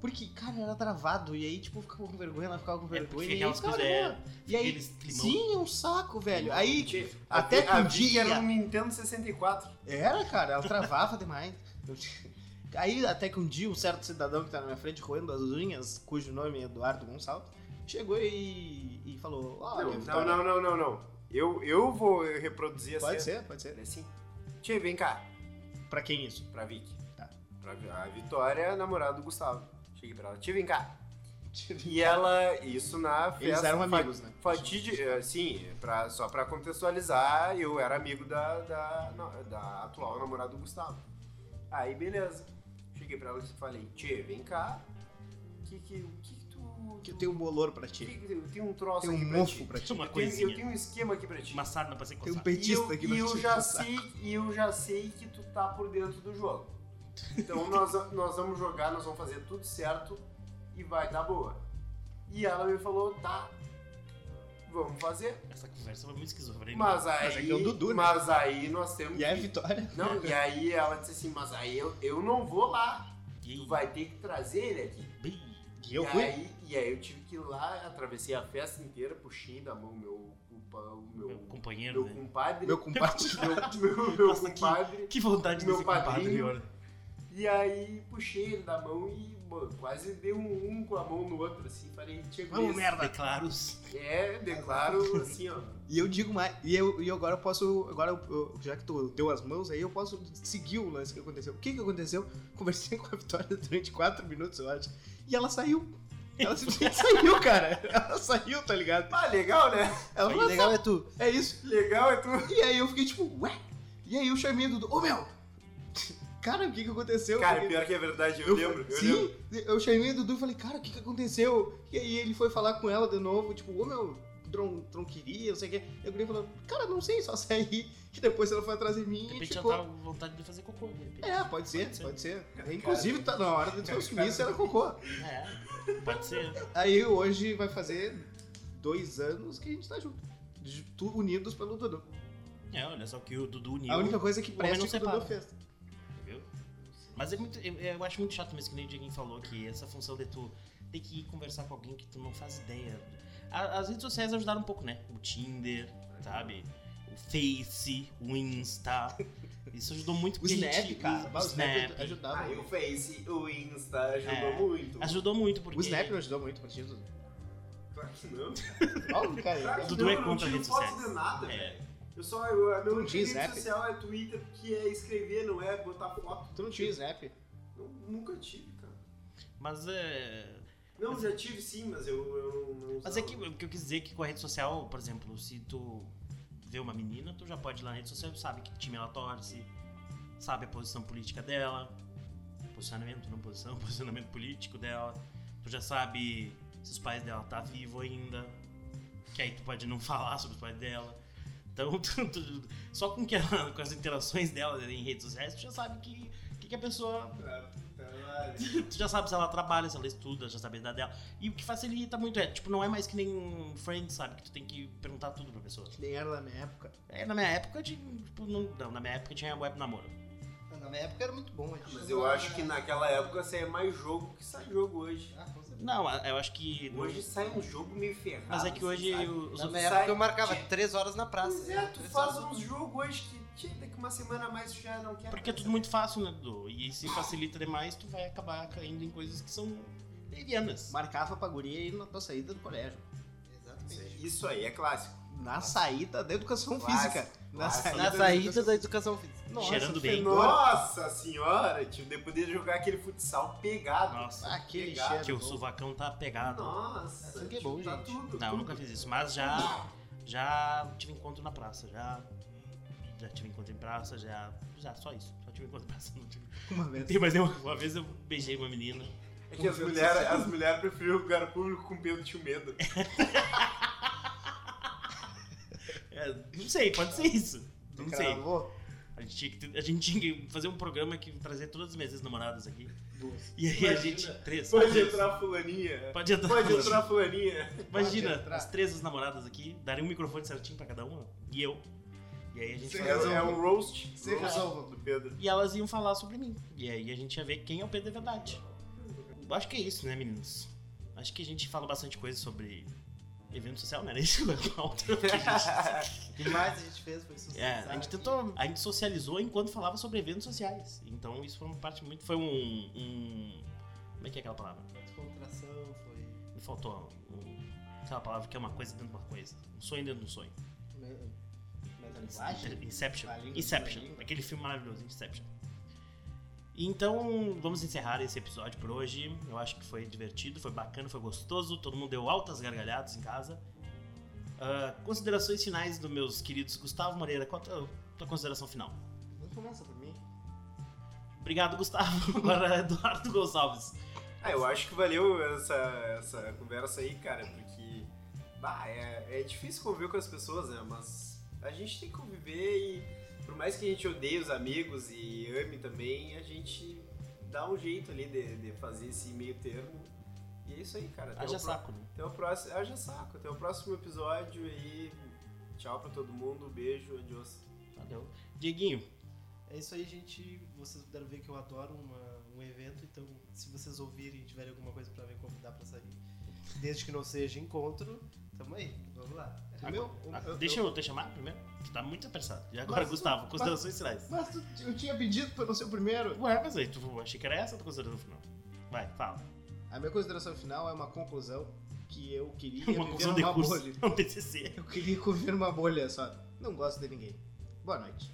Speaker 2: Porque, cara, era travado, e aí, tipo, eu ficava com vergonha, ela ficava com
Speaker 1: É
Speaker 2: vergonha.
Speaker 1: porque
Speaker 2: e aí,
Speaker 1: aquelas
Speaker 2: ficava
Speaker 1: coisas
Speaker 2: de boa.
Speaker 1: é.
Speaker 2: E aí,
Speaker 1: aqueles climão.
Speaker 2: sim, é um saco, velho. Aí,
Speaker 3: Porque
Speaker 1: é
Speaker 2: até
Speaker 3: a,
Speaker 2: que um
Speaker 3: a Vicky
Speaker 2: dia-
Speaker 3: era um Nintendo 64.
Speaker 2: era, cara, ela travava demais. Eu t- Aí, até que um dia, um certo cidadão que tá na minha frente, roendo as unhas, cujo nome é Eduardo Gonçalves, chegou e, e falou, ó, minha
Speaker 3: não,
Speaker 2: Vitória,
Speaker 3: não, não, então não, não, não. Eu, eu vou reproduzir assim.
Speaker 2: Pode ser, pode ser.
Speaker 3: É assim. Tchê, vem cá.
Speaker 2: Pra quem isso?
Speaker 3: Pra Vicky.
Speaker 2: Tá.
Speaker 3: Pra Vi- a Vitória é a namorada do Gustavo. Cheguei pra ela. Tchê, vem cá. E ela, isso na festa.
Speaker 2: Eles eram
Speaker 3: fa-
Speaker 2: amigos, né?
Speaker 3: Fatide, eh, sim, pra, só pra contextualizar, eu era amigo da, da, na- da atual namorada do Gustavo. Aí, beleza. Cheguei pra ela e falei, Tchê, vem cá. Que que, o que, que tu...
Speaker 2: Que eu tenho um bolor pra
Speaker 3: que,
Speaker 2: ti.
Speaker 3: que- eu tenho um troço
Speaker 2: Tem um
Speaker 3: aqui
Speaker 2: mofo
Speaker 3: pra ti.
Speaker 2: pra ti.
Speaker 1: Uma
Speaker 3: Eu tenho, eu
Speaker 1: coisinha.
Speaker 3: tenho um esquema aqui pra ti.
Speaker 1: Uma sarna pra ser
Speaker 2: Tem um
Speaker 1: coçada.
Speaker 3: e
Speaker 2: petista
Speaker 3: eu,
Speaker 2: aqui pra
Speaker 3: e
Speaker 2: ti.
Speaker 3: eu já sei, e eu já sei que tu tá por dentro do jogo. Então nós, va- nós vamos jogar, nós vamos fazer tudo certo e vai dar boa. E ela me falou, tá, vamos fazer.
Speaker 1: Essa conversa foi muito esquizofrênica.
Speaker 3: Mas
Speaker 2: Mas é
Speaker 3: aí,
Speaker 2: que é o Dudu, né?
Speaker 3: mas aí nós temos.
Speaker 2: E é a
Speaker 3: que-
Speaker 2: vitória.
Speaker 3: Não, e aí ela disse assim, mas aí eu, eu não vou lá.
Speaker 1: E
Speaker 3: Tu
Speaker 1: aí,
Speaker 3: vai ter que trazer ele aqui.
Speaker 1: bem,
Speaker 2: E eu
Speaker 3: e
Speaker 2: fui.
Speaker 3: aí, e aí eu tive que ir lá, atravessei a festa inteira, puxei da mão meu, o pa- o meu,
Speaker 1: meu companheiro,
Speaker 3: meu
Speaker 1: né?
Speaker 3: compadre.
Speaker 2: Meu compartilhou.
Speaker 3: meu, meu
Speaker 1: Nossa, que-
Speaker 3: compadre.
Speaker 1: Que vontade de
Speaker 3: Meu
Speaker 1: ser compadre,
Speaker 3: padrinho.
Speaker 1: olha.
Speaker 3: E aí puxei ele da mão e mano, quase dei um, um com a mão no outro, assim, falei, chegou.
Speaker 1: Vamos, merda. Declaros.
Speaker 3: É, declaro assim, ó.
Speaker 2: E eu digo mais. E eu, e eu agora posso. Agora, eu- eu- já que tu deu as mãos aí, eu posso seguir o lance que aconteceu. O que que aconteceu? Conversei com a Vitória durante 4 minutos, eu acho. E ela saiu. Ela simplesmente saiu, cara. Ela saiu, tá ligado?
Speaker 3: Ah, legal, né?
Speaker 2: Ela
Speaker 4: O
Speaker 2: falou,
Speaker 4: legal é tu.
Speaker 2: é isso.
Speaker 3: Legal é tu.
Speaker 2: E aí eu fiquei tipo, ué? E aí eu chamei o Dudu, ô meu! Cara, o que que aconteceu?
Speaker 3: Cara,
Speaker 2: Porque-
Speaker 3: pior que é verdade, eu,
Speaker 2: Eu-
Speaker 3: lembro, eu
Speaker 2: sim,
Speaker 3: lembro.
Speaker 2: eu chamei o Dudu e falei, cara, o que, que aconteceu? E aí ele foi falar com ela de novo, tipo, ô meu, tron, tronqueria, não sei o quê. E a guria falou, cara, não sei, só saí. E depois ela foi atrás de
Speaker 1: De
Speaker 2: mim e tipo,
Speaker 1: repente já
Speaker 2: ficou.
Speaker 1: tava com vontade de fazer cocô, de repente.
Speaker 2: É, pode ser,
Speaker 1: Pode ser.
Speaker 2: pode ser. Inclusive, tá na hora de tu
Speaker 3: Cara,
Speaker 2: assumir isso era cocô.
Speaker 1: É, Pode ser.
Speaker 2: Aí hoje vai fazer dois anos que a gente tá junto. De- tu- Unidos pelo Dudu.
Speaker 1: É, olha só que o Dudu uniu.
Speaker 2: A única coisa que
Speaker 1: o
Speaker 2: presta é
Speaker 1: homem
Speaker 2: que o
Speaker 1: não
Speaker 2: Dudu fez.
Speaker 1: Entendeu? Mas é muito, eu, eu acho muito chato mesmo que nem o Dieguinho falou que essa função de tu ter que ir conversar com alguém que tu não faz ideia. A- as redes sociais ajudaram um pouco, né? O Tinder, sabe? O Face, o Insta. Isso ajudou muito
Speaker 2: O
Speaker 1: porque a
Speaker 2: Snap,
Speaker 1: gente-
Speaker 2: cara.
Speaker 1: O
Speaker 2: O Snap
Speaker 1: Snap.
Speaker 2: ajudava.
Speaker 3: Aí o
Speaker 2: muito.
Speaker 3: Face, o Insta ajudou
Speaker 1: É.
Speaker 3: muito.
Speaker 1: Ajudou muito porque
Speaker 2: O Snap não ajudou muito pra ti, Dudu.
Speaker 3: Claro que não.
Speaker 2: Óbvio, cara.
Speaker 3: Claro que
Speaker 1: Dudu
Speaker 3: não,
Speaker 1: é
Speaker 3: eu não
Speaker 1: contra
Speaker 3: tiro
Speaker 1: redes
Speaker 3: foto
Speaker 1: sociais.
Speaker 3: de nada,
Speaker 1: É.
Speaker 3: velho. Eu só, eu, a minha
Speaker 2: Não
Speaker 3: única
Speaker 2: diz,
Speaker 3: rede
Speaker 2: né?
Speaker 3: social é Twitter, que é escrever, não é botar foto.
Speaker 2: Tu não tinha Snap.
Speaker 3: Não- nunca tive, cara.
Speaker 1: Mas é.
Speaker 3: Não, já tive sim, mas eu, eu não, não
Speaker 1: Mas é
Speaker 3: usava.
Speaker 1: que o que eu quis dizer é que com a rede social, por exemplo, se tu vê uma menina, tu já pode ir lá na rede social, tu sabe que time ela torce, sabe a posição política dela, Posicionamento, não posição, posicionamento político dela. Tu já sabe se os pais dela tá vivo ainda. Que aí tu pode não falar sobre os pais dela. Então, tu- tu- só com, que ela- com as interações dela em redes sociais, tu já sabe que, que, que a pessoa
Speaker 3: Tá né?
Speaker 1: tu já sabe se ela trabalha, se ela estuda, já sabe a idade dela. E o que facilita muito é, tipo, não é mais que nem Friends, sabe? Que tu tem que perguntar tudo pra pessoa.
Speaker 2: Que nem era lá na época.
Speaker 1: É, na minha época, tinha, tipo, não, não, na minha época tinha web namoro.
Speaker 4: Ah, Na minha época era muito bom. a gente
Speaker 3: Mas
Speaker 4: não
Speaker 3: eu
Speaker 4: falava
Speaker 3: acho que
Speaker 4: nada.
Speaker 3: naquela época saía mais jogo que sai jogo hoje.
Speaker 4: Ah, com certeza.
Speaker 1: Não, a- eu acho que...
Speaker 3: Hoje sai um jogo meio ferrado.
Speaker 1: mas
Speaker 3: assim,
Speaker 1: é que hoje
Speaker 3: sabe?
Speaker 1: os...
Speaker 4: Na
Speaker 1: os-
Speaker 4: minha
Speaker 3: sai-
Speaker 4: época eu marcava
Speaker 3: tinha-
Speaker 4: três horas na praça.
Speaker 3: Pois é, tu
Speaker 4: Três
Speaker 3: faz
Speaker 4: horas.
Speaker 3: uns jogos hoje que tchê, daqui uma semana a mais tu já não quer.
Speaker 1: Porque é
Speaker 3: mais.
Speaker 1: tudo muito fácil, né, Dudu? E se facilita demais, tu vai acabar caindo em coisas que são levianas.
Speaker 2: Marcava pra guria e na tua saída do colégio.
Speaker 4: Exatamente.
Speaker 3: Isso aí é clássico.
Speaker 2: Na saída da educação
Speaker 3: Clássico,
Speaker 2: física. Na
Speaker 3: clássico.
Speaker 2: saída,
Speaker 4: Na saída da educação física.
Speaker 2: Nossa,
Speaker 1: Cheirando bem.
Speaker 2: fenômeno.
Speaker 3: Nossa senhora, tipo, de poder jogar aquele futsal pegado.
Speaker 1: Nossa,
Speaker 2: Aquele
Speaker 3: Legal.
Speaker 2: cheiro.
Speaker 1: que o
Speaker 2: bom.
Speaker 1: sovacão tá pegado.
Speaker 3: Nossa,
Speaker 4: Assim que é
Speaker 3: tipo,
Speaker 4: bom,
Speaker 3: tá
Speaker 4: gente.
Speaker 3: tudo.
Speaker 1: Não, eu
Speaker 3: tudo.
Speaker 1: nunca fiz isso, mas já já tive encontro na praça, já já tive encontro em praça, já já só isso, só tive encontro em praça, não tive.
Speaker 2: Uma vez.
Speaker 1: Tem mais nenhuma, uma vez eu beijei uma menina.
Speaker 3: É que as mulheres as mulher preferiam lugar público com medo de medo.
Speaker 1: É, não sei, pode ser isso. Não sei.
Speaker 2: Cravou?
Speaker 1: A gente, tinha que, ter- a gente tinha que fazer um programa que trazer todas as minhas ex-namoradas aqui.
Speaker 2: Duas.
Speaker 1: E aí a
Speaker 3: Imagina.
Speaker 1: gente. Três.
Speaker 3: Pode
Speaker 1: três.
Speaker 3: entrar fulaninha.
Speaker 1: Pode entrar.
Speaker 3: Pode entrar fulaninha.
Speaker 1: Imagina,
Speaker 2: Pode entrar.
Speaker 1: as três ex-namoradas aqui, darem um microfone certinho pra cada uma. E eu. E aí a gente
Speaker 2: Sem
Speaker 3: É,
Speaker 1: fazia-
Speaker 2: razão.
Speaker 3: é um roast.
Speaker 2: Sem
Speaker 3: roast
Speaker 2: razão.
Speaker 3: do Pedro.
Speaker 1: E elas iam falar sobre mim. E aí a gente ia ver quem é o Pedro de verdade. Acho que é isso, né, meninos? Acho que a gente fala bastante coisa sobre evento social, né? Era isso da pauta que a gente-
Speaker 4: O que mais a gente fez foi sucesso.
Speaker 1: É, a gente tentou. A gente socializou enquanto falava sobre eventos sociais. Então isso foi uma parte muito. Foi um. um- como é que é aquela palavra?
Speaker 4: Foi Descontração, foi.
Speaker 1: Me faltou um- aquela palavra que é uma coisa dentro de uma coisa. Um sonho dentro de um sonho.
Speaker 4: me- Mas a linguagem?
Speaker 1: Inception.
Speaker 4: A língua,
Speaker 1: Inception.
Speaker 4: a língua.
Speaker 1: Aquele filme maravilhoso, Inception. Então, vamos encerrar esse episódio por hoje. Eu acho que foi divertido, foi bacana, foi gostoso. Todo mundo deu altas gargalhadas em casa. Ah, considerações finais dos meus queridos Gustavo Moreira. Qual a tua, tua consideração final?
Speaker 4: Não começa por mim.
Speaker 1: Obrigado, Gustavo. Agora, é Eduardo Gonçalves.
Speaker 3: Ah, eu acho que valeu essa, essa conversa aí, cara, porque bah, é, é difícil conviver com as pessoas, né? Mas a gente tem que conviver e por mais que a gente odeie os amigos e ame também, a gente dá um jeito ali de, de fazer esse meio termo. E é isso aí, cara. Até,
Speaker 1: Haja
Speaker 3: o, pró-
Speaker 1: saco, né?
Speaker 3: até o próximo. Haja saco, até o próximo episódio e tchau pra todo mundo. Beijo, adiós.
Speaker 1: Valeu. Dieguinho,
Speaker 4: É isso aí, gente. Vocês puderam ver que eu adoro uma- um evento, então se vocês ouvirem e tiverem alguma coisa pra me convidar pra sair, desde que não seja encontro, tamo aí. Vamos lá. Um
Speaker 1: Ah,
Speaker 2: Meu,
Speaker 1: ah,
Speaker 2: eu-
Speaker 1: deixa eu te chamar primeiro, que tá muito apressado. E agora,
Speaker 2: Mas-
Speaker 1: Gustavo, considerações finais.
Speaker 2: eu- Mas tu, eu tinha pedido pra não ser o primeiro.
Speaker 1: Ué, mas aí, tu achei que era essa a tua consideração final? Vai, fala.
Speaker 2: A minha consideração final é uma conclusão que eu queria
Speaker 1: Uma
Speaker 2: viver
Speaker 1: conclusão de
Speaker 2: numa
Speaker 1: curso.
Speaker 2: bolha.
Speaker 1: É um TCC.
Speaker 2: Eu queria viver numa bolha só. Não gosto de ninguém. Boa noite.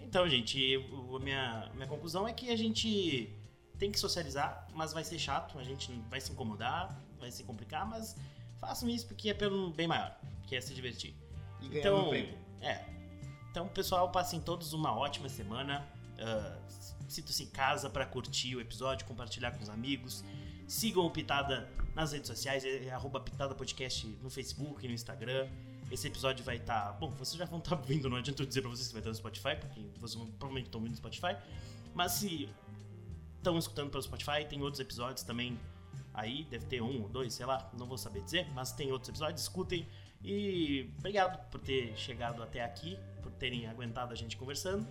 Speaker 1: Então, gente, o- a minha, a minha conclusão é que a gente tem que socializar, mas vai ser chato, a gente vai se incomodar, vai se complicar, mas façam isso porque é pelo bem maior, que é se divertir.
Speaker 2: E ganhar um
Speaker 1: Então,
Speaker 2: emprego.
Speaker 1: é. Então, pessoal, passem todos uma ótima semana. Ah, Sinto-se em casa para curtir o episódio, compartilhar com os amigos. Sigam o Pitada nas redes sociais, é, é arroba Pitada Podcast no Facebook, no Instagram. Esse episódio vai estar. bom, vocês já vão estar ouvindo, não adianta eu dizer pra vocês que vai estar no Spotify, porque vocês vão- provavelmente estão ouvindo no Spotify. Mas se estão escutando pelo Spotify, tem outros episódios também aí, deve ter um ou dois, sei lá, não vou saber dizer, mas tem outros episódios, escutem. E obrigado por ter chegado até aqui, por terem aguentado a gente conversando.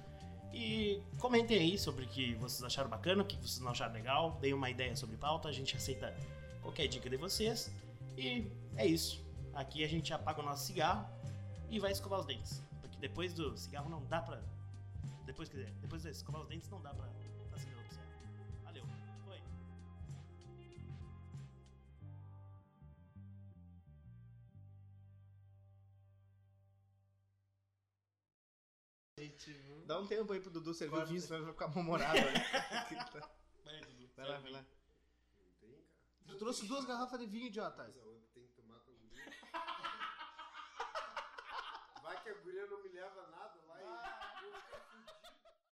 Speaker 1: E comentem aí sobre o que vocês acharam bacana, o que vocês não acharam legal, deem uma ideia sobre pauta, a gente aceita qualquer dica de vocês. E é isso. Aqui a gente apaga o nosso cigarro e vai escovar os dentes. Porque depois do cigarro não dá pra. Depois, quer dizer, depois de escovar os dentes não dá pra fazer outro cigarro. Valeu. Foi.
Speaker 4: Gente, vamos-
Speaker 2: Dá um tempo aí pro Dudu servir
Speaker 4: Corta.
Speaker 2: o vinho, senão ele vai ficar mal-humorado. né? tá.
Speaker 1: Vai, Dudu.
Speaker 2: vai lá, vai lá. Tu trouxe duas garrafas de vinho, idiota.
Speaker 3: tem que tomar com a guria. Vai que a guria não me leva nada lá e.